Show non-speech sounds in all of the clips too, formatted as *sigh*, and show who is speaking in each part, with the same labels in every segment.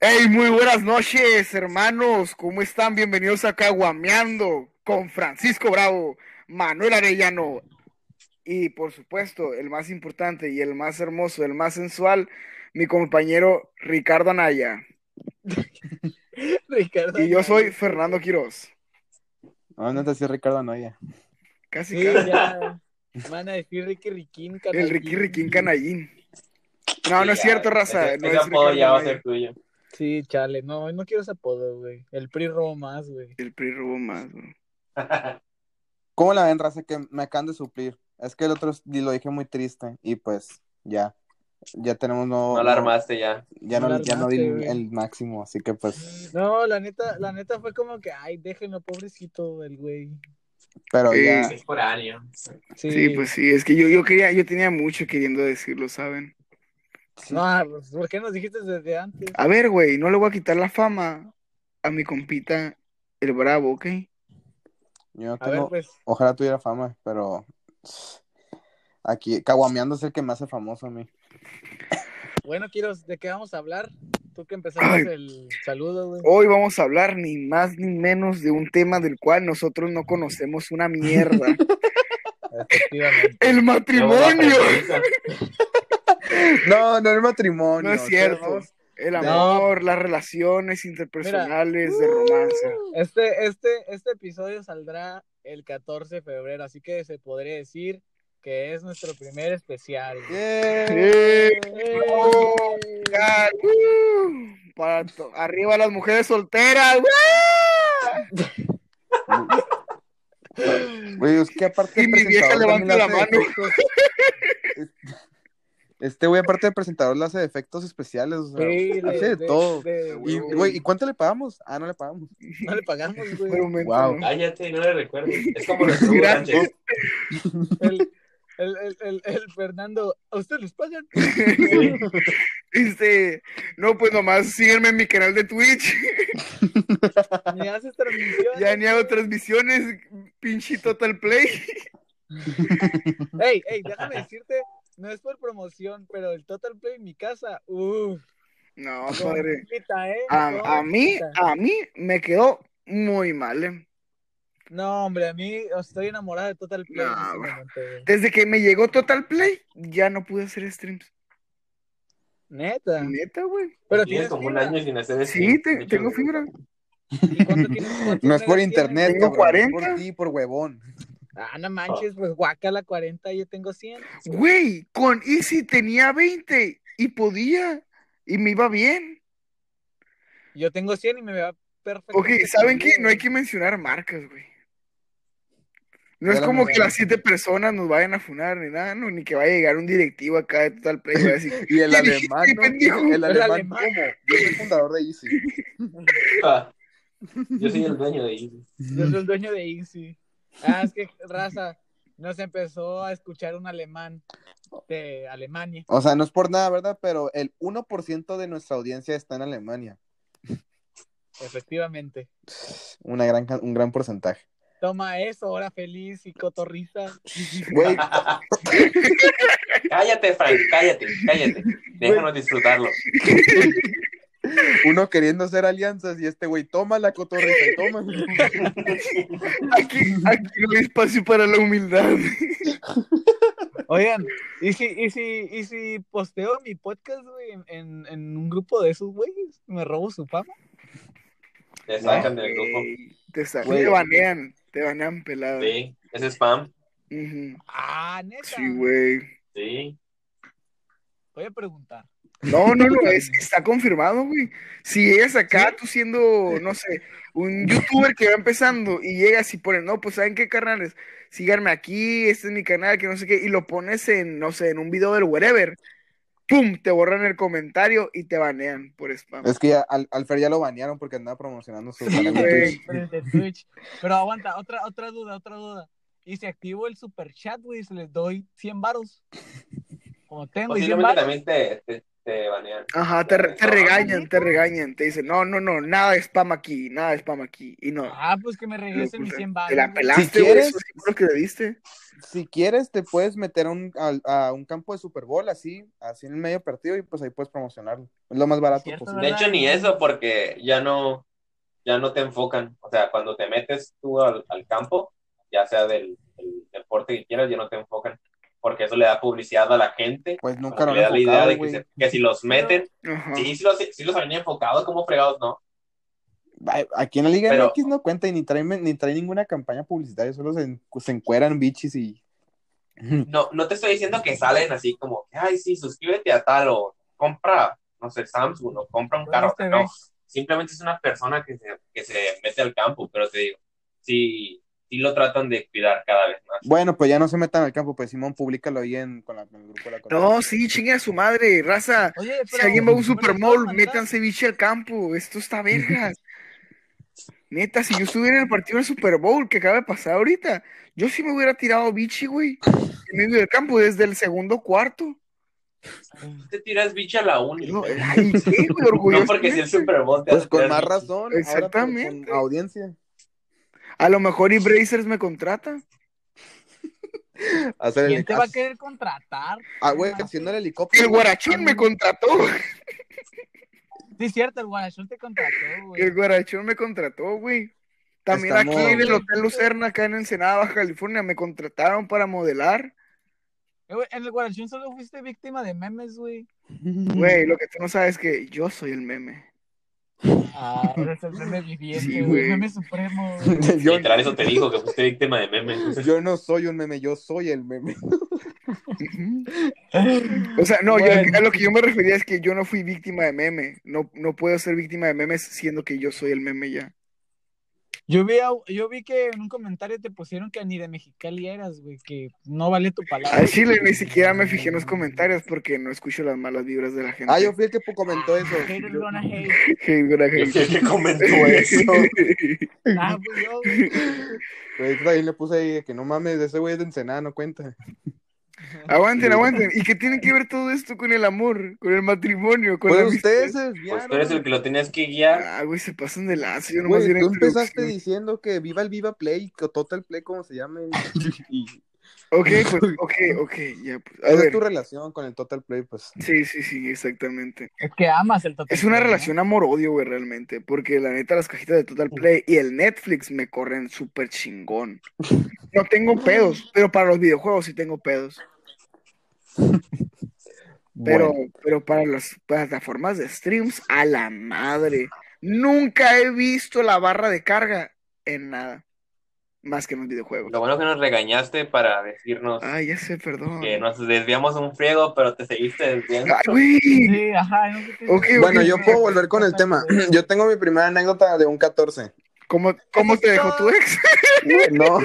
Speaker 1: Hey, muy buenas noches, hermanos. ¿Cómo están? Bienvenidos a Caguameando con Francisco Bravo, Manuel Arellano y, por supuesto, el más importante y el más hermoso, el más sensual, mi compañero Ricardo Anaya.
Speaker 2: *laughs* Ricardo.
Speaker 1: Y yo soy Fernando Quiroz.
Speaker 3: No, no te hacía Ricardo Anaya.
Speaker 1: Casi,
Speaker 2: Sí,
Speaker 1: casi.
Speaker 2: ya. Van a decir Ricky Riquín,
Speaker 1: El
Speaker 2: carnal.
Speaker 1: Ricky Riquín Canallín. No, no es
Speaker 4: Ya,
Speaker 1: cierto, raza.
Speaker 4: Ese,
Speaker 1: no
Speaker 4: ese
Speaker 1: es
Speaker 4: apodo
Speaker 1: Ricardo
Speaker 4: ya va a
Speaker 1: Anaya.
Speaker 4: ser tuyo.
Speaker 2: Sí, chale. No, no quiero ese apodo, güey. El PRI robó más, güey.
Speaker 1: El PRI robó más, bro.
Speaker 3: ¿Cómo la ven, raza? Que me acaban de suplir. Es que el otro di- lo dije muy triste y pues ya. Ya tenemos nuevo.
Speaker 4: No la armaste ya.
Speaker 3: Ya no,
Speaker 2: No la
Speaker 3: ya no di
Speaker 2: armaste, güey.
Speaker 3: el máximo, así que pues.
Speaker 2: No, la neta, la neta fue como que, ay, déjenlo, pobrecito, el güey.
Speaker 3: Pero
Speaker 1: Sí.
Speaker 3: ya.
Speaker 4: Es por año.
Speaker 2: Sí,
Speaker 1: Sí, pues sí, es que yo, yo quería, yo tenía mucho queriendo decirlo, ¿saben?
Speaker 2: No, pues, ¿por qué nos dijiste desde antes?
Speaker 1: A ver, güey, no le voy a quitar la fama a mi compita, el bravo, ¿ok?
Speaker 3: Yo no
Speaker 2: A ver,
Speaker 3: tengo-
Speaker 2: pues,
Speaker 3: Ojalá tuviera fama, pero. Aquí, Caguameando es el que me hace famoso a mí.
Speaker 2: bueno, Kiros, ¿de qué vamos a hablar? Tú que empezaste
Speaker 1: Ay.
Speaker 2: el saludo, güey.
Speaker 1: Hoy vamos a hablar ni más ni menos de un tema del cual nosotros no conocemos una mierda.
Speaker 2: Efectivamente.
Speaker 1: *laughs* ¡El
Speaker 4: Qué buena
Speaker 1: matrimonio!
Speaker 4: premisa.
Speaker 3: No, no el matrimonio.
Speaker 1: No es cierto. El amor, las relaciones interpersonales, de romance.
Speaker 2: Este, este, este episodio saldrá el 14 de febrero, así que se podría decir que es nuestro primer especial. güey.
Speaker 1: ¡Eh!
Speaker 2: ¡Eh!
Speaker 1: Oigan, ¡uh! Para to- arriba las mujeres solteras. ¡uh!
Speaker 3: Güey, es que aparte
Speaker 1: Y
Speaker 3: el
Speaker 1: mi vieja
Speaker 3: presentador
Speaker 1: levanta
Speaker 3: también
Speaker 1: la
Speaker 3: hace efectos. Este güey, aparte de presentador, le hace efectos especiales. O sea,
Speaker 2: Sí,
Speaker 3: hace de todo.
Speaker 2: de-
Speaker 3: *laughs* y,
Speaker 1: güey.
Speaker 3: güey, ¿y cuánto le pagamos? Ah, no le pagamos.
Speaker 2: no le pagamos, güey.
Speaker 1: Por un momento,
Speaker 3: Wow.
Speaker 1: ¿no?
Speaker 4: Cállate, no le recuerdes. Es como los Hugo
Speaker 1: Gracias.
Speaker 4: Sánchez.
Speaker 2: El, el, el, el, el Fernando, ¿a ustedes les pagan?
Speaker 1: Este, no, pues nomás síguenme en mi canal de Twitch.
Speaker 2: Ni haces transmisión.
Speaker 1: Ya ni hago transmisiones, pinche Total Play. *laughs*
Speaker 2: Ey, ey, déjame decirte, no es por promoción, pero el Total Play en mi casa, uff,
Speaker 1: No, padre.
Speaker 2: compita, ¿eh?
Speaker 1: A, a mí,
Speaker 2: Compita.
Speaker 1: a mí me quedó muy mal. eh.
Speaker 2: No, hombre, a mí estoy enamorada de Total Play. en
Speaker 1: No,
Speaker 2: este
Speaker 1: bro.
Speaker 2: momento, güey.
Speaker 1: Desde que me llegó Total Play, ya no pude hacer streams.
Speaker 2: Neta.
Speaker 1: Neta, güey.
Speaker 2: Pero
Speaker 4: Tienes
Speaker 2: tienes
Speaker 4: como un
Speaker 2: fibra.
Speaker 4: año sin hacer eso.
Speaker 1: Sí, te-
Speaker 4: Mucho
Speaker 1: tengo
Speaker 4: gusto.
Speaker 1: fibra.
Speaker 2: ¿Y cuánto tienes- cuántos
Speaker 3: No es por
Speaker 2: megas
Speaker 3: internet,
Speaker 2: tienes?
Speaker 1: Tengo
Speaker 3: cabrón, es
Speaker 1: 40.
Speaker 3: por ti, por huevón.
Speaker 2: Ah, no manches, pues guacala 40, yo tengo 100.
Speaker 1: Güey, con Easy tenía 20 y podía y me iba bien.
Speaker 2: Yo tengo 100 y me va perfecto.
Speaker 1: Ok, ¿saben qué? No hay que mencionar marcas, güey. No es
Speaker 3: Ya la
Speaker 1: como
Speaker 3: mujer.
Speaker 1: que las siete personas nos vayan a funar ni nada, no, ni que vaya a llegar un directivo acá de Total Play y va a decir,
Speaker 3: Y el
Speaker 1: ¿Qué
Speaker 3: alemán,
Speaker 1: dijiste,
Speaker 3: ¿no?
Speaker 1: pendejo?
Speaker 3: El
Speaker 2: El
Speaker 3: alemán,
Speaker 2: alemán.
Speaker 3: ¿cómo? Yo soy fundador de Easy.
Speaker 4: Ah, Yo soy el dueño de ahí.
Speaker 2: Yo
Speaker 1: Mm.
Speaker 2: soy el dueño de Easy. Ah, es que raza nos empezó a escuchar un alemán de Alemania.
Speaker 3: O sea, no es por nada, ¿verdad? Pero el 1% de nuestra audiencia está en Alemania.
Speaker 2: Efectivamente.
Speaker 3: Una gran, ca- un gran porcentaje.
Speaker 2: Toma eso, hora feliz y cotorriza.
Speaker 3: Güey,
Speaker 4: Cállate, Frank, cállate, cállate. Déjanos disfrutarlo.
Speaker 3: uno queriendo hacer alianzas y este güey, toma la cotorrita y toma.
Speaker 1: aquí, aquí no hay espacio para la humildad.
Speaker 2: Oigan, ¿y si, y si, y si posteo mi podcast, güey, en, en, en un grupo de esos güeyes? ¿Me robo su fama?
Speaker 4: Te sacan del grupo.
Speaker 1: Güey, Te, sa-
Speaker 3: Güey.
Speaker 1: te banean, te banean pelada.
Speaker 4: Sí, es spam.
Speaker 1: Ujú.
Speaker 2: Ah, neta.
Speaker 1: Sí, güey.
Speaker 4: Sí.
Speaker 2: Voy a preguntar.
Speaker 1: No, no, no, es, está confirmado, güey. Si llegas acá, tú siendo, no sé, un youtuber que va empezando y llegas y pones, no, pues ¿saben qué, carnales? Síganme aquí, este es mi canal, que no sé qué, y lo pones en, no sé, en un video del wherever, ¡pum! Te borran el comentario y te banean por spam.
Speaker 3: Es que ya, al, al Fer ya lo banearon porque andaba promocionando su canal de
Speaker 1: güey.
Speaker 3: Twitch.
Speaker 2: Por el de Twitch. Pero aguanta, otra, otra duda, otra duda. Y si activo el super chat, güey, se les doy 100 varos. Como tengo, y 100
Speaker 4: Posiblemente
Speaker 2: varos.
Speaker 4: también te, te, te te banean.
Speaker 1: Ajá, te, re- te regañan, te regañan, te dicen, no, no, no, nada de spam aquí, nada de spam aquí, y no.
Speaker 2: Ah, pues que me regresen mis 100
Speaker 1: Te la
Speaker 2: balas.
Speaker 1: pelaste,
Speaker 3: Si
Speaker 1: güey,
Speaker 3: quieres-
Speaker 1: eso sí fue lo que le diste.
Speaker 3: Si quieres, te puedes meter a un, al- a un campo de Super Bowl así, así en el medio partido y pues ahí puedes promocionarlo. Es lo más barato pues.
Speaker 2: Cierto,
Speaker 3: posible.
Speaker 4: De hecho, ni eso, porque ya no, ya no te enfocan. O sea, cuando te metes tú al, al campo, ya sea del, del deporte que quieras, ya no te enfocan. Porque eso le da publicidad a la gente.
Speaker 3: Pues nunca lo
Speaker 4: porque
Speaker 3: han
Speaker 4: le da la idea
Speaker 3: enfocado,
Speaker 4: de que,
Speaker 3: güey.
Speaker 4: se- que si los meten,
Speaker 1: Ajá.
Speaker 4: sí, sí los, sí los habían enfocado, como fregados, ¿no?
Speaker 3: Ay, Aquí en la Liga
Speaker 4: Pero-
Speaker 3: MX no cuenta y ni trae, ni trae ninguna campaña publicitaria, solo se, en- se encueran bichis y... *laughs*
Speaker 4: No, no te estoy diciendo que salen así como, ay, sí, suscríbete a tal o compra, no sé, Samsung o compra un carro.
Speaker 2: Buenas
Speaker 4: No,
Speaker 2: TV.
Speaker 4: simplemente es una persona que se, que se mete al campo, pero te digo, sí, sí lo tratan de cuidar cada vez más.
Speaker 3: Bueno, pues ya no se metan al campo, pues Simón, públicalo ahí en, con, la- con el grupo de la
Speaker 1: No, sí, chingue a su madre, raza.
Speaker 2: Oye,
Speaker 1: Si alguien va a un
Speaker 2: pero
Speaker 1: Super
Speaker 2: de
Speaker 1: Bowl,
Speaker 2: todas maneras,
Speaker 1: métanse biche al campo. Esto
Speaker 4: *laughs*
Speaker 1: está vergas. Neta, si yo estuviera en el partido del Super Bowl que acaba de pasar ahorita, yo sí me hubiera tirado bichi, güey. En medio del campo, desde el segundo cuarto.
Speaker 4: Te tiras bicha a la uni.
Speaker 1: No,
Speaker 4: No,
Speaker 3: eh,
Speaker 1: ay, ¿qué, güey?
Speaker 4: *laughs*
Speaker 1: Orgulloso.
Speaker 4: porque si el Super Bowl te
Speaker 3: Pues
Speaker 4: hace
Speaker 3: con
Speaker 4: tirar
Speaker 3: más
Speaker 4: bicha.
Speaker 3: razón, ahora con- con,
Speaker 1: Exactamente.
Speaker 3: audiencia.
Speaker 1: A lo mejor y Brazers me contrata.
Speaker 3: Hacer
Speaker 2: ¿Quién te va a
Speaker 3: haz-
Speaker 2: querer contratar?
Speaker 3: Ah, güey, haciendo el helicóptero.
Speaker 1: El guarachón me contrató.
Speaker 2: Sí, es cierto, el Guanachón te contrató, güey.
Speaker 1: El guarachón me contrató, güey. También
Speaker 3: Estamos-
Speaker 1: aquí en el Hotel Lucerna, acá en Ensenada, Baja California, me contrataron para modelar.
Speaker 2: Eh, güey, En el Guanachón solo fuiste víctima de memes, güey.
Speaker 3: *laughs*
Speaker 1: Güey, lo que tú no sabes es que yo soy el meme.
Speaker 2: Ah, eres el meme
Speaker 1: *laughs*
Speaker 2: viviente,
Speaker 1: Sí,
Speaker 2: güey.
Speaker 1: güey.
Speaker 2: Meme supremo, güey.
Speaker 3: *laughs* yo,
Speaker 4: Literal, eso te dijo que fuiste víctima de
Speaker 3: *laughs*
Speaker 4: memes.
Speaker 3: yo no soy un meme, yo soy el meme.
Speaker 1: Ujú. O sea, no, yo-
Speaker 2: Bueno.
Speaker 1: a lo que yo me refería es que yo no fui víctima de meme. No, no puedo ser víctima de memes siendo que yo soy el meme ya.
Speaker 2: Yo vi, a- yo vi que en un comentario te pusieron que ni de Mexicali eras, güey, que no vale tu palabra.
Speaker 1: Al chile ni siquiera me fijé en los comentarios porque no escucho las malas vibras de la gente.
Speaker 3: Ah, yo fui el que comentó eso.
Speaker 2: Haters
Speaker 3: Yo-
Speaker 2: gonna hate.
Speaker 1: *laughs* Hey, güey,
Speaker 4: Yo
Speaker 1: hey.
Speaker 4: fui el que
Speaker 1: *laughs*
Speaker 3: *laughs*
Speaker 4: comentó eso.
Speaker 2: Ah, fui yo, güey.
Speaker 3: Güey, yo también le puse Pues, ahí de que no mames, ese güey es de Ensenada, no cuenta.
Speaker 1: Aguanten, aguanten. ¿Y qué tiene que ver todo esto con el amor, con el matrimonio, con la
Speaker 3: Pues
Speaker 1: amistad?
Speaker 3: ustedes se desviaron.
Speaker 4: Pues tú eres el que lo tenías que guiar.
Speaker 1: Ah, güey, se pasan de lazo. Yo nomás
Speaker 3: Güey,
Speaker 1: diré
Speaker 3: tú empezaste
Speaker 1: introducción.
Speaker 3: diciendo que viva el Viva Play, o Total Play, como se llame.
Speaker 1: *laughs*
Speaker 3: Y
Speaker 1: Ok,
Speaker 3: *laughs*
Speaker 1: pues, ok, ok, ya. Pues, a
Speaker 3: esa es
Speaker 1: ver.
Speaker 3: tu relación con el Total Play, pues.
Speaker 1: Sí, sí, sí, exactamente.
Speaker 2: Es que amas el total.
Speaker 1: Es una
Speaker 2: play, ¿no?
Speaker 1: relación amor-odio, güey, realmente. Porque la neta, las cajitas de Total Play y el Netflix me corren súper
Speaker 3: *laughs*
Speaker 1: chingón. No tengo pedos, pero para los videojuegos sí tengo pedos. Pero,
Speaker 3: Bueno,
Speaker 1: pero para las plataformas de streams, a la madre. Nunca he visto la barra de carga en nada. Más que en los videojuegos.
Speaker 4: Lo bueno que nos regañaste para decirnos
Speaker 1: Ay, ya sé, perdón.
Speaker 4: que nos desviamos un friego, pero te seguiste desviando.
Speaker 1: Ay, güey.
Speaker 2: Sí, ajá. No sé qué-
Speaker 1: Ok, ok.
Speaker 3: bueno, yo puedo volver con el
Speaker 1: *laughs*
Speaker 3: tema. Yo tengo mi primera anécdota de un 14.
Speaker 1: ¿Cómo, cómo te dejó tu ex?
Speaker 3: No.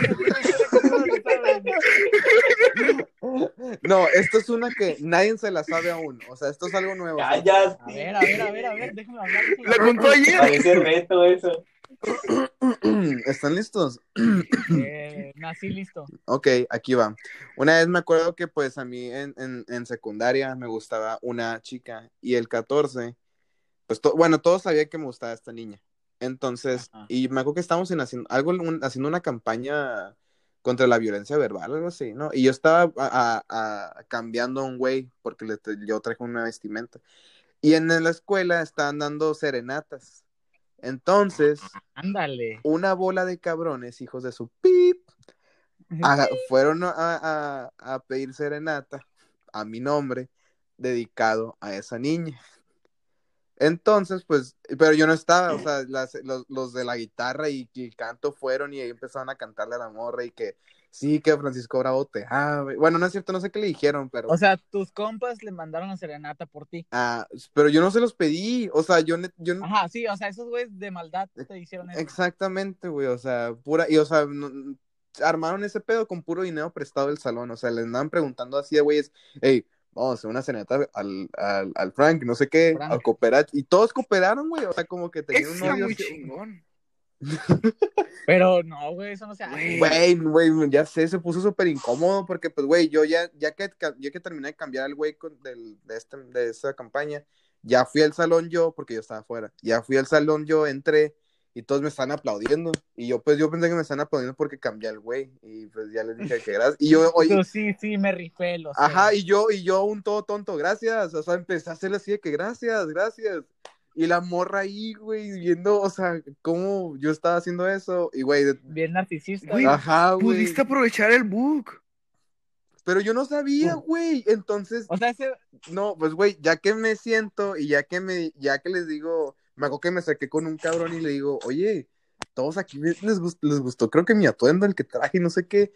Speaker 3: No, esto es una que nadie se la sabe aún. O sea, esto es algo nuevo.
Speaker 4: Callas,
Speaker 2: A ver, a ver, a ver, a ver, déjame hablar.
Speaker 1: *laughs*
Speaker 2: déjame
Speaker 1: La contó ayer.
Speaker 4: parece reto eso.
Speaker 3: *clears throat* ¿Están listos?
Speaker 2: hablar. Eh, nací listo.
Speaker 3: Ok, aquí va. Una vez me acuerdo que pues a mí en, en- en secundaria me gustaba una chica y el 14, pues to- bueno, todos sabían que me gustaba esta niña. Entonces,
Speaker 2: Ajá.
Speaker 3: y me acuerdo que estábamos en haciendo, algo, un- haciendo una campaña contra la violencia verbal, algo así, ¿no? Y yo estaba a- a- a- cambiando a un güey porque le tra- yo traje una vestimenta. Y en la escuela estaban dando serenatas. Entonces,
Speaker 2: Ándale.
Speaker 3: una bola de cabrones, hijos de su pip, Aga- fueron a, a- a pedir serenata a mi nombre dedicado a esa niña. Entonces, pues, pero yo no estaba, o sea, las- los, los de la guitarra y, y el canto fueron y ahí empezaron a cantarle a la morra y que sí, que Francisco Bravo te abre. Bueno, no es cierto, no sé qué le dijeron, pero,
Speaker 2: O sea, tus compas le mandaron la serenata por ti.
Speaker 3: ah, pero yo no se los pedí, o sea, yo, ne- yo
Speaker 2: Ajá, sí, o sea, esos güeyes de maldad te hicieron eso.
Speaker 3: Exactamente, güey, o sea, pura, y o sea, no- armaron ese pedo con puro dinero prestado del salón, o sea, le andaban preguntando así de güeyes, hey, vamos a hacer una cenata al, al, al Frank, no sé qué,
Speaker 2: Frank.
Speaker 3: al cooperar, y todos cooperaron, güey, Ah, o sea, como que tenían
Speaker 1: Eso
Speaker 3: un
Speaker 1: está
Speaker 3: odio,
Speaker 1: muy
Speaker 3: así-
Speaker 1: chingón.
Speaker 2: Pero no, güey, eso no se hace.
Speaker 1: Güey.
Speaker 3: Güey, güey, ya sé, se puso súper incómodo porque, pues, güey, yo ya, ya que, yo que terminé de cambiar el güey con- del- de, este, de esta campaña, ya fui al salón yo, porque yo estaba afuera, ya fui al salón yo, entré y todos me están aplaudiendo. Y yo, pues, yo pensé que me están aplaudiendo porque cambié al güey. Y pues ya les dije que gracias. Y yo, oye,
Speaker 2: Yo sí, sí, me rifé, lo sé.
Speaker 3: *laughs* ajá, y yo, y yo, un todo tonto, gracias. O sea, empecé a hacerle así de que gracias, gracias. Y la morra ahí, güey, viendo, o sea, cómo yo estaba haciendo eso. Y, güey, de-
Speaker 2: Bien narcisista.
Speaker 1: Güey,
Speaker 2: güey.
Speaker 3: ajá, güey.
Speaker 1: Pudiste aprovechar el book.
Speaker 3: Pero yo no sabía, güey. Entonces,
Speaker 2: O sea, ese,
Speaker 3: no, pues, güey, ya que me siento y ya que me, ya que les digo, me acuerdo que me saqué con un cabrón y le digo, oye, todos aquí les, les gust- les gustó, creo que mi atuendo, el que traje, y no sé qué.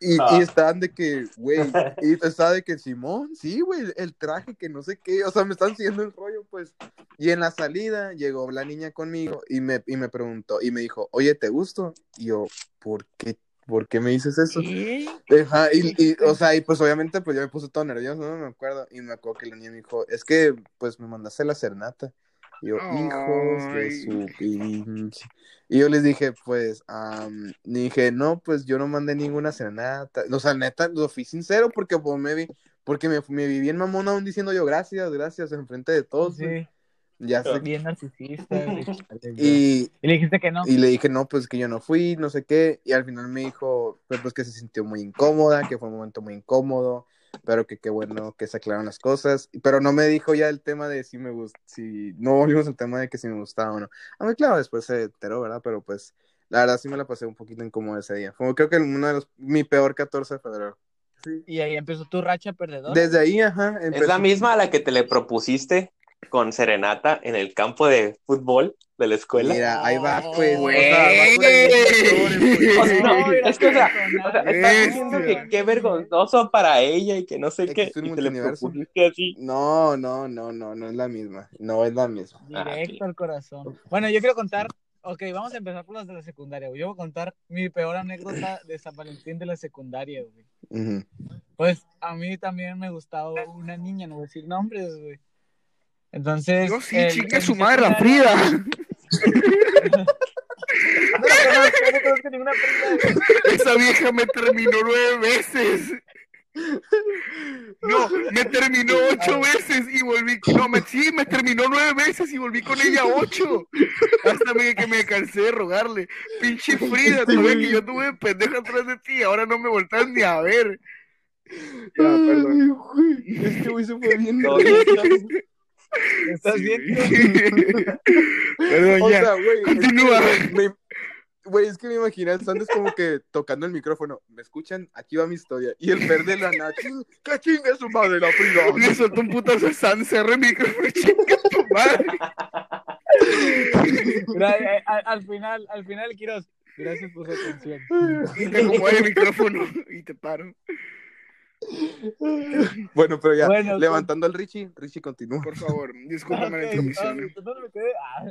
Speaker 3: Y,
Speaker 4: Ah.
Speaker 3: y estaban de que, güey, y estaba de que Simón, sí, güey, el traje, que no sé qué, o sea, me están siguiendo el rollo, pues. Y en la salida llegó la niña conmigo y me, y me preguntó, y me dijo, oye, ¿te gusto? Y yo, ¿por qué? ¿Por qué me dices eso?
Speaker 2: ¿qué?
Speaker 3: Ajá, y, y, o sea, y pues obviamente pues yo me puse todo nervioso, no me acuerdo, y me acuerdo que la niña me dijo, es que pues me mandaste la serenata, y yo, hijos de
Speaker 1: Ay.
Speaker 3: su pinche, y yo les dije, pues, am, dije, no, pues yo no mandé ninguna serenata, o sea, neta, lo fui sincero, porque pues me vi, porque me, me vi bien mamón aún diciendo yo, gracias, gracias, enfrente de todos,
Speaker 2: Sí, Ah,
Speaker 3: ya sé,
Speaker 2: bien narcisista. güey. Y...
Speaker 3: y,
Speaker 2: le dijiste que no.
Speaker 3: y le dije, no, pues que yo no fui, no sé qué. Y al final me dijo, pues, pues, que se sintió muy incómoda, que fue un momento muy incómodo, pero que qué bueno que se aclararon las cosas. Pero no me dijo ya el tema de si me gusta, si no volvimos al tema de que si me gustaba o no. A mí, claro, después se enteró, ¿verdad? Pero pues, la verdad sí me la pasé un poquito incómoda ese día. Fue creo que uno de los, mi peor 14 de febrero.
Speaker 2: Y ahí empezó tu racha perdedora.
Speaker 3: Desde ahí, ajá,
Speaker 4: Es la misma a la que te le propusiste con Serenata en el campo de fútbol de la escuela.
Speaker 3: Mira, ahí va, pues.
Speaker 1: Güey.
Speaker 3: va por ahí, pues.
Speaker 4: O sea, no,
Speaker 2: mira,
Speaker 4: es que, o sea,
Speaker 2: personal.
Speaker 4: O sea, estás diciendo
Speaker 1: Bestia.
Speaker 4: que qué vergonzoso para ella y que no sé qué.
Speaker 3: Existe un
Speaker 4: Y te le
Speaker 3: multiverso.
Speaker 4: propusiste así.
Speaker 3: No, no, no, no, no es la misma. No es la misma.
Speaker 2: Directo al corazón. Bueno, yo quiero contar. Ok, vamos a empezar por las de la secundaria. güey. Yo voy a contar mi peor anécdota de San Valentín de la secundaria, güey.
Speaker 3: Ujú.
Speaker 2: Pues a mí también me gustaba una niña, no voy a decir nombres, güey. Entonces.
Speaker 1: Yo sí,
Speaker 2: el-
Speaker 1: chingue
Speaker 2: en
Speaker 1: su
Speaker 2: mi
Speaker 1: madre, la
Speaker 2: secundaria-
Speaker 1: Frida.
Speaker 2: No, no, no, no conozco ninguna Frida, güey.
Speaker 1: Esa vieja me terminó nueve veces. No, me terminó ocho veces y volví. No, me, sí, me terminó nueve veces y volví con ella ocho. Hasta me, que me cansé de rogarle. Pinche Frida, tú ves que yo tuve de pendeja atrás de ti y ahora no me volteas ni a ver. Ya, perdón. este
Speaker 3: Ay, güey, es que güey se *laughs* fue bien.
Speaker 4: Todo
Speaker 3: rápido.
Speaker 4: bien.
Speaker 2: ¿Estás
Speaker 1: Sí,
Speaker 2: bien?
Speaker 1: güey. *laughs* Perdón,
Speaker 3: O
Speaker 1: ya.
Speaker 3: sea, güey. es que,
Speaker 1: Continúa.
Speaker 3: güey, me- Güey, es que me imaginé antes como que tocando el micrófono. ¿Me escuchan? Aquí va mi historia. Y el verde la nada. "Ching- ¡Qué chingue su madre la
Speaker 1: Le
Speaker 3: frida!
Speaker 1: soltó un putazo a San, cerré el micrófono, *laughs* chinga tu madre.
Speaker 2: Mira, eh, al, al final, al final, Quiroz, gracias por su atención.
Speaker 1: Y te acomoda el micrófono y te paro.
Speaker 3: Bueno, pero ya,
Speaker 2: Bueno,
Speaker 3: levantando al Richie, Richie continúa.
Speaker 1: Por favor, discúlpame la
Speaker 2: Ah,
Speaker 1: ¿eh?
Speaker 2: Ok,
Speaker 1: interrupción.
Speaker 2: entonces, ¿dónde me quedé? Ah,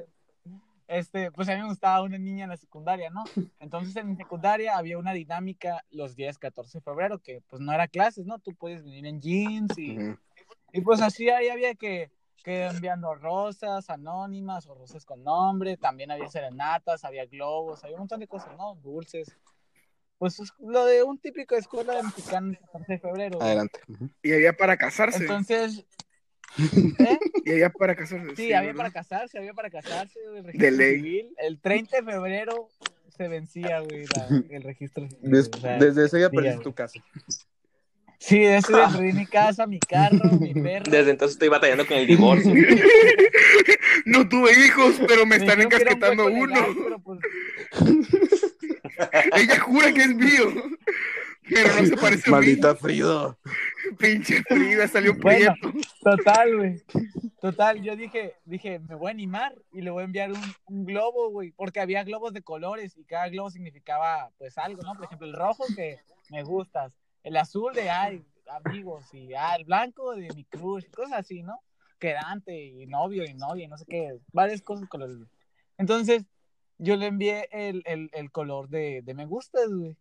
Speaker 2: Este, pues a mí me gustaba una niña en la secundaria, ¿no? Entonces en mi secundaria había una dinámica los días 14 de febrero que pues no era clases, ¿no? Tú puedes venir en jeans y,
Speaker 3: Ujú.
Speaker 2: y, pues así ahí había que, que enviando rosas anónimas o rosas con nombre, también había serenatas, había globos, había un montón de cosas, ¿no? Dulces. Pues es lo de un típico escuela mexicana el 14 de febrero. güey.
Speaker 3: Adelante. Ujú.
Speaker 1: Y había para casarse.
Speaker 2: Entonces, ¿eh?
Speaker 1: Y había para casarse.
Speaker 2: Sí, había
Speaker 1: ¿verdad?
Speaker 2: para casarse, había para casarse, güey, el
Speaker 1: De
Speaker 2: registro
Speaker 1: ley.
Speaker 2: civil. El 30 de febrero se vencía, güey,
Speaker 1: *laughs*
Speaker 2: la- el registro civil.
Speaker 3: Des-
Speaker 2: o sea,
Speaker 3: desde ese día
Speaker 2: sí,
Speaker 3: perdiste
Speaker 2: güey.
Speaker 3: tu casa.
Speaker 2: Sí, de
Speaker 1: *laughs*
Speaker 2: ese día perdí mi casa, mi carro, mi perro.
Speaker 4: Desde entonces estoy batallando con el
Speaker 1: *laughs*
Speaker 4: divorcio.
Speaker 2: *laughs*
Speaker 1: No tuve hijos, pero me están
Speaker 2: dijeron que era un
Speaker 1: encasquetando
Speaker 2: hueco
Speaker 1: uno.
Speaker 2: legal, pero, pues,
Speaker 1: *laughs* Ella jura que es mío. Pero no se parece a
Speaker 3: Maldita Frida.
Speaker 1: mí. Pinche Frida salió
Speaker 2: Bueno.
Speaker 1: prieto.
Speaker 2: total, güey. Total, yo dije, dije, me voy a animar y le voy a enviar un, un globo, güey, porque había globos de colores y cada globo significaba, pues, algo, ¿no? Por ejemplo, el rojo que me gustas, el azul de, ay, amigos, y ah, el blanco de mi crush, cosas así, ¿no? Quedante y novio y novia y no sé qué, varias cosas colores, güey. Entonces, yo le envié el, el, el color de, de me gustas, güey.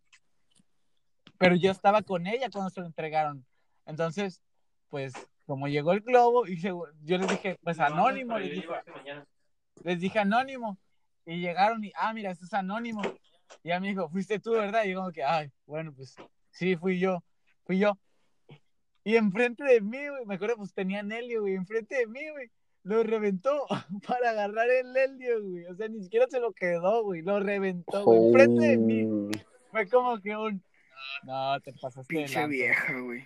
Speaker 2: Pero yo estaba con ella cuando se lo entregaron. Entonces, pues, como llegó el globo, y se- yo les dije, pues anónimo, les dije, les dije anónimo. Y llegaron y, ah, mira, esto es anónimo. Y ya me dijo, fuiste tú, ¿verdad? Y yo como que, ay, bueno, pues sí, fui yo, fui yo. Y enfrente de mí, güey, me acuerdo, pues tenía Helio, güey, enfrente de mí, güey. Lo reventó *laughs* para agarrar el helio, güey. O sea, ni siquiera se lo quedó, güey. Lo reventó, güey. Enfrente de mí.
Speaker 1: Oh.
Speaker 2: Fue como que un... No, te pasaste de
Speaker 1: Pinche
Speaker 2: lanza.
Speaker 1: vieja, güey.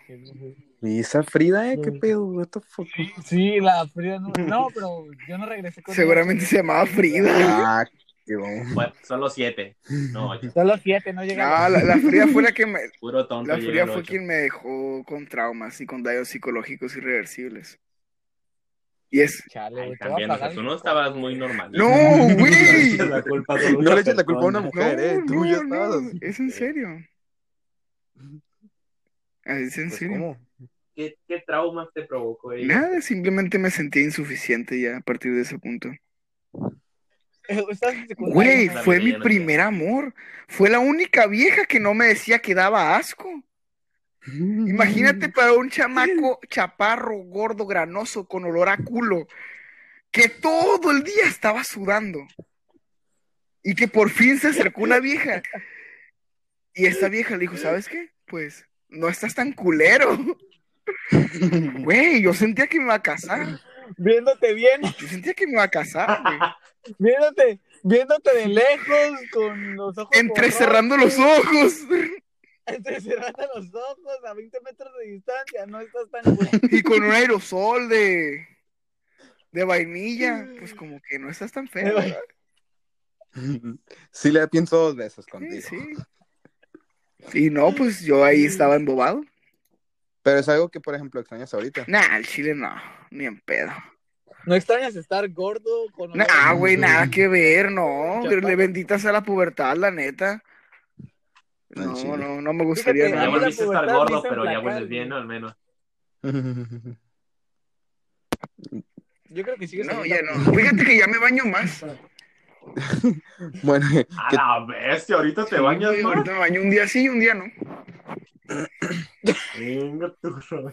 Speaker 3: Y esa Frida, eh, qué
Speaker 2: Sí.
Speaker 3: pedo, what the fuck.
Speaker 2: Pues, Sí, la Frida no... No, pero yo no regresé con ella.
Speaker 1: Seguramente se llamaba Frida.
Speaker 3: Ah, qué bueno.
Speaker 4: Bueno, solo siete. No,
Speaker 2: *laughs*
Speaker 4: ocho.
Speaker 2: Solo siete, no llegaron.
Speaker 1: No, la, la Frida fue la que me,
Speaker 4: Puro tonto.
Speaker 1: la
Speaker 4: llega
Speaker 1: Frida
Speaker 4: el
Speaker 1: fue
Speaker 4: ocho.
Speaker 1: quien me dejó con traumas y con daños psicológicos irreversibles. Y es,
Speaker 2: Chale,
Speaker 4: Ay,
Speaker 2: güey, te voy a
Speaker 4: también, o sea,
Speaker 2: pagar el
Speaker 4: tú no
Speaker 2: coco.
Speaker 4: estabas muy normal. *laughs*
Speaker 1: ¡No,
Speaker 5: No le
Speaker 1: güey!
Speaker 5: eches la culpa a
Speaker 3: No le eches la culpa a una
Speaker 5: persona.
Speaker 3: mujer, eh. Tú
Speaker 1: no,
Speaker 3: ya
Speaker 1: no,
Speaker 3: estabas.
Speaker 1: no, es en serio. Ah, Es en
Speaker 3: Pues,
Speaker 1: serio.
Speaker 3: ¿cómo?
Speaker 4: ¿Qué, qué traumas te provocó ella?
Speaker 1: Nada, simplemente me sentía insuficiente ya a partir de ese punto.
Speaker 2: *laughs* Eh, Estabas en secundaria,
Speaker 1: Güey,
Speaker 2: ¿no?
Speaker 4: Dale,
Speaker 1: fue
Speaker 4: Pues, ya
Speaker 1: mi
Speaker 4: no sé.
Speaker 1: primer amor. Fue la única vieja que no me decía que daba asco. Imagínate para un chamaco chaparro, gordo, granoso, con olor a culo, que todo el día estaba sudando y que por fin se acercó una vieja. Y esta vieja le dijo, ¿sabes qué? Pues no estás tan culero. Güey, yo sentía que me iba a casar.
Speaker 2: Viéndote bien,
Speaker 1: Yo sentía que me iba a casar, güey.
Speaker 2: viéndote, viéndote de lejos, con los ojos. *laughs*
Speaker 1: Entrecerrando los
Speaker 2: borrosos,
Speaker 1: ojos
Speaker 2: Entrecerrando los ojos a 20 metros de distancia, no estás tan güey.
Speaker 1: y con un aerosol de, de vainilla. Pues como que no estás tan feo. ¿verdad?
Speaker 3: *laughs* Sí, le pienso dos veces
Speaker 1: Sí,
Speaker 3: contigo.
Speaker 1: sí. Y no, pues yo ahí estaba embobado.
Speaker 3: Pero es algo que, por ejemplo, extrañas ahorita.
Speaker 1: Nah, el chile no, ni en pedo.
Speaker 2: No extrañas estar gordo con olor
Speaker 1: Nah,
Speaker 2: a-
Speaker 1: güey, nada que ver, no.
Speaker 2: Ya
Speaker 1: Que le
Speaker 2: pasa.
Speaker 1: bendita sea la pubertad, la neta.
Speaker 3: Al
Speaker 1: No,
Speaker 3: chile.
Speaker 1: no, no me gustaría
Speaker 2: Fíjate,
Speaker 4: Ya
Speaker 2: a mí
Speaker 1: nada.
Speaker 2: la
Speaker 4: volviste a estar
Speaker 2: pubertad me
Speaker 4: gordo,
Speaker 2: hizo
Speaker 4: pero ya
Speaker 2: emplacar,
Speaker 4: vuelves
Speaker 2: güey.
Speaker 4: bien, ¿no? Al menos.
Speaker 3: *laughs*
Speaker 2: Yo creo que sigues.
Speaker 1: No, ya
Speaker 2: oliendo-
Speaker 1: no. Fíjate que ya me baño más.
Speaker 3: Bueno,
Speaker 4: *laughs* A
Speaker 3: ¿qué-
Speaker 4: la bestia, ahorita te bañas
Speaker 1: Sí,
Speaker 4: más.
Speaker 1: ahorita me baño un día sí y un día no.
Speaker 4: Venga, tu *laughs* rollo.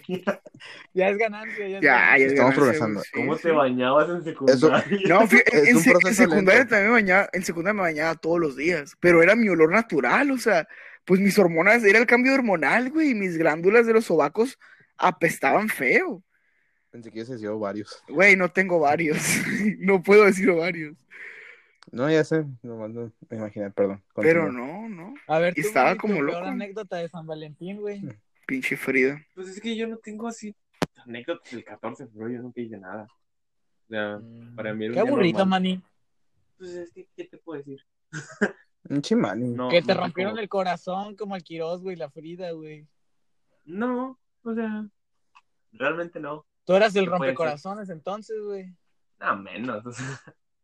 Speaker 2: Ya es ganancia. Ya. es
Speaker 1: Ya, ya
Speaker 2: ganancia.
Speaker 3: Estamos
Speaker 1: ganancia,
Speaker 3: progresando.
Speaker 1: güey, sí,
Speaker 4: ¿Cómo
Speaker 1: sí.
Speaker 4: te bañabas en secundaria?
Speaker 1: *laughs* No, fí- en,
Speaker 3: Es un
Speaker 1: en sec- en
Speaker 3: proceso
Speaker 1: secundaria
Speaker 3: lento.
Speaker 1: también me bañaba, en secundaria me bañaba todos los días, pero era mi olor natural, o sea, pues mis hormonas, era el cambio hormonal, güey, y mis glándulas de los sobacos apestaban feo.
Speaker 3: Pensé que yo se dio varios.
Speaker 1: Güey, no tengo varios, *laughs* no puedo decir varios,
Speaker 3: No, ya sé, nomás no me imaginé, perdón.
Speaker 1: pero
Speaker 3: continúa.
Speaker 1: no, no,
Speaker 2: A ver, tú,
Speaker 1: Estaba
Speaker 2: Moni, tu
Speaker 1: como
Speaker 2: peor
Speaker 1: loco.
Speaker 2: anécdota de San Valentín, güey.
Speaker 1: pinche Frida.
Speaker 4: Pues es que yo no tengo así anécdotas del 14 de febrero, yo nunca hice nada. O sea, para mí era un
Speaker 2: Qué
Speaker 4: día
Speaker 2: aburrido,
Speaker 4: normal.
Speaker 2: maní.
Speaker 4: Pues es que, ¿qué te puedo decir?
Speaker 3: Un chimani.
Speaker 4: No,
Speaker 2: que te
Speaker 4: no,
Speaker 2: rompieron
Speaker 4: como-
Speaker 2: el corazón como al Quirós, güey, la Frida, güey.
Speaker 4: No, o sea, realmente no.
Speaker 2: Tú eras el
Speaker 4: ¿Qué puede ser?
Speaker 2: rompecorazones entonces, güey.
Speaker 4: Nada menos. *laughs* o sea,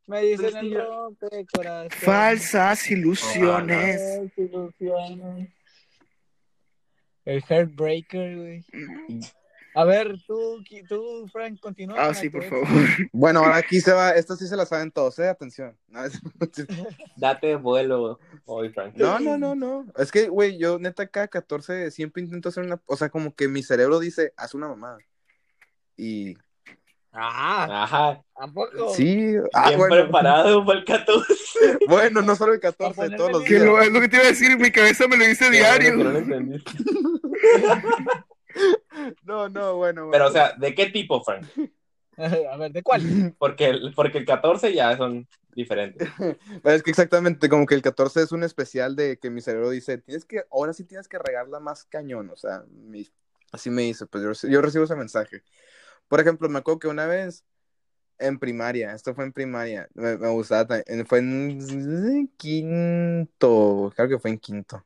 Speaker 2: Me
Speaker 4: Pues
Speaker 2: dicen
Speaker 4: es que
Speaker 2: el
Speaker 4: yo-
Speaker 2: rompecorazones.
Speaker 1: Falsas ilusiones.
Speaker 2: Ay, ilusiones. El Heartbreaker, güey. A ver, tú, Ki- tú Frank, continúa.
Speaker 1: Ah,
Speaker 2: con la
Speaker 1: sí, por
Speaker 2: tuya.
Speaker 1: favor. *laughs*
Speaker 3: Bueno, ahora aquí se va, esta sí se la saben todos, eh, atención. *laughs* No, es-
Speaker 4: Date vuelo hoy, Frank.
Speaker 3: No, no, no, no. Es que, güey, yo neta cada 14 siempre intento hacer una, o sea, como que mi cerebro dice, haz una mamada. Y
Speaker 2: Ah,
Speaker 4: Ajá,
Speaker 2: ¿a poco?
Speaker 3: sí, ah,
Speaker 4: bien
Speaker 3: bueno, *laughs*
Speaker 4: preparado para el 14.
Speaker 3: bueno, no solo el
Speaker 2: Para
Speaker 3: 14, todos los
Speaker 2: ponerme
Speaker 1: Que
Speaker 3: días.
Speaker 1: lo- es lo que te iba a decir, mi cabeza me lo dice
Speaker 4: Qué bueno que no
Speaker 1: *laughs*
Speaker 4: lo
Speaker 1: diario.
Speaker 4: entendí.
Speaker 3: No, no, bueno, bueno.
Speaker 4: Pero, o sea, ¿de qué tipo, Frank?
Speaker 2: *laughs* A ver, ¿de cuál?
Speaker 4: Porque el, porque el 14 ya son diferentes.
Speaker 3: Pero es que exactamente, como que el 14 es un especial de que mi cerebro dice, tienes que, ahora sí tienes que regarla más cañón, o sea, mi- así me dice, pues yo, reci- yo recibo ese mensaje. Por ejemplo, me acuerdo que una vez en primaria, esto fue en primaria, me, me gustaba, ta- en- fue en quinto, creo que fue en quinto.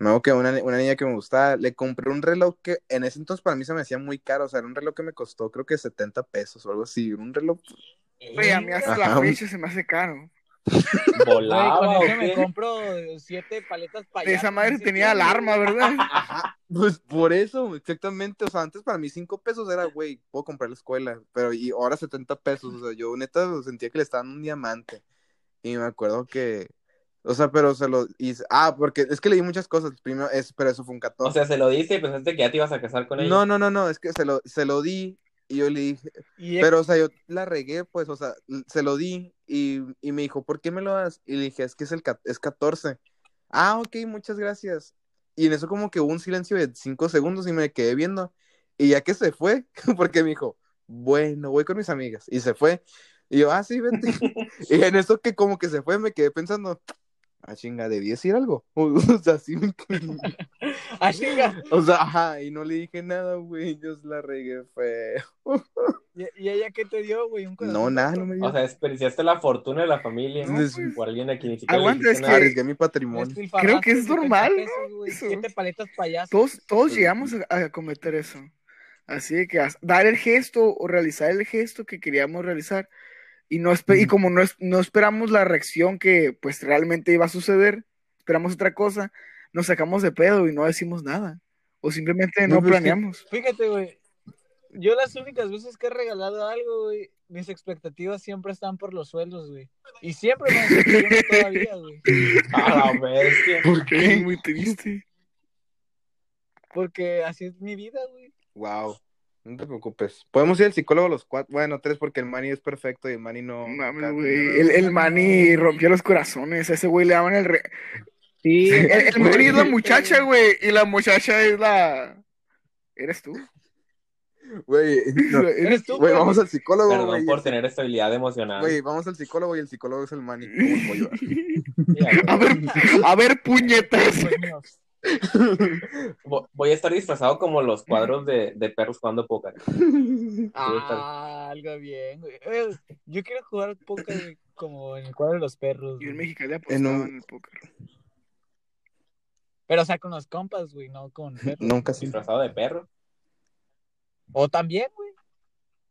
Speaker 3: Me acuerdo que una, ni- una niña que me gustaba, le compré un reloj que en ese entonces para mí se me hacía muy caro, o sea, era un reloj que me costó creo que 70 pesos o algo así, un reloj
Speaker 1: Güey, a mí hasta la
Speaker 3: Ajá.
Speaker 1: fecha se me hace caro.
Speaker 2: Güey,
Speaker 4: ¿Volaba
Speaker 2: con
Speaker 4: o
Speaker 2: eso me
Speaker 4: qué?
Speaker 2: compro siete paletas
Speaker 1: De
Speaker 2: payaso.
Speaker 1: esa madre
Speaker 2: Ah, Sí,
Speaker 1: tenía
Speaker 2: sí,
Speaker 1: alarma,
Speaker 2: *laughs*
Speaker 1: ¿verdad?
Speaker 3: Ajá, pues por eso, exactamente. O sea, antes para mí cinco pesos era, güey, puedo comprar la escuela, pero y ahora 70 pesos. O sea, yo neta sentía que le estaban un diamante. Y me acuerdo que, o sea, pero se lo hice. Ah, porque es que leí muchas cosas. Primero, es, pero eso fue un
Speaker 4: O
Speaker 3: 14.
Speaker 4: sea, se lo dice y pensaste que ya te ibas a casar con ella.
Speaker 3: no, no, no, no, es que se lo, se lo di Y yo le dije,
Speaker 2: Y
Speaker 3: pero o sea, yo la regué, pues, o sea, se lo di y, y me dijo, ¿por qué me lo das? Y le dije, es que es el ca- es 14. Ah, ok, muchas gracias. Y en eso como que hubo un silencio de 5 segundos y me quedé viendo. Y ya que se fue, *laughs* porque me dijo, bueno, voy con mis amigas. Y se fue. Y yo, ah, sí,
Speaker 4: *laughs*
Speaker 3: vete. *laughs* y en eso que como que se fue, me quedé pensando, ah, chinga, debí decir algo. *laughs* O sea, sí me quedé-
Speaker 2: *laughs* Ah, chinga.
Speaker 3: O sea, ajá, y no le dije nada, güey, yo se la regué feo.
Speaker 2: ¿Y, y ella qué te dio, güey? ¿Un
Speaker 3: No,
Speaker 2: corazón?
Speaker 3: nada, no me dio.
Speaker 4: O sea, desperdiciaste la fortuna de la familia
Speaker 1: No, pues.
Speaker 4: por alguien a quien ni siquiera
Speaker 1: Aguanta,
Speaker 4: le
Speaker 1: es
Speaker 4: dijiste
Speaker 1: que-
Speaker 4: nada. *laughs*
Speaker 3: arriesgué mi patrimonio.
Speaker 2: Despilfarraste
Speaker 1: Creo que es
Speaker 2: 70
Speaker 1: normal, ¿no?
Speaker 2: pesos, güey,
Speaker 1: Eso.
Speaker 2: Siete paletas payaso.
Speaker 1: Todos,
Speaker 3: Este, pues,
Speaker 1: todos llegamos
Speaker 3: mm.
Speaker 1: a, a cometer eso. Así de que as- dar el gesto o realizar el gesto que queríamos realizar y, no espe- y como no, es- no esperamos la reacción que pues realmente iba a suceder, esperamos otra cosa, nos sacamos de pedo y no decimos nada. O simplemente
Speaker 3: No,
Speaker 1: no
Speaker 3: pero es que-
Speaker 1: planeamos.
Speaker 2: Fíjate, güey. Yo las únicas veces que he regalado algo, güey, mis expectativas siempre están por los suelos, güey. Y siempre me decepcionan todavía, güey.
Speaker 4: A la
Speaker 3: *laughs*
Speaker 4: bestia.
Speaker 3: ¿Por
Speaker 1: Es muy triste.
Speaker 2: Porque así es mi vida, güey.
Speaker 3: Wow. No te preocupes. Podemos ir al psicólogo los cuatro. Bueno, tres porque el Manny es perfecto y el Manny no.
Speaker 1: No mames, güey. El, el Manny rompió los corazones. A ese güey le daban el... re-
Speaker 2: Sí.
Speaker 1: El, el Manny
Speaker 3: *laughs*
Speaker 1: es la muchacha, güey. Y la muchacha es la... ¿Eres tú?
Speaker 3: Güey,
Speaker 1: *laughs*
Speaker 3: no.
Speaker 2: Eres tú,
Speaker 3: Güey,
Speaker 2: güey.
Speaker 3: vamos al psicólogo,
Speaker 4: Perdón
Speaker 3: güey.
Speaker 4: por tener estabilidad emocional.
Speaker 3: Güey, vamos al psicólogo y el psicólogo es
Speaker 1: *laughs*
Speaker 3: el Manny. ¿Cómo puedo ayudar?
Speaker 4: Ya, güey.
Speaker 3: *laughs*
Speaker 1: A ver, a ver, puñetas.
Speaker 2: Pues mío.
Speaker 4: Vo- Voy a estar disfrazado como los cuadros de, de perros jugando póker.
Speaker 2: Ah, algo bien, güey. Eh, Yo quiero jugar poker, güey, como en el cuadro de los perros.
Speaker 1: Y en
Speaker 2: güey.
Speaker 1: Mexicali apostaba
Speaker 3: En
Speaker 1: en,
Speaker 3: un-
Speaker 1: el póker.
Speaker 2: Pero, o sea, con los compas, güey, no
Speaker 3: *laughs*
Speaker 2: con perros.
Speaker 3: Nunca sí.
Speaker 4: Disfrazado de perro.
Speaker 2: O también, güey.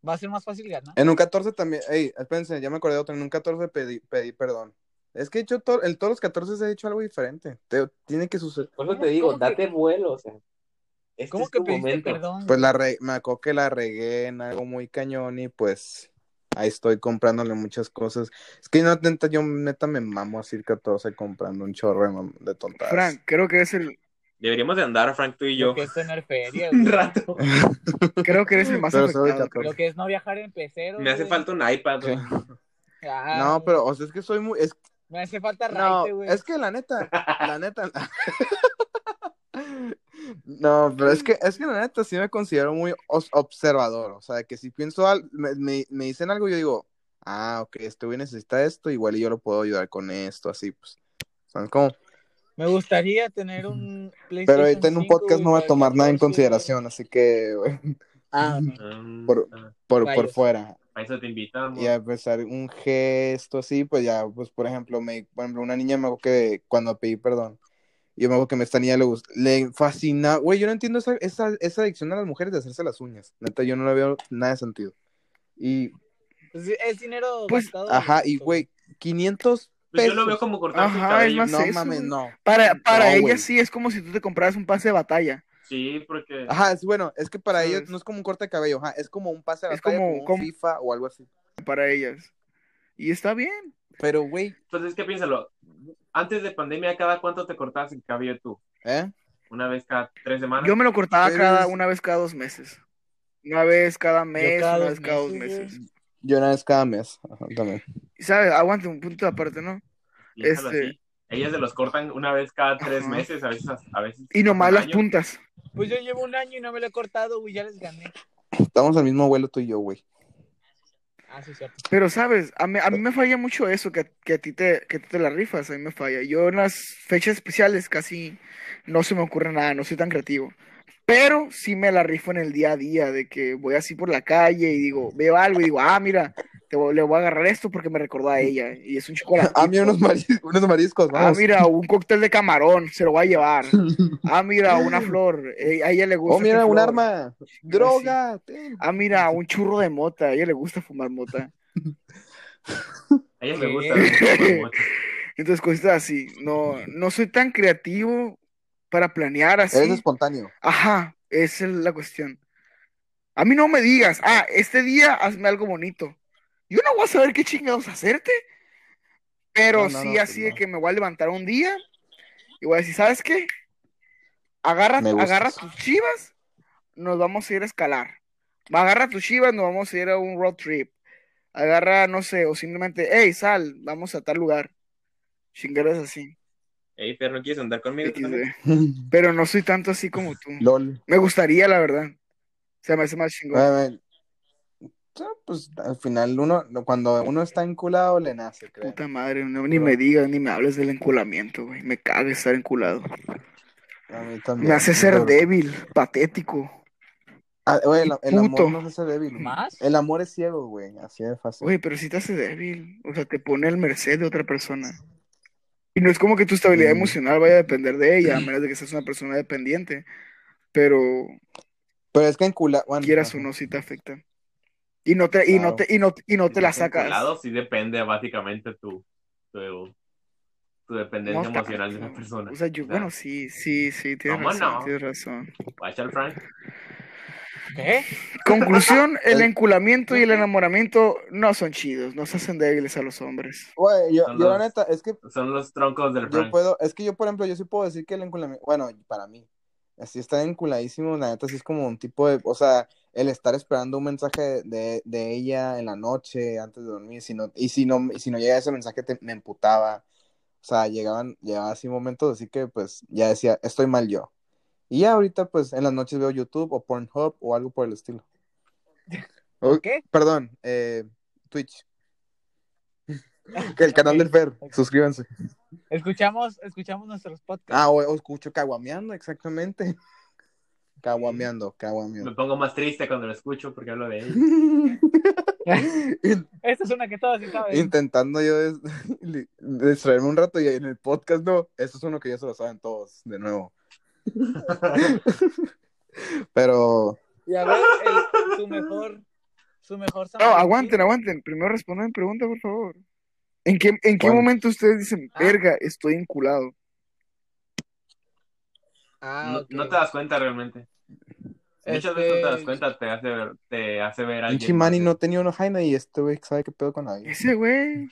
Speaker 2: Va a ser más fácil ganar.
Speaker 3: En un 14 también. Ey, espérense, ya me acordé de otro. En un 14 pedí, pedí perdón. Es que he hecho to- el, todos los 14 he hecho algo diferente. Te- tiene que suceder.
Speaker 4: Por eso
Speaker 2: ¿Cómo-
Speaker 4: te digo,
Speaker 2: cómo que-
Speaker 4: date vuelo. O sea, este
Speaker 2: ¿Cómo
Speaker 4: es
Speaker 2: que
Speaker 4: tu
Speaker 2: pediste
Speaker 4: momento.
Speaker 2: perdón?
Speaker 3: Pues la re- me acuerdo que la regué en algo muy cañón y pues ahí estoy comprándole muchas cosas. Es que no, neta, yo neta me mamo a Circa 14 comprando un chorro de, mam- de tontadas. *laughs*
Speaker 1: Frank, creo que eres el,
Speaker 4: Deberíamos de andar, Frank, tú y
Speaker 2: Lo
Speaker 4: yo,
Speaker 2: que es tener feria,
Speaker 4: *laughs* un
Speaker 2: güey.
Speaker 4: rato.
Speaker 1: creo que eres el más
Speaker 3: Pero solo el
Speaker 1: afectado.
Speaker 3: 14.
Speaker 2: Lo que es no viajar en pecero.
Speaker 4: Me hace
Speaker 2: güey.
Speaker 4: falta un iPad. güey.
Speaker 2: Ah,
Speaker 3: No, pero, o sea, es que soy muy... Es,
Speaker 2: Me hace falta
Speaker 3: no,
Speaker 2: raite, güey.
Speaker 3: es que
Speaker 2: *laughs*
Speaker 3: la neta, la *laughs* neta... No, pero es que, es que la neta sí me considero muy os- observador, o sea, que si pienso, al- me, me- me dicen algo, yo digo, ah, ok, este güey necesita esto, igual y yo lo puedo ayudar con esto, así, pues, ¿saben cómo?
Speaker 2: Me gustaría tener un PlayStation
Speaker 3: Pero ahorita en un
Speaker 2: 5,
Speaker 3: podcast no va
Speaker 2: güey,
Speaker 3: a tomar nada en
Speaker 2: para-
Speaker 3: consideración, así que güey,
Speaker 2: Ah, no.
Speaker 4: Mm,
Speaker 3: Por-
Speaker 4: ah,
Speaker 3: por, por
Speaker 2: Rayos.
Speaker 3: fuera.
Speaker 4: A eso te invitamos.
Speaker 3: Y a empezar un gesto así, pues ya, pues por ejemplo, me, por ejemplo, una niña me acuerdo que cuando pedí perdón, yo me acuerdo que a esta niña le gust- le fascina, güey, yo no entiendo esa, esa, esa adicción a las mujeres de hacerse las uñas, neta, yo no le veo nada de sentido. Y,
Speaker 2: Pues sí, es dinero
Speaker 1: Pues,
Speaker 2: gastado.
Speaker 3: ajá, y
Speaker 2: güey.
Speaker 3: güey, 500
Speaker 4: Pues
Speaker 3: pesos.
Speaker 4: yo lo veo como cortarse el
Speaker 1: Ajá,
Speaker 4: cabello.
Speaker 1: es más-
Speaker 3: No
Speaker 1: Hace eso,
Speaker 3: mames,
Speaker 1: güey.
Speaker 3: no.
Speaker 1: Para, para
Speaker 3: No,
Speaker 1: ella
Speaker 3: güey.
Speaker 1: sí es como si tú te compraras un pase de batalla.
Speaker 4: Sí, porque.
Speaker 3: Ajá, es bueno, es que para
Speaker 1: ¿Sabes?
Speaker 3: ellos no es como un corte de cabello, ajá, es como un pase de
Speaker 1: Es
Speaker 3: batalla,
Speaker 1: como-
Speaker 3: como, un
Speaker 1: como-
Speaker 3: FIFA o algo así.
Speaker 1: Para ellas. Y está bien.
Speaker 3: Pero, güey,
Speaker 4: Entonces, ¿qué piénsalo? Antes de pandemia, ¿cada cuánto te cortabas el cabello tú?
Speaker 3: ¿eh?
Speaker 4: ¿Una vez cada tres semanas?
Speaker 1: Yo me lo cortaba
Speaker 3: Pero
Speaker 1: cada
Speaker 3: es-
Speaker 1: una vez cada dos meses. Una vez cada mes,
Speaker 2: cada
Speaker 1: una vez
Speaker 2: dos
Speaker 1: cada dos
Speaker 2: meses,
Speaker 1: meses.
Speaker 3: Yo una vez cada mes. Ajá, también.
Speaker 1: Y sabes, aguante un punto aparte, ¿no?
Speaker 4: Piénsalo
Speaker 1: este-
Speaker 4: así. Ellas se los cortan una vez cada tres
Speaker 1: Ajá.
Speaker 4: meses, a veces. A veces
Speaker 1: Y nomás
Speaker 4: un
Speaker 1: las
Speaker 4: año.
Speaker 1: puntas.
Speaker 2: Pues yo llevo un año y no me lo he cortado, güey. Ya les gané.
Speaker 3: Estamos al mismo vuelo tú y yo, güey.
Speaker 2: Ah, sí, cierto.
Speaker 1: Pero, ¿sabes? A mí, a mí me falla mucho eso, que, que a ti te, que tú te la rifas, a mí me falla. Yo en las fechas especiales casi no se me ocurre nada, no soy tan creativo. Pero sí me la rifo en el día a día, de que voy así por la calle y digo, veo algo y digo, ah, mira, te voy- le voy a agarrar esto porque me recordó a ella. Y es un chocolate.
Speaker 3: A mí Ah, unos, mari- *laughs* unos mariscos,
Speaker 1: Ah,
Speaker 3: vamos.
Speaker 1: mira, un cóctel de camarón, se lo voy a
Speaker 3: *laughs*
Speaker 1: llevar. Ah, mira, una flor, eh, a ella le gusta.
Speaker 3: oh, mira,
Speaker 1: esta
Speaker 3: un
Speaker 1: flor.
Speaker 3: arma. Droga. ten.
Speaker 1: Ah, mira, un churro de mota, a ella le gusta fumar mota.
Speaker 4: A ellas
Speaker 2: Sí.
Speaker 4: les gusta. ¿no?
Speaker 1: *laughs* Entonces, cositas así. No, no soy tan creativo para planear así. *laughs*
Speaker 3: Eres espontáneo.
Speaker 1: Ajá, esa es la cuestión. A mí no me digas, ah, este día hazme algo bonito. Yo no voy a saber qué chingados hacerte, pero
Speaker 3: No, no,
Speaker 1: sí
Speaker 3: no,
Speaker 1: así
Speaker 3: pues
Speaker 1: de
Speaker 3: no.
Speaker 1: que me voy a levantar un día y voy a decir, ¿sabes qué? Agarra,
Speaker 3: Me gustas.
Speaker 1: agarra tus chivas, nos vamos a ir a escalar. Agarra tu chivas, nos vamos a ir a un road trip. Agarra, no sé, o simplemente, hey, sal, vamos a tal lugar. Chingaras así.
Speaker 4: Ey, perro, ¿quieres andar conmigo? tú también?
Speaker 1: Pero no soy tanto así como tú.
Speaker 3: LOL.
Speaker 1: Me gustaría, la verdad. Se me hace más chingón.
Speaker 3: A ver, ah, Pues al final uno, cuando uno está enculado le nace, creo.
Speaker 1: Puta madre, no, ni me digas, ni me hables del enculamiento, güey. Me caga estar enculado.
Speaker 3: A mí también.
Speaker 1: Me hace ser
Speaker 3: Pero-
Speaker 1: débil, patético.
Speaker 3: Ah, oye, el, el
Speaker 1: Puto.
Speaker 3: amor no se hace débil. güey.
Speaker 2: ¿Más?
Speaker 3: El amor es ciego, güey. Así de fácil.
Speaker 1: Oye, pero si te hace débil, o sea, te pone al merced de otra persona. Y no es como que tu estabilidad
Speaker 3: Mm.
Speaker 1: emocional vaya a depender de ella, a menos de que seas una persona dependiente. Pero
Speaker 3: Pero es que enculado.
Speaker 1: quieras o no, sí te afecta. Y no te, y no
Speaker 3: Claro.
Speaker 1: te, y no, y no te la
Speaker 4: Estás
Speaker 1: sacas.
Speaker 4: enculado, sí depende básicamente tu, tu, tu dependencia
Speaker 1: No
Speaker 4: emocional de
Speaker 1: tanto.
Speaker 4: esa persona.
Speaker 1: O sea, yo,
Speaker 4: O sea,
Speaker 1: bueno, sí, sí, sí, tienes
Speaker 4: ¿cómo
Speaker 1: razón,
Speaker 4: no?
Speaker 1: tienes razón.
Speaker 4: guacha el Frank.
Speaker 2: ¿Qué?
Speaker 4: *laughs*
Speaker 1: Conclusión, el
Speaker 3: El-
Speaker 1: enculamiento y el enamoramiento no son chidos, nos hacen débiles a los hombres.
Speaker 3: Güey, yo,
Speaker 4: Son
Speaker 3: yo la
Speaker 4: los-
Speaker 3: neta, es que
Speaker 4: Son los troncos del
Speaker 3: yo
Speaker 4: Frank.
Speaker 3: puedo, es que yo, por ejemplo, yo sí puedo decir que el enculamiento, bueno, para mí, así está enculadísimo, la neta, sí es como un tipo de, o sea, el estar esperando un mensaje de, de ella en la noche, antes de dormir, si no, y si no, y si no llega ese mensaje, te- me emputaba, o sea, llegaban, llegaba así momentos, así que, pues, ya decía, estoy mal yo, y ya ahorita, pues, en las noches veo YouTube o Pornhub o algo por el estilo. O-
Speaker 2: ¿Qué?
Speaker 3: Perdón, eh, Twitch. Que el canal del Fer, suscríbanse.
Speaker 2: Escuchamos, escuchamos nuestros podcasts.
Speaker 3: Ah, o, o escucho caguameando, exactamente. *laughs* Caguameando,
Speaker 4: Me *laughs*
Speaker 3: caguameando.
Speaker 4: pongo más triste cuando lo escucho porque hablo de él.
Speaker 3: In-
Speaker 2: Esta es una que todos sí saben.
Speaker 3: Intentando yo des- *laughs* li- distraerme un rato y en el podcast no, eso es uno que ya se lo saben todos, de nuevo. *laughs* Pero,
Speaker 2: Y a ver, el- su mejor, su mejor San
Speaker 1: No,
Speaker 2: Valentín.
Speaker 1: aguanten, aguanten. Primero respondan mi pregunta, por favor. ¿En qué, en qué
Speaker 3: ¿Cuál?
Speaker 1: momento ustedes dicen,
Speaker 2: Ah.
Speaker 1: verga, estoy enculado?
Speaker 2: Ah,
Speaker 4: no,
Speaker 2: ok.
Speaker 4: no te das cuenta realmente. Muchas
Speaker 2: Este,
Speaker 4: veces no te das cuenta, te hace ver, te hace ver a alguien.
Speaker 3: Inchi Manny no tenía uno Jaime y este güey sabe qué pedo con nadie.
Speaker 1: Ese güey,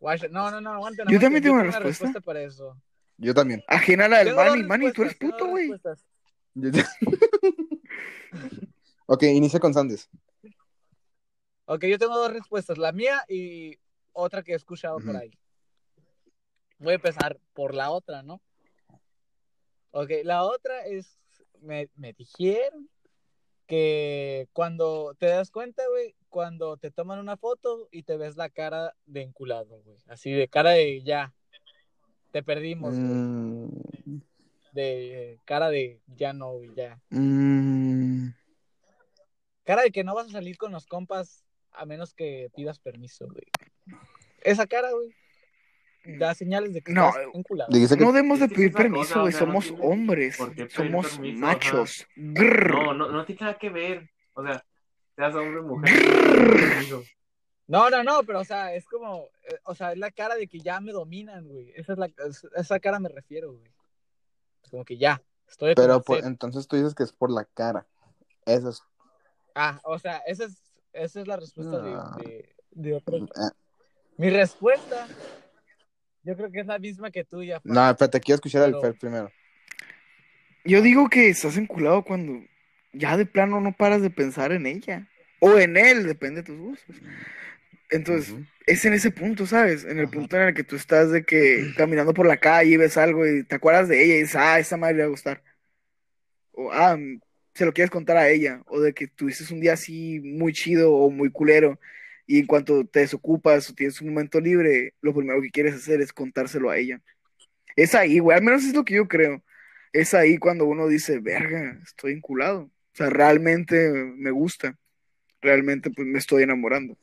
Speaker 2: guacha, No, no, no, aguanten.
Speaker 1: Yo
Speaker 2: aguanten,
Speaker 1: también tengo una respuesta.
Speaker 2: para eso.
Speaker 3: Yo también.
Speaker 1: ajena a la del
Speaker 2: Tengo dos
Speaker 1: Manny. Manny, tú eres
Speaker 2: respuestas, tengo
Speaker 1: puto,
Speaker 2: dos
Speaker 1: güey.
Speaker 2: respuestas.
Speaker 3: Yo- *laughs* ok, inicia con Sandes.
Speaker 2: Ok, yo tengo dos respuestas. La mía y otra que he escuchado por
Speaker 3: Ujú.
Speaker 2: ahí. Voy a empezar por la otra, ¿no? Ok, la otra es, me, me dijeron que cuando te das cuenta, güey, cuando te toman una foto y te ves la cara de enculado, güey. Así de cara de ya, te perdimos, güey.
Speaker 3: Mm,
Speaker 2: De eh, cara de ya no, güey, ya.
Speaker 3: mm.
Speaker 2: Cara de que no vas a salir con los compas a menos que pidas permiso, güey. Esa cara, güey, da señales de que
Speaker 1: No,
Speaker 2: estás enculado.
Speaker 3: Dice que-
Speaker 1: No debemos de
Speaker 4: Es que
Speaker 1: pedir
Speaker 4: es otra cosa,
Speaker 1: permiso,
Speaker 4: o
Speaker 1: güey.
Speaker 4: sea, no
Speaker 1: Somos
Speaker 4: tiene
Speaker 1: hombres.
Speaker 4: por qué pedir
Speaker 1: Somos
Speaker 4: permiso,
Speaker 1: machos. Grrr.
Speaker 4: No, no, no tiene nada que ver. O sea, seas hombre o mujer. amigo.
Speaker 2: No, no, no, pero o sea, es como, eh, o sea, es la cara de que ya me dominan, güey. Esa es la, es- a esa cara me refiero, güey. Como que ya, estoy *laughs* con
Speaker 3: Pero pues,
Speaker 2: la
Speaker 3: por-
Speaker 2: sed.
Speaker 3: entonces tú dices que es por la cara. Eso es.
Speaker 2: Ah, o sea, esa es, esa es la respuesta de-
Speaker 3: Ah.
Speaker 2: de, de otra.
Speaker 3: eh,
Speaker 2: Mi respuesta, yo creo que es la misma que tuya. Juan.
Speaker 3: No, espérate, quiero escuchar al
Speaker 2: Pero-
Speaker 3: Fer primero.
Speaker 1: Yo digo que estás enculado cuando ya de plano no paras de pensar en ella. O en él, depende de tus gustos. Entonces,
Speaker 3: Ujú.
Speaker 1: es en ese punto, ¿sabes? En el
Speaker 2: Ajá.
Speaker 1: punto en el que tú estás de que caminando por la calle y ves algo y te acuerdas de ella y dices, ah, esa madre le va a gustar. O, ah, mm, se lo quieres contar a ella. O de que tuviste un día así muy chido o muy culero. Y en cuanto te desocupas o tienes un momento libre, lo primero que quieres hacer es contárselo a ella. Es ahí, güey. Al menos es lo que yo creo. Es ahí cuando uno dice, verga, estoy enculado. O sea, realmente me gusta. Realmente pues me estoy enamorando.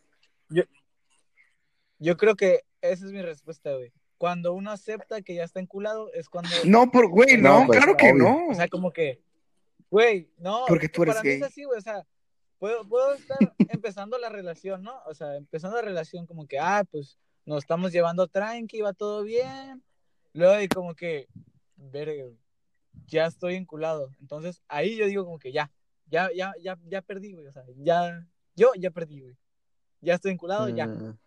Speaker 2: Yo creo que esa es mi respuesta, güey. Cuando uno acepta que ya está enculado, es cuando.
Speaker 1: No, por güey, no,
Speaker 3: No, pues,
Speaker 1: claro que
Speaker 3: obvio.
Speaker 1: no.
Speaker 2: O sea, como que, güey, no.
Speaker 1: Porque tú eres
Speaker 2: para
Speaker 1: gay.
Speaker 2: Mí es así, güey, o sea, puedo, puedo
Speaker 1: *laughs*
Speaker 2: estar empezando la relación, ¿no? O sea, empezando la relación como que, ah, pues nos estamos llevando tranqui, va todo bien. Luego y como que, verga, güey, ya estoy enculado. Entonces ahí yo digo como que ya, ya, ya, ya, ya perdí, güey. O sea, ya, yo ya perdí, güey. Ya estoy enculado, ya.
Speaker 3: Mm,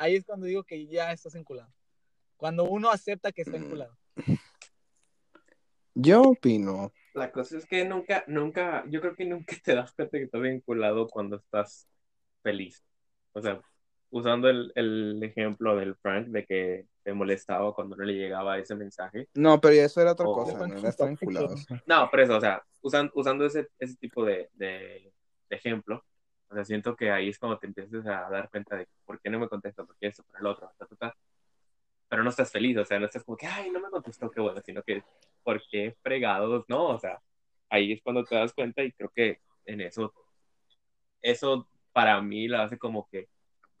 Speaker 2: Ahí es cuando digo que ya estás enculado. Mm. Cuando uno acepta que está enculado.
Speaker 3: Yo opino.
Speaker 4: La cosa es que nunca, nunca, yo creo que nunca te das cuenta que estás vinculado cuando estás feliz. O sea, usando el, el ejemplo del Frank de que te molestaba cuando no le llegaba ese mensaje.
Speaker 3: No, pero eso era otra
Speaker 4: Oh.
Speaker 3: cosa, no era estar enculado.
Speaker 4: No, pero eso, o sea, usan- usando ese, ese tipo de, de- de ejemplo, o sea, siento que ahí es cuando te empiezas a dar cuenta de por qué no me contesta, por qué esto, por el otro, ta, ta, ta. Pero no estás feliz, o sea, no estás como que, ay, no me contestó, qué bueno, sino que, ¿por qué fregados? No, o sea, ahí es cuando te das cuenta y creo que en eso, eso para mí lo hace como que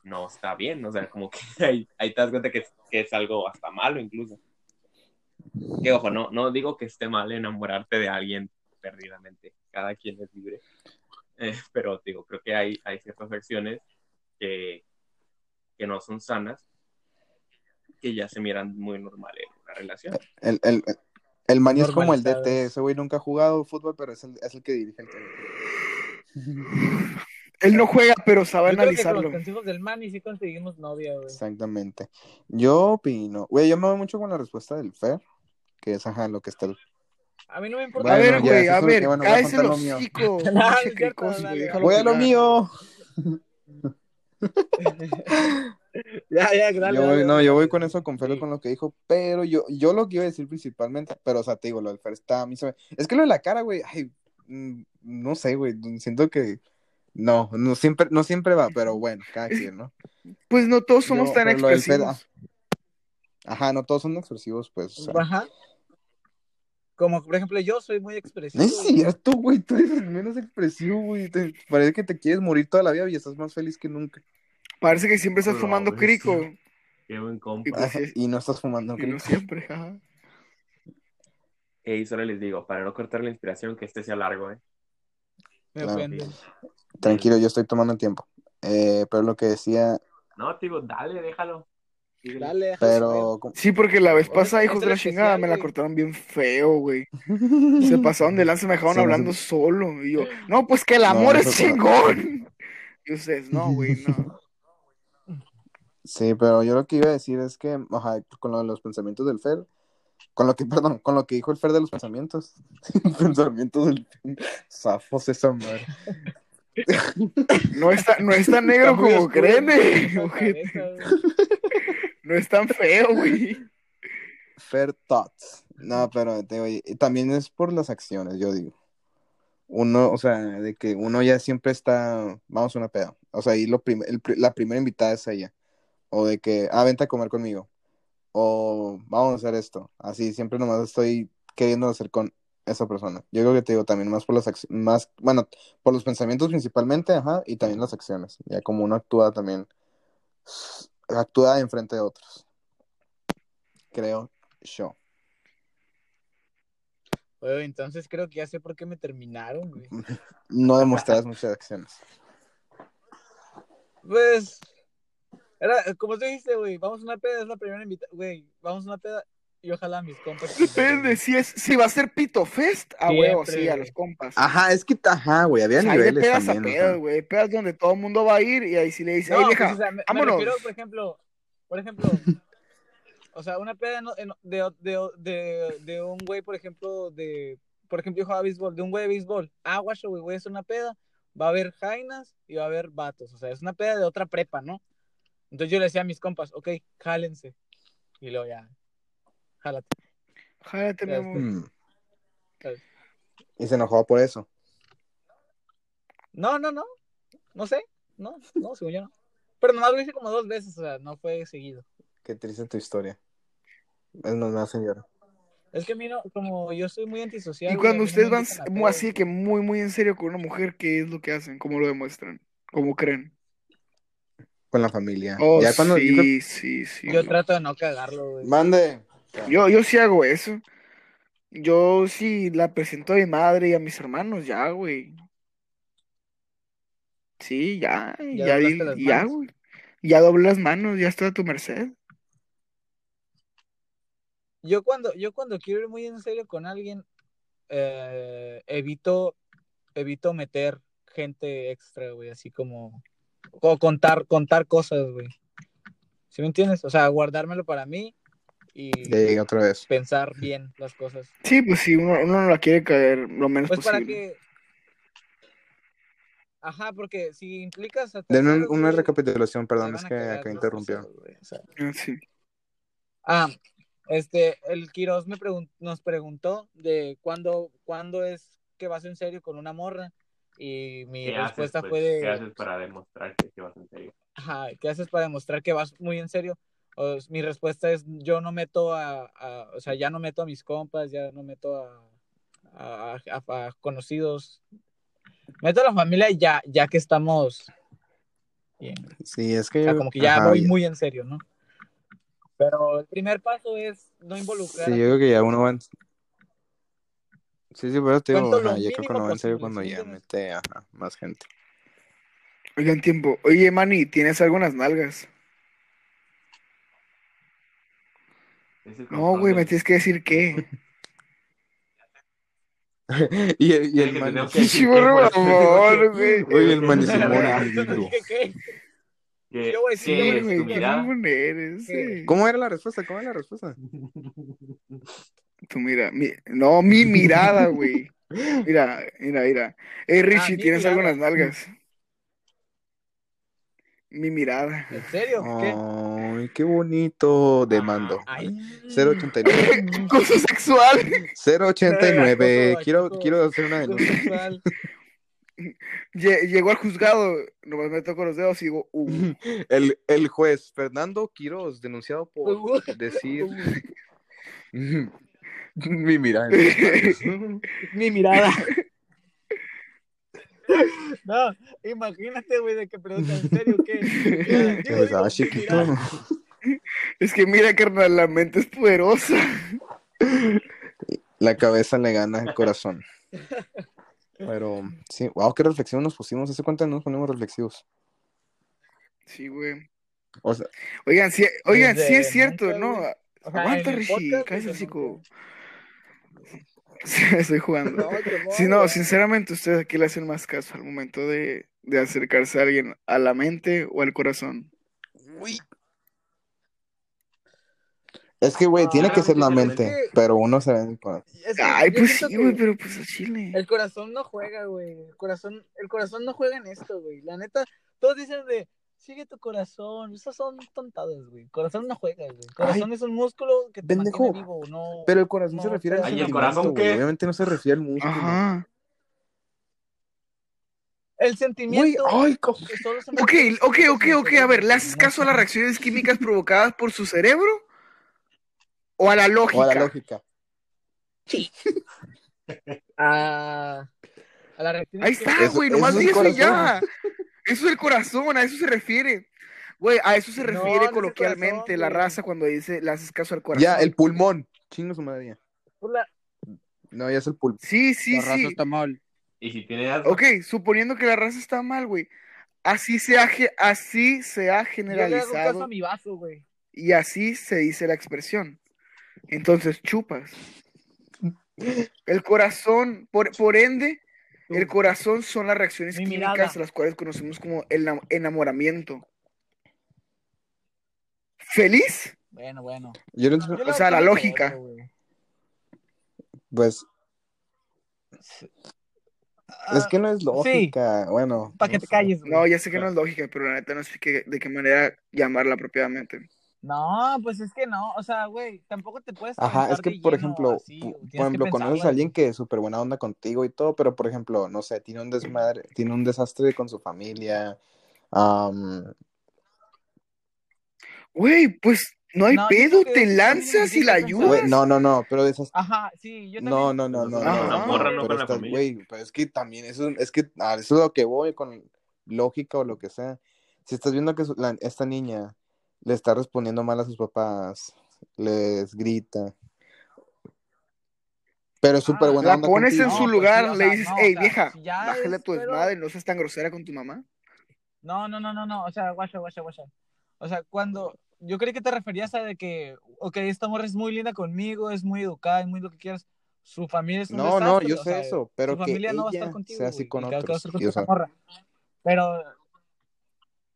Speaker 4: no está bien, o sea, como que *laughs* ahí, ahí te das cuenta que, que es algo hasta malo incluso. Que ojo, no, no digo que esté mal enamorarte de alguien perdidamente. Cada quien es libre. Eh, pero digo, creo que hay, hay ciertas acciones que, que no son sanas, que ya se miran muy normales en una relación.
Speaker 3: El, el, el Manny es como el
Speaker 2: Normalizadas.
Speaker 3: DT, ese güey nunca ha jugado fútbol, pero es el, es el que dirige el Querétaro.
Speaker 1: Él no juega, pero sabe
Speaker 2: Yo creo que con
Speaker 1: analizarlo.
Speaker 2: los consejos del man y sí conseguimos novia, güey.
Speaker 3: Exactamente. Yo opino, güey, yo me voy mucho con la respuesta del Fer, que es, ajá, lo que está el...
Speaker 2: A mí no me importa.
Speaker 1: A
Speaker 3: Bueno,
Speaker 1: ver,
Speaker 3: ya,
Speaker 1: güey,
Speaker 3: eso
Speaker 1: a ver,
Speaker 3: es lo que- bueno, voy a
Speaker 1: cáese el
Speaker 3: contar lo mío.
Speaker 1: hocico.
Speaker 2: *laughs* No,
Speaker 1: pinche
Speaker 2: no es cierto,
Speaker 1: cricoso,
Speaker 2: dale,
Speaker 1: güey,
Speaker 2: dale.
Speaker 1: déjalo
Speaker 3: Voy a lo
Speaker 1: opinar.
Speaker 3: mío.
Speaker 2: *laughs* ya, ya, dale,
Speaker 3: yo voy,
Speaker 2: dale,
Speaker 3: no,
Speaker 2: dale.
Speaker 3: yo voy con eso, con Fer,
Speaker 2: Sí.
Speaker 3: con lo que dijo, pero yo, yo lo que iba a decir principalmente, pero o sea, te digo, lo del Fer está, a mí se me- Es que lo de la cara, güey, ay, mm, no sé, güey, siento que... No, no siempre, no siempre va, pero bueno, cada quien, ¿no?
Speaker 1: Pues no todos somos
Speaker 3: Yo,
Speaker 1: tan
Speaker 3: pero lo del Fer, ah,
Speaker 1: expresivos.
Speaker 3: Ajá, no todos son expresivos, pues, o sea.
Speaker 2: Ajá. Como por ejemplo yo soy muy expresivo.
Speaker 3: No es cierto, güey. Tú eres el menos expresivo, güey. Te- parece que te quieres morir toda la vida y estás más feliz que nunca.
Speaker 1: Parece que siempre estás
Speaker 4: No,
Speaker 1: fumando
Speaker 4: güey, sí.
Speaker 1: crico.
Speaker 4: Qué buen
Speaker 1: Y
Speaker 4: compa.
Speaker 1: pues sí,
Speaker 3: *laughs* Y no estás fumando.
Speaker 1: y no
Speaker 3: crico.
Speaker 1: siempre. ajá.
Speaker 4: Y solo les digo, para no cortar la inspiración, que este sea largo, ¿eh?
Speaker 2: Me
Speaker 3: claro.
Speaker 2: ofende.
Speaker 3: Tranquilo, yo estoy tomando el tiempo. Eh, pero lo que decía,
Speaker 4: No, te digo, dale, déjalo. Síguele.
Speaker 2: Dale, déjalo correr.
Speaker 3: pero. como-
Speaker 1: Sí, porque la vez
Speaker 2: Ahora
Speaker 1: pasada,
Speaker 2: es
Speaker 1: hijos de
Speaker 2: el
Speaker 1: la chingada,
Speaker 2: especial,
Speaker 1: me la
Speaker 2: güey.
Speaker 1: cortaron bien feo, güey.
Speaker 2: *laughs*
Speaker 1: *laughs* Se pasaron de lanza, me dejaron
Speaker 3: Sí, no
Speaker 1: hablando solo. Y yo, no, pues que el
Speaker 3: No,
Speaker 1: amor es
Speaker 3: nosotros no.
Speaker 1: *laughs* chingón. Y ustedes, no, güey,
Speaker 3: *laughs*
Speaker 1: no.
Speaker 3: Sí, pero yo lo que iba a decir es que, ojalá, con lo de los pensamientos del Fer, con lo que, *laughs* perdón, con lo que dijo el Fer de los pensamientos. *laughs* pensamientos del Zafos esa madre.
Speaker 1: No está, no es tan negro
Speaker 2: Está muy
Speaker 1: como
Speaker 2: oscuro,
Speaker 1: creen,
Speaker 2: güey,
Speaker 1: eh, *laughs*
Speaker 2: esa
Speaker 3: *laughs*
Speaker 1: ojete.
Speaker 2: cabeza, güey.
Speaker 1: No es tan feo, güey.
Speaker 3: Fair thoughts. No, pero te digo, y también es por las acciones, yo digo. Uno, o sea, de que uno ya siempre está, vamos a una peda. O sea, y lo prim- el pri- la primera invitada es ella. O de que, ah, vente a comer conmigo. O vamos a hacer esto. Así, siempre nomás estoy queriendo hacer con esa persona. Yo creo que te digo también más por las acciones, más, bueno, por los pensamientos principalmente, ajá, y también las acciones. Ya como uno actúa también, actúa enfrente de otros. Creo yo.
Speaker 2: Güey, entonces creo que ya sé por qué me terminaron, güey.
Speaker 3: No
Speaker 2: *laughs*
Speaker 3: demostras muchas acciones.
Speaker 2: Pues, era, eh, como tú dijiste, güey, vamos a una peda, es la primera invitada, güey, vamos a una peda y ojalá mis compas.
Speaker 1: *laughs* Depende, si es, si va a ser Pito Fest, a huevo,
Speaker 2: Siempre,
Speaker 1: sí, a
Speaker 2: güey.
Speaker 1: los compas.
Speaker 3: Ajá, es que, ajá, güey, había
Speaker 1: O sea, hay de
Speaker 3: Ah, niveles
Speaker 1: pedas
Speaker 3: también.
Speaker 1: a
Speaker 3: o sea.
Speaker 1: pedas, güey. Pedas donde todo el mundo va a ir y ahí sí le dice,
Speaker 2: No,
Speaker 1: "Ey,
Speaker 2: pues,
Speaker 1: vieja,
Speaker 2: o sea, me, me
Speaker 1: vámonos".
Speaker 2: refiero, por ejemplo, por ejemplo, o sea, una peda no- en- de, de, de, de un güey, por ejemplo, de, por ejemplo, yo jugaba béisbol, de un güey de béisbol, ah, guacho, güey, voy a hacer una peda, va a haber jainas y va a haber vatos, o sea, es una peda de otra prepa, ¿no? Entonces yo le decía a mis compas, ok, jálense, y luego ya, jálate.
Speaker 1: Jálate, mi
Speaker 2: Ya
Speaker 1: amor.
Speaker 3: Mm. Y se enojó por eso.
Speaker 2: No, no, no. No sé. No, no, según yo no. Pero nomás lo hice como dos veces, o sea, no fue seguido.
Speaker 3: Qué triste tu historia. Es más, me hace llorar.
Speaker 2: Es que a mí no, como yo soy muy antisocial.
Speaker 1: Y
Speaker 2: güey,
Speaker 1: cuando
Speaker 2: a mí no
Speaker 1: ustedes
Speaker 2: me
Speaker 1: van
Speaker 2: invitan a
Speaker 1: mu-
Speaker 2: pedas.
Speaker 1: así que muy, muy en serio con una mujer, ¿qué es lo que hacen? ¿Cómo lo demuestran? ¿Cómo creen?
Speaker 3: Con la familia.
Speaker 1: Oh,
Speaker 3: ya cuando. yo creo-
Speaker 1: sí, sí, sí.
Speaker 2: Yo
Speaker 1: no.
Speaker 2: trato de no cagarlo, güey.
Speaker 3: Mande.
Speaker 1: Yo, yo sí hago eso. Yo sí la presento a mi madre y a mis hermanos, ya, güey. Sí, ya,
Speaker 2: Ya
Speaker 1: ya,
Speaker 2: doblaste
Speaker 1: di-
Speaker 2: las
Speaker 1: ya,
Speaker 2: manos.
Speaker 1: güey. Ya doblé las manos, ya está a tu merced.
Speaker 2: Yo cuando, yo cuando quiero ir muy en serio con alguien, eh, evito, evito meter gente extra, güey, así como, o contar, contar cosas, güey. ¿Sí me entiendes? O sea, guardármelo para mí y
Speaker 3: Ya llegué otra vez.
Speaker 2: pensar bien las cosas.
Speaker 1: Sí, pues sí, uno, uno no la quiere caer lo menos
Speaker 2: Pues para
Speaker 1: posible.
Speaker 2: que. Ajá, porque si implicas a.
Speaker 3: Denme un-
Speaker 2: terceros,
Speaker 3: una
Speaker 2: güey,
Speaker 3: recapitulación, perdón,
Speaker 2: se
Speaker 3: es
Speaker 2: van a
Speaker 3: que
Speaker 2: cagar
Speaker 3: acá
Speaker 2: las
Speaker 3: interrumpieron.
Speaker 2: cosas, güey, o sea.
Speaker 1: Ah, sí.
Speaker 2: Ah, este, el Quiroz me pregun- nos preguntó de cuándo, cuándo es que vas en serio con una morra. Y mi
Speaker 4: ¿Qué haces,
Speaker 2: respuesta
Speaker 4: pues?
Speaker 2: fue de.
Speaker 4: ¿Qué haces para demostrar que sí vas en serio?
Speaker 2: Ajá, ¿qué haces para demostrar que vas muy en serio? O s- mi respuesta es, yo no meto a, a- o sea, ya no meto a mis compas, ya no meto a, a- a- a- a conocidos. Meto a la familia ya, ya que estamos, bien.
Speaker 3: Sí, es que
Speaker 2: o sea,
Speaker 3: yo-
Speaker 2: como que ya
Speaker 3: ajá,
Speaker 2: voy
Speaker 3: ya.
Speaker 2: muy en serio, ¿no? Pero el primer paso es no involucrar.
Speaker 3: Sí,
Speaker 2: a
Speaker 3: yo creo que ya uno va en- Sí, sí, pero te digo,
Speaker 2: Cuento lo
Speaker 3: ajá, yo creo que
Speaker 2: mínimo
Speaker 3: uno va en serio
Speaker 2: posible,
Speaker 3: cuando
Speaker 2: ¿sí
Speaker 3: ya
Speaker 2: entiendes?
Speaker 3: mete ajá, más gente. *laughs*
Speaker 1: Oigan, tiempo. Oye, Manny, ¿tienes algunas nalgas?
Speaker 4: Ese
Speaker 1: No,
Speaker 4: control
Speaker 1: güey,
Speaker 4: del-
Speaker 1: me tienes que decir *laughs* qué.
Speaker 3: Y, el- y
Speaker 4: Tiene
Speaker 3: el
Speaker 4: que
Speaker 3: man,
Speaker 4: tenemos que decir
Speaker 1: Sí,
Speaker 4: que,
Speaker 1: por
Speaker 4: pues,
Speaker 1: favor, güey.
Speaker 3: oye,
Speaker 1: *laughs*
Speaker 2: *laughs*
Speaker 3: el man es
Speaker 4: Verga.
Speaker 3: Simón,
Speaker 2: Yo
Speaker 3: lindo.
Speaker 2: dije, ¿qué?
Speaker 4: que-
Speaker 2: Yo voy a decir,
Speaker 4: que
Speaker 2: yo voy a
Speaker 4: es
Speaker 1: Güey,
Speaker 4: tu
Speaker 1: qué
Speaker 4: mirada.
Speaker 1: mamón eres, sí.
Speaker 3: ¿Cómo era la respuesta? ¿Cómo era la respuesta?
Speaker 1: Tu Pues mira, mi- no, mi mirada, güey. Mira, mira, mira. Hey, Richie,
Speaker 2: Ah, mi
Speaker 1: ¿tienes
Speaker 2: mirada.
Speaker 1: algunas nalgas? Mi
Speaker 2: *laughs*
Speaker 1: mirada.
Speaker 2: ¿En serio? ¿Qué? Ah,
Speaker 3: Ay, qué bonito demando.
Speaker 2: Ay. *laughs*
Speaker 3: 089.
Speaker 1: Cosa sexual.
Speaker 3: 089.
Speaker 2: Acoso,
Speaker 3: Quiero,
Speaker 2: acoso.
Speaker 3: quiero hacer una denuncia. *laughs*
Speaker 2: Homosexual.
Speaker 1: Lle- Llegó al juzgado, nomás me toco los dedos y digo, uh.
Speaker 3: El, el juez Fernando Quiroz, denunciado por decir *laughs* mi mirada.
Speaker 2: Mi mirada. *laughs* No, imagínate, güey, de que pregunta, ¿en serio *laughs* qué? Mira,
Speaker 3: Que
Speaker 2: *laughs* yo digo, mi
Speaker 3: estaba Pues, ah, chiquito.
Speaker 2: mirada.
Speaker 1: Es que mira, carnal, la mente es poderosa.
Speaker 3: La cabeza le gana
Speaker 2: *laughs*
Speaker 3: el corazón. Pero sí, wow, qué reflexión nos pusimos. ¿Hace cuánto no nos ponemos reflexivos?
Speaker 1: Sí, güey.
Speaker 3: O sea,
Speaker 1: Oigan, sí, oigan, sí
Speaker 2: Desde
Speaker 1: es cierto,
Speaker 2: nunca,
Speaker 1: ¿no? *laughs*
Speaker 2: güey. O sea,
Speaker 1: Aguanta,
Speaker 2: en el
Speaker 1: Rishi,
Speaker 2: podcast,
Speaker 1: cállese el
Speaker 2: desde
Speaker 1: hocico.
Speaker 2: nunca.
Speaker 1: Estoy jugando.
Speaker 2: No, Chomón,
Speaker 1: Si no,
Speaker 2: güey.
Speaker 1: sinceramente ustedes aquí le hacen más caso al momento de, de acercarse a alguien a la mente o al corazón.
Speaker 3: uy. Es que, güey, tiene que ser la mente, pero uno se ve en el corazón.
Speaker 2: Es que
Speaker 1: Ay,
Speaker 2: yo
Speaker 1: pues
Speaker 2: siento
Speaker 1: sí,
Speaker 2: que
Speaker 1: güey, pero pues al chile.
Speaker 2: El corazón no juega, güey. El corazón, el corazón no juega en esto, güey. La neta, todos dicen de sigue tu corazón. Esas son tontadas, güey. El corazón no juega, güey. El corazón es un músculo que te
Speaker 3: pendejo.
Speaker 2: mantiene vivo, no.
Speaker 3: Pero el corazón
Speaker 2: No,
Speaker 3: se refiere al
Speaker 2: pero-
Speaker 4: Ay, ¿y el
Speaker 3: sentimiento,
Speaker 4: corazón qué?
Speaker 3: güey. Obviamente no se refiere al músculo.
Speaker 1: Ajá.
Speaker 2: El
Speaker 3: Güey,
Speaker 2: sentimiento
Speaker 3: ay, cómo-
Speaker 2: que solo se
Speaker 1: Ok,
Speaker 2: manifiesta
Speaker 1: ok, ok,
Speaker 2: en
Speaker 1: ok. A ver, ¿le
Speaker 2: el
Speaker 1: haces caso a las reacciones químicas provocadas por su cerebro? ¿O a la
Speaker 3: O a la
Speaker 1: lógica?
Speaker 3: lógica.
Speaker 2: Ah, a la reacción
Speaker 1: Ahí
Speaker 2: química.
Speaker 1: está,
Speaker 3: Eso-
Speaker 1: güey,
Speaker 3: eso
Speaker 1: nomás
Speaker 3: es
Speaker 1: di eso y ya.
Speaker 3: corazón.
Speaker 1: Eso es el corazón, a eso se refiere. Güey, a eso se
Speaker 2: No,
Speaker 1: refiere
Speaker 2: no es el
Speaker 1: coloquialmente
Speaker 2: corazón,
Speaker 1: la
Speaker 2: güey.
Speaker 1: raza cuando dice le haces caso al corazón.
Speaker 3: Ya, el pulmón. Chingo su madre. ya.
Speaker 2: Pues la-
Speaker 3: No, ya es el pulmón.
Speaker 1: Sí, sí, sí.
Speaker 4: Y si tiene asma,
Speaker 1: Ok, suponiendo que la raza está mal, güey. Así se ha, ge- así se ha
Speaker 2: Yo le hago caso a
Speaker 1: generalizado
Speaker 2: mi vaso, güey.
Speaker 1: y así se dice la expresión. Entonces, chupas. El corazón, por, por ende, el corazón son las reacciones
Speaker 2: Mi
Speaker 1: químicas
Speaker 2: mirada.
Speaker 1: las cuales conocemos como el na- enamoramiento. ¿Feliz?
Speaker 2: Bueno,
Speaker 3: *laughs*
Speaker 2: bueno.
Speaker 3: Yo no
Speaker 2: Yo le
Speaker 1: O
Speaker 2: hago
Speaker 1: sea, la
Speaker 2: caso a
Speaker 1: lógica.
Speaker 2: Pedro, güey.
Speaker 3: Pues, es
Speaker 2: Ah,
Speaker 3: que no es lógica. Bueno.
Speaker 2: para que
Speaker 3: no
Speaker 2: te
Speaker 3: sé.
Speaker 2: calles, güey.
Speaker 1: No, ya sé que no es lógica, pero la neta no sé qué- de qué manera llamarla propiamente.
Speaker 2: No, pues es que no, o sea, güey, tampoco te puedes.
Speaker 3: Ajá, es
Speaker 2: aventar
Speaker 3: que,
Speaker 2: de
Speaker 3: por
Speaker 2: lleno
Speaker 3: ejemplo,
Speaker 2: así,
Speaker 3: pu-
Speaker 2: güey, tienes que
Speaker 3: por ejemplo, conoces
Speaker 2: pensarla,
Speaker 3: a alguien que es súper buena onda contigo y todo, pero por ejemplo, no sé, tiene un desmadre, tiene un desastre con su familia. am,
Speaker 1: Güey, pues no hay
Speaker 2: No, yo
Speaker 1: pedo,
Speaker 2: creo que
Speaker 1: te
Speaker 2: es-
Speaker 1: lanzas y la
Speaker 2: Güey,
Speaker 1: ayudas.
Speaker 3: güey, no, no, no, pero desastre.
Speaker 2: Ajá, sí, yo
Speaker 3: No,
Speaker 2: también.
Speaker 3: no, no, no,
Speaker 4: Entonces,
Speaker 3: no,
Speaker 1: con la
Speaker 3: no,
Speaker 1: morra,
Speaker 4: no
Speaker 3: pero
Speaker 4: con la
Speaker 3: estás-
Speaker 4: familia.
Speaker 3: güey, pero es que también eso es que a eso es lo que voy con lógica o lo que sea. Si estás viendo que su- la- esta niña le está respondiendo mal a sus papás, les grita, pero es súper
Speaker 2: Ah,
Speaker 3: buena
Speaker 1: La
Speaker 3: onda
Speaker 1: pones en
Speaker 3: contigo.
Speaker 1: su
Speaker 2: No, pues
Speaker 1: lugar,
Speaker 2: sí, o
Speaker 1: le
Speaker 2: sea,
Speaker 1: dices,
Speaker 2: no, o
Speaker 1: hey
Speaker 2: sea,
Speaker 1: vieja,
Speaker 2: si ya
Speaker 1: bájale
Speaker 2: es,
Speaker 1: a tu
Speaker 2: pero-
Speaker 1: desmadre, no seas tan grosera con tu mamá.
Speaker 2: no, no, no, no, no, o sea, guacha, guacha, guacha. O sea, cuando, yo creí que te referías a de que, ok, esta morra es muy linda conmigo, es muy educada, es muy lo que quieras, su familia es un
Speaker 3: No, no,
Speaker 2: desastre,
Speaker 3: yo
Speaker 2: o
Speaker 3: sé
Speaker 2: sea,
Speaker 3: eso, pero
Speaker 2: su
Speaker 3: que
Speaker 2: familia no va a estar
Speaker 3: ella
Speaker 2: contigo,
Speaker 3: sea así
Speaker 2: güey, y
Speaker 3: con
Speaker 2: te va a
Speaker 3: otros.
Speaker 2: quedar con
Speaker 3: y, o
Speaker 2: esa
Speaker 3: sea,
Speaker 2: morra. Pero,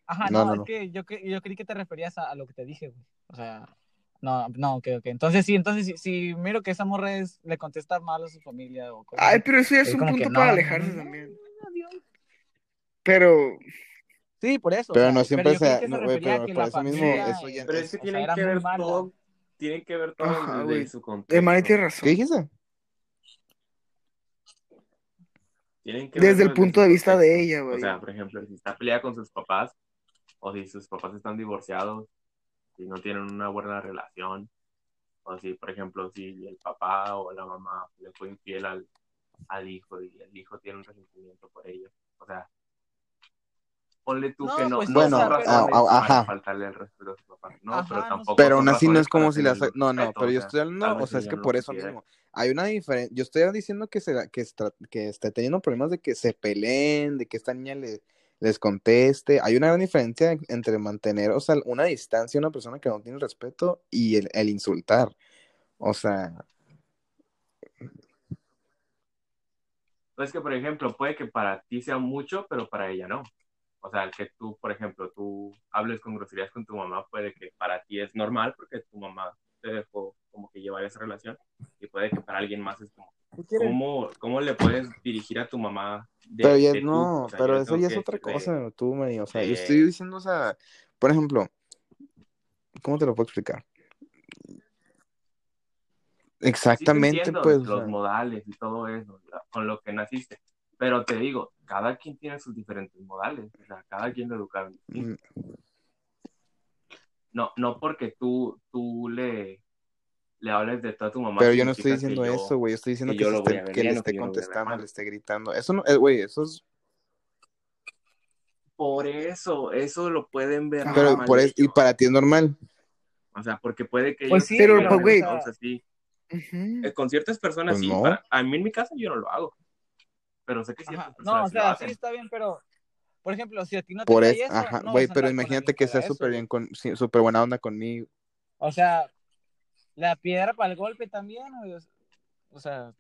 Speaker 2: ajá,
Speaker 3: No,
Speaker 2: no,
Speaker 3: no,
Speaker 2: es
Speaker 3: no.
Speaker 2: que yo, cre- yo creí que te referías a, a lo que te dije, güey, o sea, No, no, ok, ok. Entonces sí, entonces si, si miro que esa morra es, le contesta mal a su familia o cosas
Speaker 1: Ay, pero eso ya es
Speaker 2: Es
Speaker 1: un
Speaker 2: como que
Speaker 1: punto
Speaker 2: no,
Speaker 1: para
Speaker 2: no,
Speaker 1: alejarse
Speaker 2: no, no,
Speaker 1: también.
Speaker 2: no, Dios.
Speaker 1: Pero,
Speaker 2: Sí, por eso. o
Speaker 3: Pero
Speaker 2: sea,
Speaker 3: no siempre
Speaker 2: yo creo
Speaker 3: se-
Speaker 2: que
Speaker 3: no, güey,
Speaker 2: refería
Speaker 3: pero
Speaker 2: a que
Speaker 3: por
Speaker 2: la
Speaker 3: eso mismo,
Speaker 2: familia,
Speaker 3: eso ya-
Speaker 2: eh,
Speaker 4: Pero es que
Speaker 2: o sea,
Speaker 4: tienen
Speaker 2: era
Speaker 4: que
Speaker 2: muy
Speaker 4: ver
Speaker 2: mala.
Speaker 4: todo, tienen que ver todo
Speaker 1: Ajá,
Speaker 4: desde
Speaker 1: güey.
Speaker 4: su
Speaker 3: Eh,
Speaker 4: contexto.
Speaker 1: hermano, eh, tiene
Speaker 3: ¿Qué
Speaker 1: razón.
Speaker 3: dijiste?
Speaker 4: Tienen que
Speaker 1: Desde
Speaker 4: verlo
Speaker 1: el punto de
Speaker 4: su
Speaker 1: vista
Speaker 4: contexto.
Speaker 1: de ella, güey.
Speaker 4: O sea, por ejemplo, si está peleada con sus papás, o si sus papás están divorciados, si no tienen una buena relación, o si, por ejemplo, si el papá o la mamá le fue infiel al, al hijo y el hijo tiene un resentimiento por ello. O sea, ponle tú
Speaker 2: No,
Speaker 4: que no,
Speaker 2: pues
Speaker 4: no
Speaker 2: sí,
Speaker 3: Bueno, o
Speaker 4: son
Speaker 3: sea, pero-
Speaker 4: razones
Speaker 3: ah, ah,
Speaker 4: para
Speaker 3: ajá.
Speaker 4: faltarle el respeto a su papá. No,
Speaker 2: Ajá,
Speaker 4: pero
Speaker 2: no
Speaker 4: tampoco.
Speaker 2: sé.
Speaker 4: son
Speaker 3: Pero aún así no
Speaker 4: razones
Speaker 3: es como
Speaker 4: para
Speaker 3: si las...
Speaker 4: tenerle
Speaker 3: No, no,
Speaker 4: respeto,
Speaker 3: pero
Speaker 4: o
Speaker 3: yo
Speaker 4: sea,
Speaker 3: estoy
Speaker 4: tal
Speaker 3: hablando,
Speaker 4: vez
Speaker 3: o sea, es
Speaker 4: ella
Speaker 3: que
Speaker 4: no
Speaker 3: por
Speaker 4: lo
Speaker 3: eso
Speaker 4: quiere.
Speaker 3: mismo. Hay una diferencia, yo estoy diciendo que se, que, estra- que está teniendo problemas de que se peleen, de que esta niña le- les conteste. Hay una gran diferencia entre mantener, o sea, una distancia a una persona que no tiene respeto y el, el insultar. O sea,
Speaker 4: Pues que, por ejemplo, puede que para ti sea mucho, pero para ella no. O sea, que tú, por ejemplo, tú hables con groserías con tu mamá, puede que para ti es normal porque tu mamá te dejó como que llevar esa relación y puede que para alguien más es como, ¿cómo, cómo le puedes dirigir a tu mamá de,
Speaker 3: Pero ya
Speaker 4: de tú?
Speaker 3: no,
Speaker 4: O sea, yo
Speaker 3: pero
Speaker 4: le
Speaker 3: eso
Speaker 4: tengo
Speaker 3: ya
Speaker 4: que
Speaker 3: es otra
Speaker 4: decirle-
Speaker 3: cosa, tú, Mari. O sea, yo
Speaker 4: de-
Speaker 3: estoy diciendo, o sea, por ejemplo, ¿cómo te lo puedo explicar?
Speaker 4: Sí te
Speaker 3: Exactamente,
Speaker 4: entiendo,
Speaker 3: pues, o
Speaker 4: los
Speaker 3: sea,
Speaker 4: modales y todo eso, la- con lo que naciste. Pero te digo, cada quien tiene sus diferentes modales, o sea, cada quien lo educaron distinto.
Speaker 3: mm,
Speaker 4: No, no porque tú, tú le, le hables de todo a tu mamá
Speaker 3: pero yo no estoy
Speaker 4: significa que
Speaker 3: diciendo
Speaker 4: yo-
Speaker 3: eso, güey. Yo estoy diciendo
Speaker 4: que
Speaker 3: que,
Speaker 4: yo
Speaker 3: se
Speaker 4: lo voy
Speaker 3: esté-
Speaker 4: a ver
Speaker 3: que le
Speaker 4: bien o
Speaker 3: esté
Speaker 4: que yo lo voy a ver
Speaker 3: contestando,
Speaker 4: mal.
Speaker 3: le esté gritando. Eso no, eh, güey, eso es.
Speaker 4: Por eso, eso lo pueden ver
Speaker 1: Ajá,
Speaker 3: Pero
Speaker 4: mal
Speaker 3: por eso, y
Speaker 4: ellos.
Speaker 3: para ti es normal.
Speaker 4: O sea, porque puede que
Speaker 2: Pues sí,
Speaker 4: ellos lo
Speaker 1: pero,
Speaker 4: vean
Speaker 1: pues, güey.
Speaker 4: entonces sí.
Speaker 1: Ujú.
Speaker 4: Eh, Con ciertas personas
Speaker 3: Pues
Speaker 4: sí,
Speaker 3: no.
Speaker 4: para- a mí en mi caso yo no lo hago, pero sé que ciertas
Speaker 2: Ajá.
Speaker 4: personas
Speaker 2: No, o
Speaker 4: sí lo
Speaker 2: sea, sí
Speaker 4: hacen.
Speaker 2: está bien, pero, por ejemplo, si a ti no te
Speaker 3: Por
Speaker 2: cae
Speaker 3: eso,
Speaker 2: eso,
Speaker 3: ajá,
Speaker 2: no
Speaker 3: güey,
Speaker 2: vas a
Speaker 3: pero
Speaker 2: andar con
Speaker 3: imagínate
Speaker 2: alguien
Speaker 3: que
Speaker 2: para
Speaker 3: sea
Speaker 2: eso,
Speaker 3: súper
Speaker 2: güey.
Speaker 3: bien, con, sí, súper buena onda conmigo.
Speaker 2: O sea, la piedra para el golpe también, güey, o sea,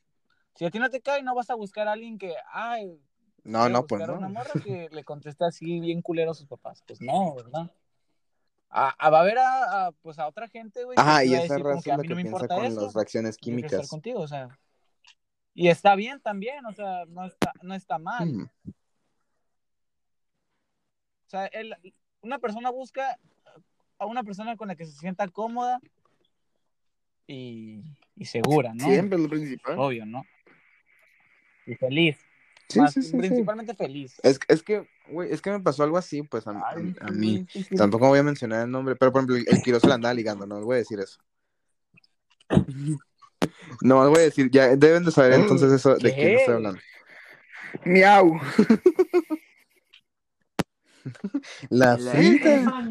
Speaker 2: si a ti no te cae, no vas a buscar a alguien que, ay,
Speaker 3: No,
Speaker 2: voy a
Speaker 3: no, pues
Speaker 2: buscar a
Speaker 3: no.
Speaker 2: una morra
Speaker 3: *laughs*
Speaker 2: que le conteste así bien culero a sus papás. Pues no, ¿verdad? A, a- va a haber a, a, pues a otra gente, güey, que
Speaker 3: Ajá,
Speaker 2: sí
Speaker 3: y
Speaker 2: va a
Speaker 3: esa
Speaker 2: decir como
Speaker 3: raza
Speaker 2: que
Speaker 3: es
Speaker 2: a
Speaker 3: la
Speaker 2: mí
Speaker 3: que
Speaker 2: no me
Speaker 3: piensa
Speaker 2: importa
Speaker 3: con
Speaker 2: eso,
Speaker 3: las reacciones
Speaker 2: yo quiero estar
Speaker 3: químicas.
Speaker 2: contigo, o sea. Y está bien también, o sea, no está, no está mal.
Speaker 3: Mm.
Speaker 2: O sea, él- una persona busca a una persona con la que se sienta cómoda y, y segura, ¿no?
Speaker 1: Siempre es lo principal.
Speaker 2: Obvio, ¿no? Y feliz.
Speaker 3: Sí,
Speaker 2: Más-
Speaker 3: sí, sí, sí.
Speaker 2: principalmente feliz.
Speaker 3: Es, es que, güey, es que me pasó algo así, pues, a, a-
Speaker 2: Ay,
Speaker 3: a mí.
Speaker 2: sí, sí.
Speaker 3: Tampoco voy a mencionar el nombre, pero por ejemplo, el, el Quiroz se la andaba ligando, no les voy a decir *laughs* eso. No les voy a decir, ya deben de saber entonces eso de quién estoy
Speaker 2: ¿Qué?
Speaker 3: hablando.
Speaker 1: Miau.
Speaker 3: La
Speaker 4: La-
Speaker 3: Frida.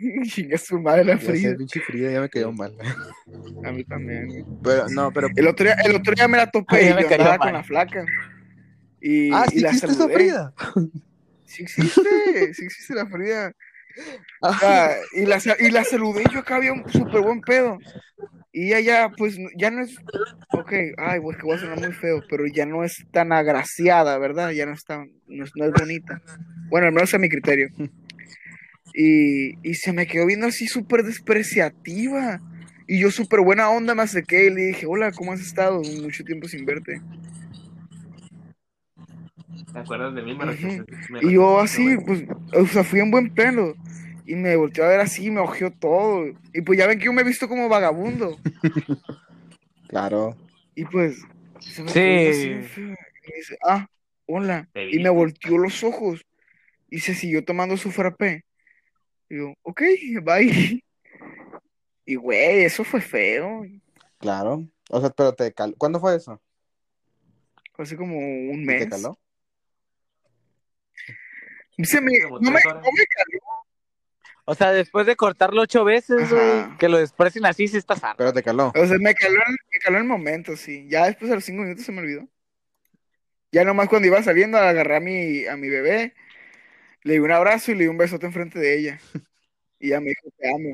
Speaker 1: *laughs* Chinga su madre la
Speaker 3: Ya sé,
Speaker 1: Frida.
Speaker 3: pinche Frida, ya me quedó mal.
Speaker 1: A mí también. güey.
Speaker 3: Pero, no, pero.
Speaker 1: El otro día, el otro día me la
Speaker 2: A mí
Speaker 1: topé
Speaker 2: me
Speaker 1: y yo
Speaker 2: cayó
Speaker 1: andaba
Speaker 2: mal.
Speaker 1: con la flaca. Y,
Speaker 3: *laughs* Ah,
Speaker 1: y
Speaker 3: sí
Speaker 1: la
Speaker 3: existe esa
Speaker 1: saludé.
Speaker 3: Frida.
Speaker 1: Sí existe, sí existe la Frida.
Speaker 3: Ah.
Speaker 1: O sea, y la, sa- y la saludé y yo acá había un súper buen pedo. Y ella ya, pues, no- ya no es... Ok, ay, güey, que voy a sonar muy feo, pero ya no es tan agraciada, ¿verdad? Ya no es tan... No es, no es bonita. Bueno, al menos a mi criterio. Y, y se me quedó viendo así súper despreciativa. Y yo súper buena onda me acerqué y le dije, hola, ¿cómo has estado? Mucho tiempo sin verte.
Speaker 4: ¿Te acuerdas de mí? Me
Speaker 1: Ujú.
Speaker 4: rechazaste- me
Speaker 1: Y yo
Speaker 4: rechazaste,
Speaker 1: así,
Speaker 4: güey.
Speaker 1: pues, o sea, fui en buen pleno. Y me volteó a ver así, me ojeó todo. Y pues ya ven que yo me he visto como vagabundo.
Speaker 3: Claro.
Speaker 1: Y pues, se me
Speaker 2: Sí.
Speaker 1: quedó viendo así, bien feo. Y me dice, ah, hola.
Speaker 4: Te
Speaker 1: Y me
Speaker 4: vi.
Speaker 1: volteó los ojos. Y se siguió tomando su frappé. Y yo, ok, bye. *laughs* Y güey, eso fue feo.
Speaker 3: Claro. O sea, pero te caló. ¿Cuándo fue eso?
Speaker 1: Hace como un
Speaker 3: ¿Y te
Speaker 1: mes.
Speaker 3: caló?
Speaker 1: Se me,
Speaker 4: Hace como
Speaker 1: no me,
Speaker 4: tres horas.
Speaker 1: no me caló.
Speaker 2: O sea, después de cortarlo ocho veces, güey,
Speaker 1: Ajá.
Speaker 2: que lo desprecien así, sí está sano.
Speaker 3: Pero te caló.
Speaker 1: O sea, me caló, en- me caló en el momento, sí. Ya después de los cinco minutos se me olvidó. Ya nomás cuando iba saliendo, agarré a mi, a mi bebé, le di un abrazo y le di un besote enfrente de
Speaker 3: *laughs*
Speaker 1: ella. Y ella me dijo, te amo.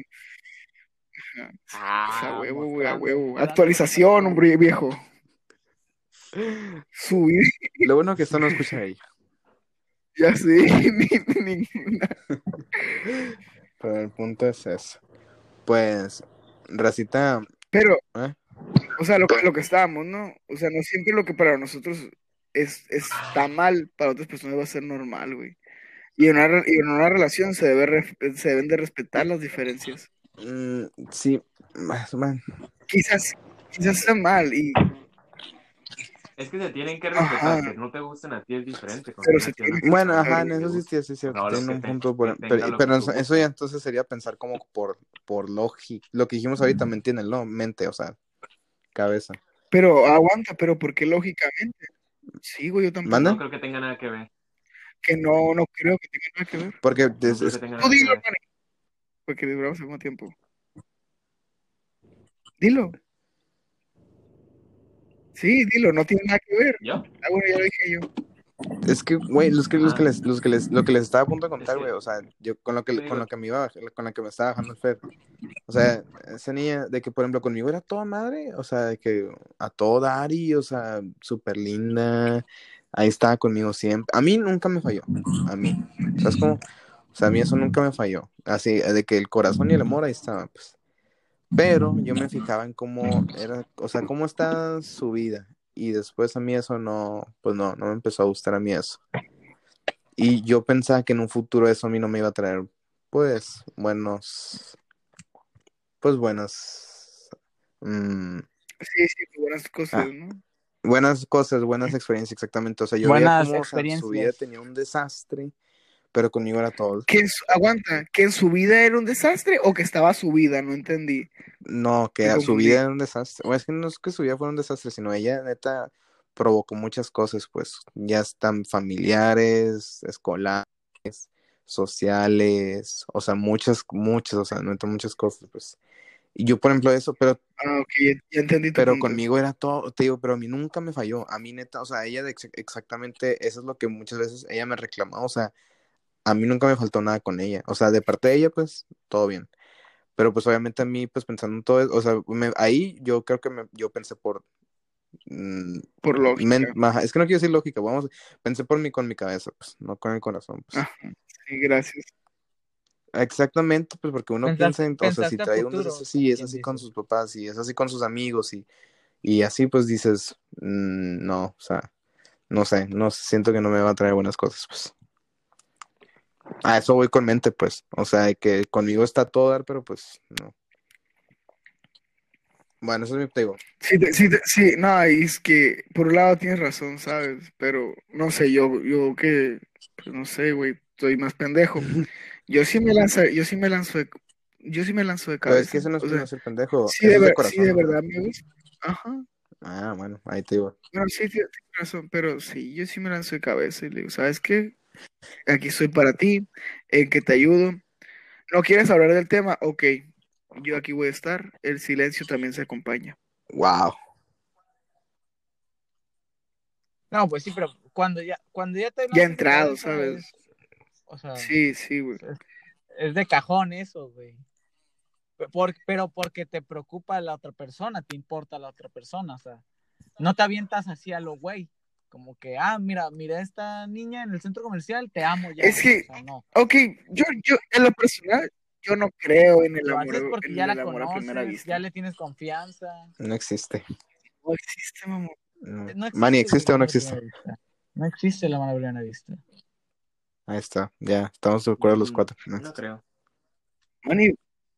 Speaker 1: Pues a
Speaker 2: Ah,
Speaker 1: huevo, güey, a
Speaker 2: mostrando,
Speaker 1: huevo.
Speaker 2: dando
Speaker 1: Actualización, hombre viejo. Subir,
Speaker 3: *laughs*
Speaker 1: *laughs*
Speaker 3: Lo bueno que esto no escucha ella.
Speaker 1: ya sé, *laughs* ni, ninguna.
Speaker 3: Pero el punto es eso. Pues, Racita,
Speaker 1: Pero,
Speaker 3: ¿Eh?
Speaker 1: o sea, lo que, lo que estábamos, ¿no? O sea, no siempre lo que para nosotros es, está mal, para otras personas va a ser normal, güey. Y en una, re- y en una relación se, debe ref- se deben de respetar las diferencias.
Speaker 3: mm, sí, más man.
Speaker 1: Quizás, quizás está mal, y,
Speaker 4: Es que se tienen que
Speaker 1: Ajá.
Speaker 4: respetar, que no te gusten a ti es diferente. con
Speaker 1: Pero
Speaker 4: que
Speaker 1: se
Speaker 4: te gusten
Speaker 3: Bueno,
Speaker 4: a ti
Speaker 3: ajá,
Speaker 4: es
Speaker 3: en eso sí, sí, sí, cierto,
Speaker 4: No, lo
Speaker 3: tiene
Speaker 4: que
Speaker 3: un
Speaker 4: te-
Speaker 3: punto por-
Speaker 4: que tenga
Speaker 3: pero,
Speaker 4: lo
Speaker 3: pero
Speaker 4: que
Speaker 3: eso,
Speaker 4: tú
Speaker 3: eso ya entonces sería pensar como por, por lógica, lo que dijimos ahorita, ¿me entienden? No, mente, o sea, cabeza.
Speaker 1: pero aguanta, pero ¿por qué lógicamente? Sí, güey, yo tampoco.
Speaker 3: ¿Manda?
Speaker 4: No creo que tenga nada que ver.
Speaker 1: Que no, no creo que tenga nada que ver.
Speaker 3: Porque
Speaker 4: No
Speaker 3: es-
Speaker 4: creo
Speaker 3: es-
Speaker 4: que tenga
Speaker 1: Tú
Speaker 4: nada que
Speaker 1: dilo,
Speaker 4: ver.
Speaker 1: Manny. Porque duramos al mismo tiempo. Dilo. Sí, dilo, no tiene nada que ver.
Speaker 4: ¿Yo?
Speaker 1: Ah, bueno, ya lo dije yo.
Speaker 3: Es que, güey, los que, los
Speaker 4: Ah.
Speaker 3: que les, los que les, lo que les estaba a punto de contar,
Speaker 4: que-
Speaker 3: güey, o sea, yo con lo
Speaker 4: Te
Speaker 3: que,
Speaker 4: digo.
Speaker 3: con lo que me iba, baj- con la que me estaba bajando el Fer, o sea, esa niña, de que, por ejemplo, conmigo era toda madre, o sea, de que a todo Ari, o sea, súper linda, ahí estaba conmigo siempre, a mí nunca me falló, a mí, ¿sabes cómo? O sea, a mí eso nunca me falló, así, de que el corazón y el amor ahí estaban, pues, pero yo me fijaba en cómo era, o sea, cómo está su vida, y después a mí eso no, pues no, no me empezó a gustar a mí eso. Y yo pensaba que en un futuro eso a mí no me iba a traer, pues, buenos, pues buenas, mm,
Speaker 1: Sí, sí, que buenas cosas,
Speaker 3: Ah.
Speaker 1: ¿no?
Speaker 3: buenas cosas, buenas experiencias, exactamente. O sea, yo
Speaker 2: Buenas
Speaker 3: veía cómo o sea, su
Speaker 2: experiencias.
Speaker 3: vida tenía un desastre, pero conmigo era todo.
Speaker 1: Que en su- aguanta, que en su vida era un desastre o que estaba su vida, no entendí.
Speaker 3: No, que
Speaker 1: Me
Speaker 3: a su
Speaker 1: confundí.
Speaker 3: vida era un desastre. O es que no es que su vida fuera un desastre, sino ella neta provocó muchas cosas, pues, ya están familiares, escolares, sociales, o sea, muchas, muchas, o sea, neta muchas cosas, pues. Y yo, por ejemplo, eso, pero,
Speaker 1: Ah, ok, ya, ya entendí tu *laughs*
Speaker 3: pero
Speaker 1: punto.
Speaker 3: conmigo era todo, te digo, pero a mí nunca me falló, a mí neta, o sea, ella de ex- exactamente, eso es lo que muchas veces ella me reclamaba, o sea, a mí nunca me faltó nada con ella, o sea, de parte de ella, pues, todo bien. Pero pues obviamente a mí, pues pensando en todo eso, o sea, me- ahí yo creo que me, yo pensé por... mm,
Speaker 1: Por lógica.
Speaker 3: men- ajá, es que no quiero decir lógica, vamos, pensé por mí con mi cabeza, pues, no con el corazón. pues.
Speaker 1: Ah. Sí, gracias.
Speaker 3: Exactamente, pues porque uno
Speaker 2: Pensas-
Speaker 3: piensa en, o sea, si
Speaker 2: pensaste a
Speaker 3: trae un
Speaker 2: futuro,
Speaker 3: desastre así, es
Speaker 2: quien
Speaker 3: así con
Speaker 2: dice.
Speaker 3: sus papás y es así con sus amigos y, y así pues dices, mm, no, o sea, no sé, no sé, siento que no me va a traer buenas cosas, pues. A eso voy con mente, pues, o sea, de que conmigo está todo dar, pero pues, no. Bueno, eso es mi, te digo,
Speaker 1: Sí, te- sí, te- sí, no, y es que por un lado tienes razón, ¿sabes? Pero no sé, yo, yo que, pues no sé, güey, soy más pendejo. Yo sí me lanzo, yo sí me lanzo de, yo sí me lanzo de
Speaker 3: Pero es
Speaker 1: cabeza.
Speaker 3: que eso no es,
Speaker 1: O
Speaker 3: no
Speaker 1: sea,
Speaker 3: es el pendejo.
Speaker 1: sí
Speaker 3: eso
Speaker 1: de,
Speaker 3: es de
Speaker 1: ver- sí
Speaker 3: corazón,
Speaker 1: de verdad
Speaker 3: ¿verdad?
Speaker 1: me gusta. Ajá.
Speaker 3: Ah, bueno, ahí te digo.
Speaker 1: Bueno, sí, tienes razón, pero sí, yo sí me lanzo de cabeza y le digo, ¿sabes qué? Aquí estoy para ti, en que te ayudo. ¿No quieres hablar del tema? Ok, yo aquí voy a estar. El silencio también se acompaña.
Speaker 3: Wow.
Speaker 2: No, pues sí, pero cuando ya, cuando ya te
Speaker 1: Ya
Speaker 2: lanzas de
Speaker 1: entrado,
Speaker 2: cabeza,
Speaker 1: ¿sabes?
Speaker 2: es- pues, o sea,
Speaker 1: Sí, sí, güey.
Speaker 2: es de cajón eso, güey. Pe- por- pero porque te preocupa la otra persona, te importa la otra persona, o sea, no te avientas así a lo güey. Como que, ah, mira, mira esta niña en el centro comercial, te amo ya.
Speaker 1: Es que-
Speaker 2: o sea, no.
Speaker 1: Ok, yo, yo, en lo personal, yo no creo en el
Speaker 2: Lo haces
Speaker 1: amor,
Speaker 2: porque
Speaker 1: en
Speaker 2: ya
Speaker 1: el
Speaker 2: la
Speaker 1: amor a primera
Speaker 2: conoces, ya
Speaker 1: vista.
Speaker 2: le tienes confianza.
Speaker 3: No existe.
Speaker 1: No existe, mamá.
Speaker 3: No.
Speaker 2: No existe,
Speaker 3: Manny,
Speaker 2: güey,
Speaker 3: ¿existe o
Speaker 2: el
Speaker 3: no
Speaker 2: amor a primera
Speaker 3: existe?
Speaker 2: vista. No existe la mano a primera vista.
Speaker 3: Ahí está. Ya, estamos de acuerdo los
Speaker 4: Mm,
Speaker 3: cuatro. No,
Speaker 4: No creo.
Speaker 1: Manny,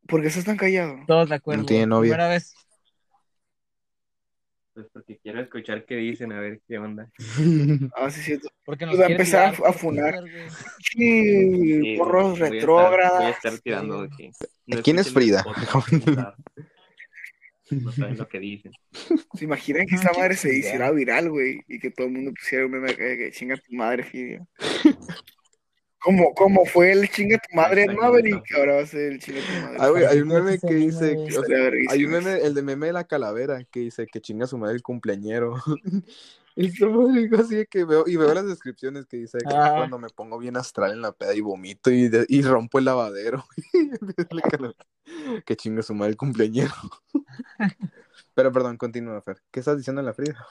Speaker 1: ¿por qué estás tan callado?
Speaker 2: Todos de acuerdo.
Speaker 3: tiene novia.
Speaker 2: Primera vez.
Speaker 4: Pues porque quiero escuchar qué dicen, a ver qué onda.
Speaker 1: Ah, sí, cierto.
Speaker 2: Porque nos
Speaker 1: Pues va a
Speaker 2: quiere
Speaker 1: empezar a-
Speaker 2: tirar
Speaker 1: a
Speaker 2: por
Speaker 1: funar.
Speaker 2: Twitter, güey.
Speaker 1: Sí,
Speaker 4: Sí,
Speaker 1: porros
Speaker 4: voy a estar- Voy a
Speaker 1: retrógradas.
Speaker 4: estar tirando de que.
Speaker 3: ¿Quién es
Speaker 4: escuchen
Speaker 3: Frida?
Speaker 4: el podcast, No saben- no saben lo que dicen.
Speaker 1: ¿Se imaginan que esta
Speaker 2: Qué
Speaker 1: madre se
Speaker 2: chingada.
Speaker 1: hiciera viral, güey? Y que todo el mundo pusiera un meme acá de que chinga tu madre, Fidia. *laughs* Como, como fue el chinga tu madre en Maverick, ahora va a ser el chinga tu madre.
Speaker 3: Ah, güey, *laughs* hay un
Speaker 2: Participó ese
Speaker 3: meme que dice,
Speaker 2: meme, güey.
Speaker 3: que- o sea,
Speaker 1: Estaría
Speaker 3: hay un
Speaker 1: verguísima
Speaker 3: meme, el de meme de la calavera, que dice que chinga a su madre el cumpleañero. *laughs* Y su madre dijo así de que veo, y veo las descripciones que dice que
Speaker 2: Ah.
Speaker 3: cuando me pongo bien astral en la peda y vomito y, de- y rompo el lavadero. *laughs* La calavera. que chinga su madre el cumpleañero. *laughs* Pero perdón, continúa, Fer. ¿Qué estás diciendo en la Frida?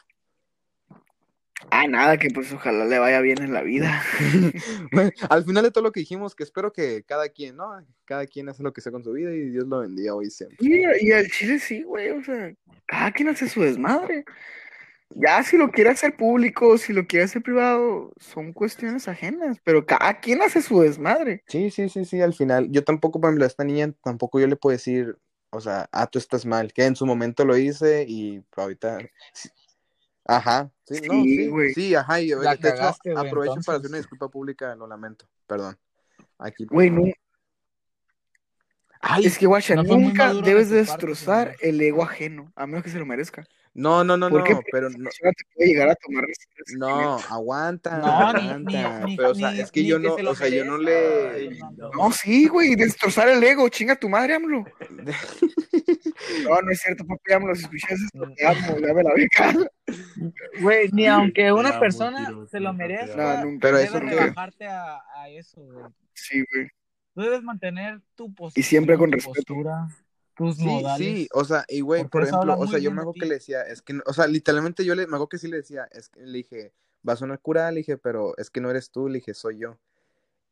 Speaker 1: Ah, nada, que pues ojalá le vaya bien en la vida.
Speaker 3: *laughs* Bueno, al final de todo lo que dijimos, que espero que cada quien, ¿no? Cada quien hace lo que sea con su vida y Dios lo bendiga hoy siempre.
Speaker 1: Y, y al chile sí, güey, o sea, cada quien hace su desmadre. Ya si lo quiere hacer público, si lo quiere hacer privado, son cuestiones ajenas, pero cada quien hace su desmadre.
Speaker 3: Sí, sí, sí, sí, al final. Yo tampoco, por ejemplo, a esta niña tampoco yo le puedo decir, o sea, ah, tú estás mal, que en su momento lo hice y ahorita... Ajá, sí, no,
Speaker 1: Sí,
Speaker 3: sí,
Speaker 1: güey.
Speaker 3: sí, ajá, y,
Speaker 2: La
Speaker 3: de hecho,
Speaker 2: cagaste, güey,
Speaker 3: aprovecho para
Speaker 2: entonces.
Speaker 3: hacer una disculpa pública, lo lamento, perdón. Aquí.
Speaker 1: Güey, no,
Speaker 3: Ay,
Speaker 1: es que, guacha,
Speaker 2: no fue muy
Speaker 1: nunca
Speaker 2: maduro de
Speaker 1: debes
Speaker 2: tu
Speaker 1: de
Speaker 2: parte,
Speaker 1: destrozar
Speaker 2: señor.
Speaker 1: el ego ajeno, a menos que se lo merezca.
Speaker 3: no, no, no,
Speaker 1: ¿Por qué?
Speaker 3: no, pero no,
Speaker 1: persona te puede llegar a tomar restricciones.
Speaker 3: No, aguanta,
Speaker 2: No, ni-
Speaker 3: aguanta.
Speaker 2: ni- ni-
Speaker 3: Ah, pero, o sea,
Speaker 2: ni-
Speaker 3: es que
Speaker 2: ni
Speaker 3: yo
Speaker 2: que
Speaker 3: no,
Speaker 2: se lo
Speaker 3: o sea, yo no
Speaker 2: merezca.
Speaker 3: le.
Speaker 1: No, sí, güey, destrozar el ego, chinga tu madre, AMLO.
Speaker 3: *laughs*
Speaker 1: No, no es cierto, papi, AMLO, si escuchas esto, te amo, dame la beca.
Speaker 2: Güey, ni aunque
Speaker 5: Te
Speaker 2: una
Speaker 5: amo,
Speaker 2: persona
Speaker 5: tiro,
Speaker 2: se lo
Speaker 5: tiro, te
Speaker 2: merezca,
Speaker 1: No,
Speaker 2: no,
Speaker 1: nunca.
Speaker 3: Pero
Speaker 2: debes
Speaker 3: eso
Speaker 2: de
Speaker 1: que-
Speaker 2: bajarte a, a eso, güey.
Speaker 1: Sí, güey.
Speaker 2: Tú debes mantener tu postura.
Speaker 1: Y siempre con
Speaker 2: tu
Speaker 1: respeto.
Speaker 2: postura, tus
Speaker 3: Sí,
Speaker 2: modales.
Speaker 3: sí, o sea, y güey,
Speaker 2: Porque
Speaker 3: por
Speaker 2: eso
Speaker 3: ejemplo,
Speaker 2: habla
Speaker 3: o
Speaker 2: muy
Speaker 3: sea, yo
Speaker 2: bien
Speaker 3: me
Speaker 2: de
Speaker 3: acuerdo que
Speaker 2: ti.
Speaker 3: le decía, es que, no- o sea, literalmente yo le, me acuerdo que sí le decía, es que le dije, va a sonar curada, le dije, pero es que no eres tú, le dije, soy yo.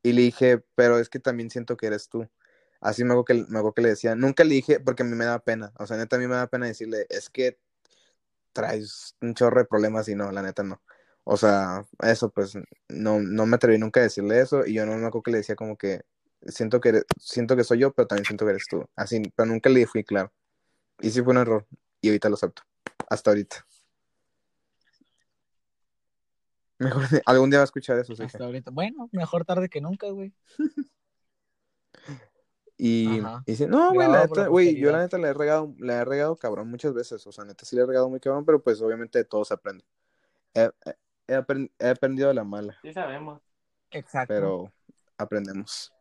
Speaker 3: Y le dije, pero es que también siento que eres tú. Así me acuerdo que, me acuerdo que le decía, nunca le dije, porque a mí me da pena, o sea, neta, a mí me da pena decirle, es que traes un chorro de problemas y no, la neta no. O sea, eso pues no, no me atreví nunca a decirle eso y yo no me acuerdo que le decía como que siento que eres- siento que soy yo, pero también siento que eres tú. Así, pero nunca le fui claro. Y sí fue un error y ahorita lo acepto. Hasta ahorita. Mejor *laughs* algún día va a escuchar eso, sí.
Speaker 2: Hasta ahorita. Bueno, mejor tarde que nunca, güey.
Speaker 3: Y,
Speaker 2: Ajá.
Speaker 3: y dice, no, güey, la
Speaker 2: Grabado por la
Speaker 3: neta, güey, yo
Speaker 2: posteridad.
Speaker 3: la neta la he regado, la he regado cabrón muchas veces, o sea, neta sí la he regado muy cabrón, pero pues obviamente de todo se aprende. He, he- he aprend- he aprendido de la mala.
Speaker 4: Sí sabemos.
Speaker 2: Exacto.
Speaker 3: pero aprendemos.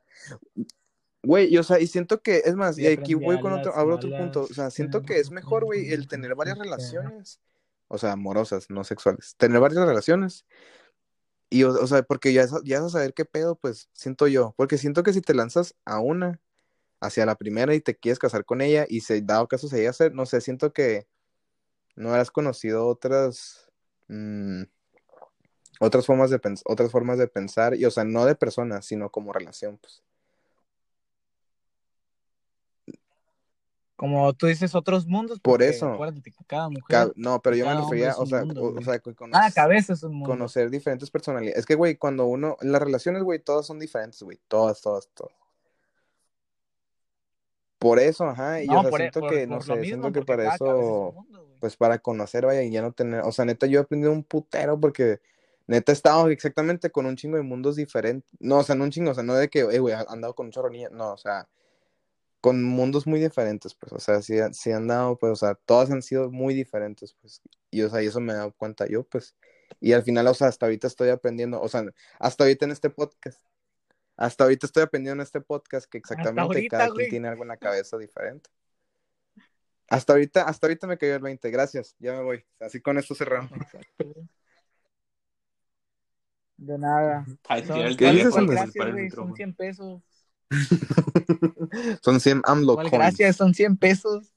Speaker 3: Güey, y o sea, y siento que, es más,
Speaker 2: Y
Speaker 3: y aquí
Speaker 2: aprendí
Speaker 3: voy
Speaker 2: a
Speaker 3: con otro,
Speaker 2: las
Speaker 3: abro otro
Speaker 2: malas,
Speaker 3: punto, o sea, siento
Speaker 2: pero
Speaker 3: que es mejor, güey, el tener varias
Speaker 2: aprendí a-
Speaker 3: relaciones, o sea, amorosas, no sexuales, tener varias relaciones, y, o, o sea, porque ya, sa- ya vas a saber qué pedo, pues, siento yo, porque siento que si te lanzas a una, hacia la primera y te quieres casar con ella, y se, dado caso se llega a hacer, no sé, siento que no habrás conocido otras, mm, otras formas de pens- otras formas de pensar, y o sea, no de personas, sino como relación, pues.
Speaker 2: Como tú dices, otros mundos.
Speaker 3: Por
Speaker 2: porque
Speaker 3: eso.
Speaker 2: Acuérdate que cada mujer.
Speaker 3: Cab- No, pero yo me
Speaker 2: cada hombre
Speaker 3: refería,
Speaker 2: es
Speaker 3: o
Speaker 2: un
Speaker 3: sea,
Speaker 2: mundo,
Speaker 3: o, o
Speaker 2: güey. Ah,
Speaker 3: sea, que cono-
Speaker 2: Cada cabeza es un mundo.
Speaker 3: conocer diferentes personalidades. Es que, güey, cuando uno, las relaciones, güey, todas son diferentes, güey, todas, todas, todas. Por eso, ajá, y
Speaker 2: No,
Speaker 3: o sea,
Speaker 2: por, e,
Speaker 3: siento
Speaker 2: por-
Speaker 3: que, no
Speaker 2: por
Speaker 3: sé,
Speaker 2: lo mismo,
Speaker 3: siento que
Speaker 2: porque
Speaker 3: para
Speaker 2: cada cabeza es un
Speaker 3: eso,
Speaker 2: mundo, güey.
Speaker 3: pues para conocer, vaya, y ya no tener, o sea, neta, yo he aprendido un putero porque neta he estado exactamente con un chingo de mundos diferentes. No, o sea, no un chingo, o sea, no de que, eh, güey, he andado con un chorro de niñas, no, o sea, con mundos muy diferentes, pues, o sea, sí, han- sí han dado, pues, o sea, todas han sido muy diferentes, pues, y, o sea, y eso me he dado cuenta yo, pues, y al final, o sea, hasta ahorita estoy aprendiendo, o sea, hasta ahorita en este podcast, hasta ahorita estoy aprendiendo en este podcast que exactamente
Speaker 2: ahorita,
Speaker 3: cada
Speaker 2: güey.
Speaker 3: quien tiene algo en la cabeza diferente. Hasta ahorita, hasta ahorita me cayó el 20, gracias, ya me voy, así con esto cerramos.
Speaker 2: Exacto, güey. De nada.
Speaker 5: Ay,
Speaker 2: Son-
Speaker 5: tira el
Speaker 3: ¿Qué dices,
Speaker 5: teléfono,
Speaker 3: Andrés?
Speaker 5: para
Speaker 2: gracias,
Speaker 5: el
Speaker 2: güey,
Speaker 5: micrófono.
Speaker 2: son 100 pesos.
Speaker 3: *laughs* Son 100 AMLO
Speaker 2: ¿Cuál
Speaker 3: coins.
Speaker 2: gracias? Son 100
Speaker 1: *laughs*
Speaker 2: pesos.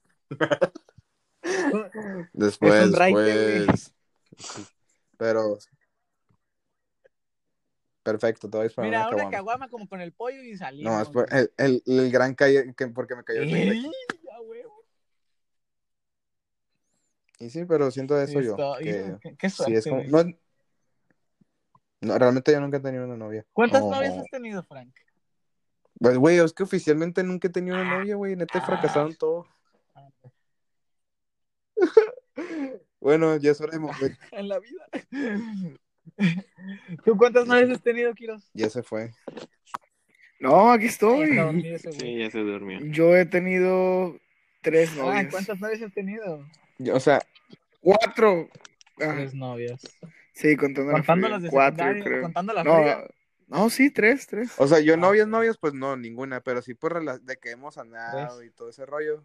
Speaker 3: Después,
Speaker 2: Es un raite, güey.
Speaker 3: pues, pero, perfecto, te voy a disparar
Speaker 2: Mira,
Speaker 3: una
Speaker 2: una
Speaker 3: caguama.
Speaker 2: caguama como con el pollo y salimos.
Speaker 3: No, es por el, el, el gran calle, que porque me cayó el 20.
Speaker 2: ¡Ey! Ya, güey.
Speaker 3: Y sí, pero siento eso yo.
Speaker 2: Está-
Speaker 3: que
Speaker 2: Qué- qué
Speaker 3: sí, es
Speaker 2: suerte,
Speaker 3: como-
Speaker 2: güey.
Speaker 3: no, no, realmente yo nunca he tenido una novia.
Speaker 2: ¿Cuántas
Speaker 3: Oh.
Speaker 2: novias has tenido, Frank? *laughs*
Speaker 3: Pues, güey, es que oficialmente nunca he
Speaker 2: Ah,
Speaker 3: tenido una novia, güey. Neta,
Speaker 2: *laughs*
Speaker 3: fracasaron todo. Bueno, ya es hora de mover.
Speaker 2: En la vida. ¿Tú cuántas novias has tenido, Kiros?
Speaker 3: Ya se fue.
Speaker 1: No, aquí estoy.
Speaker 2: Está dormido ese güey.
Speaker 5: Sí, ya se durmió.
Speaker 1: Yo he tenido tres
Speaker 2: Ah,
Speaker 1: novias.
Speaker 2: ¿cuántas novias has tenido?
Speaker 3: Ya, O sea,
Speaker 1: Cuatro. Ah,
Speaker 2: Tres novias.
Speaker 1: sí, contando la
Speaker 2: Contando
Speaker 1: fría.
Speaker 2: las de
Speaker 1: Cuatro,
Speaker 2: secundaria,
Speaker 1: creo.
Speaker 2: contando las
Speaker 1: No,
Speaker 2: fría.
Speaker 1: no, sí, tres, tres.
Speaker 3: o sea, yo
Speaker 2: Ah,
Speaker 3: novias,
Speaker 2: ok.
Speaker 3: novias, pues no, ninguna. Pero sí por rela- de que hemos andado y todo ese rollo.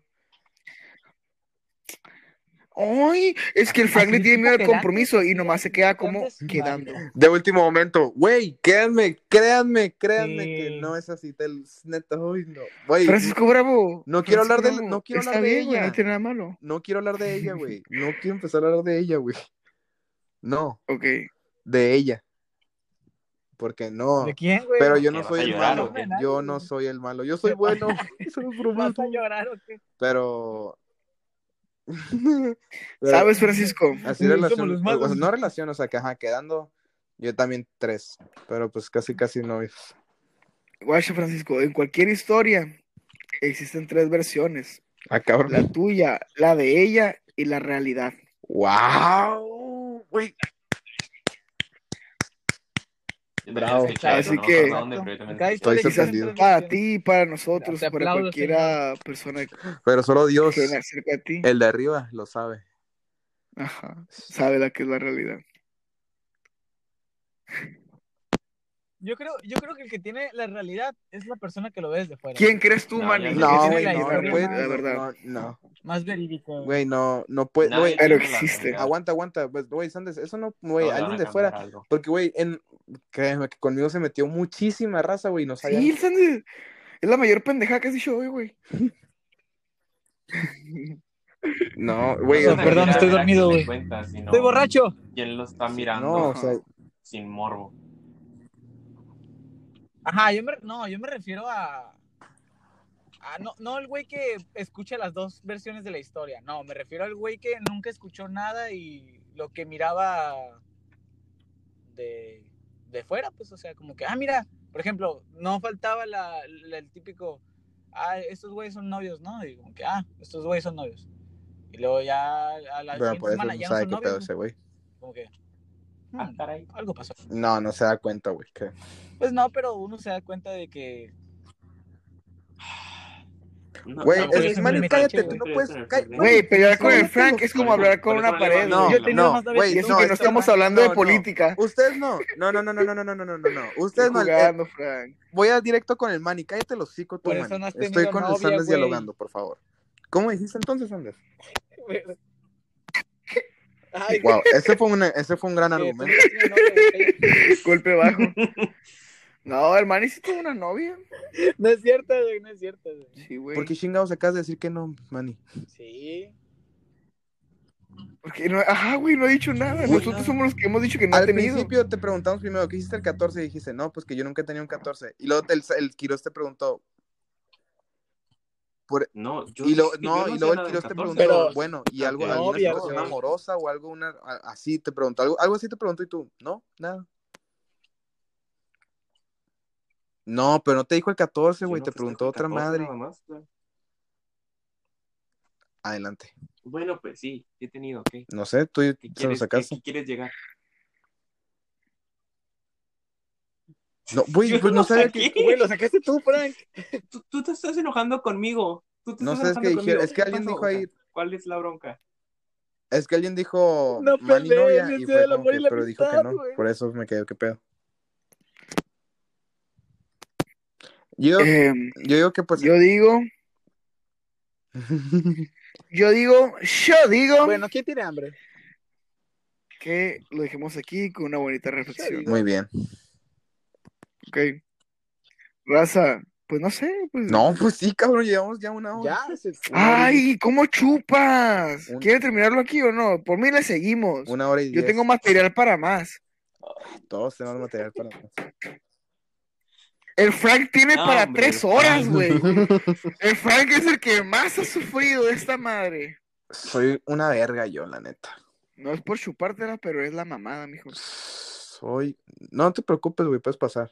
Speaker 3: Oh.
Speaker 1: Ay, es que el Frank
Speaker 2: Así
Speaker 1: le tiene
Speaker 2: tipo
Speaker 1: miedo al
Speaker 2: quedando,
Speaker 1: compromiso y
Speaker 2: sí,
Speaker 1: nomás se
Speaker 2: así
Speaker 1: queda
Speaker 2: tipo
Speaker 1: como
Speaker 2: antes,
Speaker 1: quedando.
Speaker 2: vale.
Speaker 3: De último momento, güey, créanme, créanme, créanme
Speaker 2: Sí.
Speaker 3: que no es así. Tel, neta, uy, no. Güey,
Speaker 1: Francisco Bravo.
Speaker 3: No quiero hablar
Speaker 1: Francisco
Speaker 3: del-
Speaker 1: Bravo,
Speaker 3: no quiero
Speaker 1: está
Speaker 3: hablar de
Speaker 1: bien, güey,
Speaker 3: ella.
Speaker 1: No tiene nada malo.
Speaker 3: No quiero hablar de ella, güey. No quiero empezar a hablar de ella, güey. No.
Speaker 1: Ok.
Speaker 3: de ella. Porque no.
Speaker 2: ¿De quién, güey?
Speaker 3: Pero yo
Speaker 5: ¿Qué,
Speaker 3: no
Speaker 5: vas
Speaker 3: soy
Speaker 5: a
Speaker 3: el
Speaker 5: llorar
Speaker 3: malo.
Speaker 5: o qué?
Speaker 3: Yo no soy el malo.
Speaker 2: *laughs*
Speaker 3: Yo soy bueno. *laughs* soy un
Speaker 2: Pues ¿Vas a
Speaker 3: bruto.
Speaker 2: llorar o qué? *laughs*
Speaker 3: Pero. Pero
Speaker 1: ¿Sabes, Francisco?
Speaker 3: Así
Speaker 2: Somos
Speaker 3: relación.
Speaker 2: los malos.
Speaker 3: o sea, no relación, o sea, que ajá, quedando. Yo también tres. Pero pues casi, casi novios.
Speaker 1: Guacha, Francisco, en cualquier historia existen tres versiones.
Speaker 3: Ah, cabrón.
Speaker 1: La tuya, la de ella y la realidad.
Speaker 3: ¡Wow! Güey,
Speaker 5: Yo
Speaker 3: Bravo.
Speaker 5: también escuché eso,
Speaker 1: Así
Speaker 5: no
Speaker 1: que-
Speaker 5: me acuerdo dónde, pero yo también
Speaker 2: Cada
Speaker 5: escuché.
Speaker 2: historia
Speaker 3: Estoy
Speaker 2: existe
Speaker 3: sorprendido.
Speaker 2: tres
Speaker 1: Para
Speaker 2: versiones.
Speaker 1: ti, para nosotros,
Speaker 2: Te
Speaker 1: para
Speaker 2: aplaudo,
Speaker 1: cualquiera persona que
Speaker 3: Pero solo Dios,
Speaker 1: esté cerca de ti,
Speaker 3: el de arriba, lo sabe.
Speaker 1: ajá, sabe la que es la realidad.
Speaker 2: Yo creo, yo creo que el que tiene la realidad es la persona que lo ve desde fuera.
Speaker 1: ¿Quién crees tú,
Speaker 4: No,
Speaker 1: Manny?
Speaker 4: ya
Speaker 1: que
Speaker 4: no.
Speaker 3: No,
Speaker 1: tiene
Speaker 3: güey,
Speaker 1: la
Speaker 3: no,
Speaker 1: historia
Speaker 3: no puede.
Speaker 1: más- la verdad.
Speaker 3: No, no.
Speaker 2: Más verídico. güey.
Speaker 3: Güey, no, no puede.
Speaker 4: Nadie
Speaker 3: Güey,
Speaker 1: pero
Speaker 4: tiene la
Speaker 1: existe.
Speaker 4: realidad.
Speaker 3: aguanta, aguanta. pues, Güey, Sandes, eso no,
Speaker 4: No,
Speaker 3: güey,
Speaker 4: le van
Speaker 3: alguien
Speaker 4: a
Speaker 3: de
Speaker 4: cambiar
Speaker 3: fuera.
Speaker 4: algo.
Speaker 3: Porque, güey, en... créeme que conmigo se metió muchísima raza, güey, no sabía.
Speaker 1: Sí, el Sandy es la mayor pendeja que has dicho hoy, güey.
Speaker 3: No, güey,
Speaker 2: No,
Speaker 3: o sea,
Speaker 2: perdón,
Speaker 4: Mira,
Speaker 2: estoy
Speaker 4: mira
Speaker 2: dormido,
Speaker 4: quién
Speaker 2: güey.
Speaker 4: le cuenta, si no,
Speaker 2: Estoy borracho.
Speaker 4: ¿Quién lo está mirando
Speaker 3: No, o sea,
Speaker 4: sin morbo?
Speaker 2: Ajá, yo me, no, yo me refiero a... a no, no el güey que escucha las dos versiones de la historia. No, me refiero al güey que nunca escuchó nada y lo que miraba de, de fuera, pues, o sea, como que, ah, mira, por ejemplo, no faltaba la, la- el típico, ah, estos güeyes son novios, ¿no? Y como que, ah, estos güeyes son novios. Y luego ya a la
Speaker 3: pero
Speaker 2: siguiente
Speaker 3: por eso
Speaker 2: semana
Speaker 3: no
Speaker 2: ya no
Speaker 3: sabe
Speaker 2: son
Speaker 3: qué pedo
Speaker 2: novios.
Speaker 3: ese, güey.
Speaker 2: ¿no? Como que,
Speaker 4: Ah,
Speaker 2: hmm,
Speaker 4: caray.
Speaker 2: algo pasó.
Speaker 3: No, no se da cuenta, güey. que-
Speaker 2: Pues no, pero uno se da cuenta de que
Speaker 4: No,
Speaker 3: Güey,
Speaker 4: no,
Speaker 2: güey,
Speaker 3: es
Speaker 2: eso
Speaker 3: Manny,
Speaker 2: me
Speaker 3: cállate,
Speaker 2: pinche,
Speaker 3: tú
Speaker 2: güey.
Speaker 3: no puedes.
Speaker 4: Pero-
Speaker 3: ca-
Speaker 1: Güey, pelear con el
Speaker 3: cállate,
Speaker 1: Frank
Speaker 3: güey.
Speaker 1: es como hablar con
Speaker 4: Por
Speaker 1: una
Speaker 4: eso le
Speaker 1: pared.
Speaker 4: vale
Speaker 3: No,
Speaker 2: yo
Speaker 1: güey.
Speaker 2: he tenido
Speaker 3: no,
Speaker 2: más novias
Speaker 3: güey,
Speaker 1: Y
Speaker 2: que
Speaker 1: eso
Speaker 2: tú,
Speaker 3: no,
Speaker 1: que
Speaker 2: güey,
Speaker 1: no
Speaker 3: es-
Speaker 1: estamos
Speaker 2: Fran.
Speaker 1: hablando
Speaker 3: no,
Speaker 1: de
Speaker 3: no.
Speaker 1: política.
Speaker 3: Ustedes no, no, no, no, no, no, no, no, no, no, no, no.
Speaker 1: Estoy
Speaker 3: Ustedes no, eh,
Speaker 1: jugando, Frank. *laughs*
Speaker 3: voy a directo con el Manny, cállate el hocico tú,
Speaker 2: Por eso
Speaker 3: Manny.
Speaker 2: no has
Speaker 3: Estoy
Speaker 2: tenido
Speaker 3: con el
Speaker 2: novia,
Speaker 3: Sandes
Speaker 2: güey.
Speaker 3: dialogando, por favor. ¿Cómo dijiste entonces, Sandes?
Speaker 2: Ay,
Speaker 3: Wow, ese fue, una, ese fue un gran
Speaker 2: que-
Speaker 3: argumento.
Speaker 2: no, güey,
Speaker 1: Golpe bajo. No, el Manny sí tuvo una novia.
Speaker 2: No es cierto, güey, no es cierto, güey.
Speaker 1: Sí, güey.
Speaker 3: ¿Por qué chingados acabas de decir que no, Manny?
Speaker 2: Sí.
Speaker 1: Porque no, ajá, güey, no ha dicho nada.
Speaker 3: Güey,
Speaker 1: Nosotros somos los que hemos dicho que no ha
Speaker 3: Al
Speaker 1: tenido.
Speaker 3: principio te preguntamos primero, ¿qué hiciste el 14? Y dijiste, no, pues que yo nunca he tenido un 14. Y luego te- el, el Quiroz te preguntó,
Speaker 4: No, yo
Speaker 3: y, lo,
Speaker 4: dije que yo
Speaker 3: no, y
Speaker 4: hacía
Speaker 3: luego el
Speaker 4: nada del
Speaker 3: Quiroz te
Speaker 4: 14.
Speaker 3: preguntó,
Speaker 2: Pero-
Speaker 3: bueno, y algo,
Speaker 4: Pero
Speaker 3: alguna
Speaker 2: obvio,
Speaker 3: situación
Speaker 2: güey.
Speaker 3: amorosa o algo una, a- así te preguntó, algo, algo así te preguntó y tú, no, nada. No, pero no te dijo el 14,
Speaker 4: Yo
Speaker 3: güey,
Speaker 4: no
Speaker 3: te
Speaker 4: festejo el
Speaker 3: preguntó otra
Speaker 4: 14
Speaker 3: madre.
Speaker 4: nada más, güey.
Speaker 3: Adelante.
Speaker 4: Bueno, pues sí, sí he tenido, ¿qué?
Speaker 3: No sé, tú
Speaker 4: ¿Qué
Speaker 3: se lo
Speaker 4: quieres, qué, *laughs*
Speaker 3: sacaste.
Speaker 4: qué quieres llegar?
Speaker 3: No, güey,
Speaker 4: Yo
Speaker 3: pues
Speaker 4: no
Speaker 3: no sabía que...
Speaker 4: saqué.
Speaker 2: Güey, lo sacaste tú, Frank.
Speaker 4: Tú, tú te estás enojando conmigo. Tú te
Speaker 3: No sé, es
Speaker 4: estás
Speaker 3: que,
Speaker 4: enojando
Speaker 3: dijeron-
Speaker 4: conmigo.
Speaker 3: es que
Speaker 4: ¿Qué
Speaker 3: alguien
Speaker 4: pasó?
Speaker 3: dijo ahí,
Speaker 4: ¿Cuál es la bronca?
Speaker 3: es que alguien dijo
Speaker 2: No
Speaker 3: Manny
Speaker 2: peleen,
Speaker 3: novia
Speaker 2: el
Speaker 3: y
Speaker 2: día del
Speaker 3: fue como
Speaker 2: amor y
Speaker 3: que,
Speaker 2: la
Speaker 3: pero dijo que
Speaker 2: amistad,
Speaker 3: no,
Speaker 2: güey.
Speaker 3: por eso me quedé, qué pedo. Yo,
Speaker 1: Em,
Speaker 3: yo digo que pues
Speaker 1: yo digo, yo digo, yo digo
Speaker 2: Ah, Bueno, ¿quién tiene hambre?
Speaker 1: que lo dejemos aquí con una bonita reflexión.
Speaker 2: digo.
Speaker 3: *laughs* muy bien.
Speaker 1: Ok. Raza, pues no sé. Pues...
Speaker 3: No, pues sí, cabrón, llevamos ya una hora.
Speaker 2: Ya. se-
Speaker 1: Ay, ¿cómo chupas?
Speaker 3: Un-
Speaker 1: ¿Quiere terminarlo aquí o no? Por mí le seguimos.
Speaker 3: Una hora y diez.
Speaker 1: Yo tengo material para más.
Speaker 3: Todos tenemos material para más.
Speaker 1: El Frank tiene
Speaker 4: No,
Speaker 1: para
Speaker 4: hombre,
Speaker 1: tres
Speaker 4: el
Speaker 1: horas,
Speaker 4: *laughs*
Speaker 1: güey. El Frank es el que más ha sufrido de esta madre.
Speaker 3: Soy una verga yo, la neta.
Speaker 1: No es por chupártela, pero es la mamada, mijo.
Speaker 3: Soy... No te preocupes, güey, puedes pasar.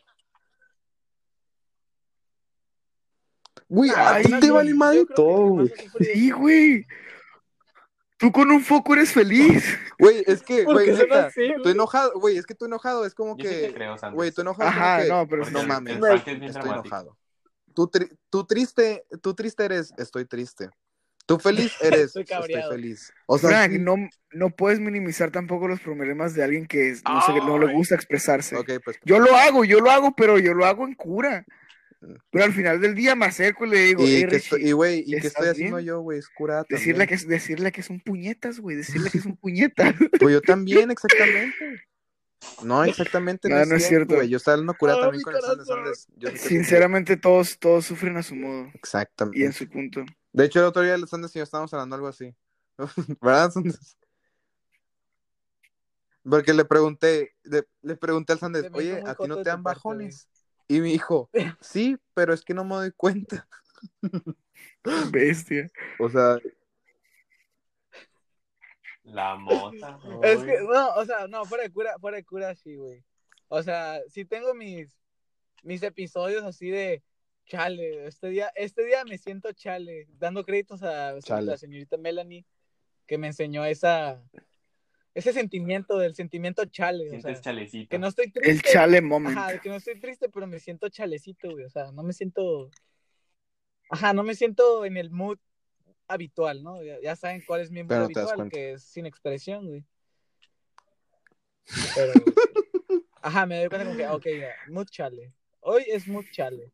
Speaker 3: Güey, a
Speaker 1: Ay,
Speaker 3: ti te vale
Speaker 2: Ah,
Speaker 3: madre
Speaker 2: Yo creo que
Speaker 3: todo,
Speaker 2: el que más
Speaker 3: güey.
Speaker 2: ha sufrido-
Speaker 1: Sí, güey. Tú con un foco eres feliz.
Speaker 3: Güey,
Speaker 2: *laughs*
Speaker 3: es que,
Speaker 2: ¿Por
Speaker 3: güey,
Speaker 2: qué son
Speaker 3: neta,
Speaker 2: así, güey?
Speaker 3: tú enojado, güey, es que tú enojado es como
Speaker 4: Yo sí te
Speaker 3: que...
Speaker 4: creo, Santos.
Speaker 3: Güey, tú enojado es como
Speaker 1: Ajá,
Speaker 3: que...
Speaker 1: no, pero
Speaker 4: Porque
Speaker 3: no
Speaker 4: el-
Speaker 3: mames.
Speaker 4: El Frank es bien
Speaker 3: Estoy
Speaker 4: dramático.
Speaker 3: enojado. Tú, tri- tú triste, tú triste eres, estoy triste.
Speaker 1: *laughs*
Speaker 3: Tú feliz eres,
Speaker 2: Estoy
Speaker 3: estoy,
Speaker 2: cabreado.
Speaker 3: feliz. O sea,
Speaker 1: Frank,
Speaker 3: sí.
Speaker 1: no, no puedes minimizar tampoco los problemas de alguien que es- no, sé, no le gusta expresarse.
Speaker 3: Ok, pues.
Speaker 1: Yo lo hago, yo lo hago, pero yo lo hago en cura. Pero al final del día me acerco y le digo,
Speaker 3: Mm. Y
Speaker 1: "Ey,
Speaker 3: que
Speaker 1: Richie,
Speaker 3: estoy, y güey, ¿y qué
Speaker 1: ¿estás
Speaker 3: estoy haciendo
Speaker 1: bien?
Speaker 3: yo, güey? Es curada también.
Speaker 1: decirle que, es- decirle que son puñetas, güey, decirle
Speaker 3: *laughs*
Speaker 1: que son puñetas.
Speaker 3: Pues yo también, exactamente. No,
Speaker 1: *laughs*
Speaker 3: exactamente.
Speaker 1: No, no es cierto.
Speaker 3: Güey. Yo estaba hablando curada
Speaker 2: Ah,
Speaker 3: también
Speaker 2: mi
Speaker 3: con el Sandes
Speaker 2: corazón.
Speaker 3: Sandes. Yo sé que-
Speaker 1: Sinceramente, todos, todos sufren a su modo y en
Speaker 3: Exactamente.
Speaker 1: su
Speaker 3: *gasps*
Speaker 1: punto.
Speaker 3: De hecho, el otro día el *laughs* Sandes y yo estábamos hablando algo así. ¿Verdad, Sandes? Porque le pregunté, le, le pregunté al Sandes,
Speaker 2: Se me hizo
Speaker 3: oye,
Speaker 2: muy
Speaker 3: ¿a ti
Speaker 2: joto
Speaker 3: no
Speaker 2: de
Speaker 3: te
Speaker 2: tu
Speaker 3: dan
Speaker 2: parte,
Speaker 3: bajones? Y me
Speaker 2: *laughs*
Speaker 3: dijo, sí, pero es que no me doy cuenta.
Speaker 1: Bestia.
Speaker 3: O sea,
Speaker 5: La
Speaker 3: *laughs*
Speaker 5: mota.
Speaker 2: Es que, no, o sea, no, fuera de cura, fuera de cura, sí, güey. O sea, sí tengo mis, mis episodios así de chale, este día, este día me siento chale, dando créditos a a
Speaker 3: Chale.
Speaker 2: la señorita Melanie, que me enseñó esa, ese sentimiento, del sentimiento chale, o sea,
Speaker 5: Sientes chalecito.
Speaker 2: que no estoy triste.
Speaker 3: *laughs*
Speaker 1: El chale moment.
Speaker 2: Ajá, que no estoy triste, pero me siento chalecito, güey. O sea, no me siento. Ajá, no me siento en el mood habitual, ¿no? Ya, ya saben cuál es mi mood
Speaker 3: Pero no te das
Speaker 2: habitual,
Speaker 3: cuenta.
Speaker 2: que es sin expresión,
Speaker 3: *laughs*
Speaker 2: güey. Pero. Ajá, me doy cuenta como que, ah, ok, ya, mood chale. Hoy es mood chale.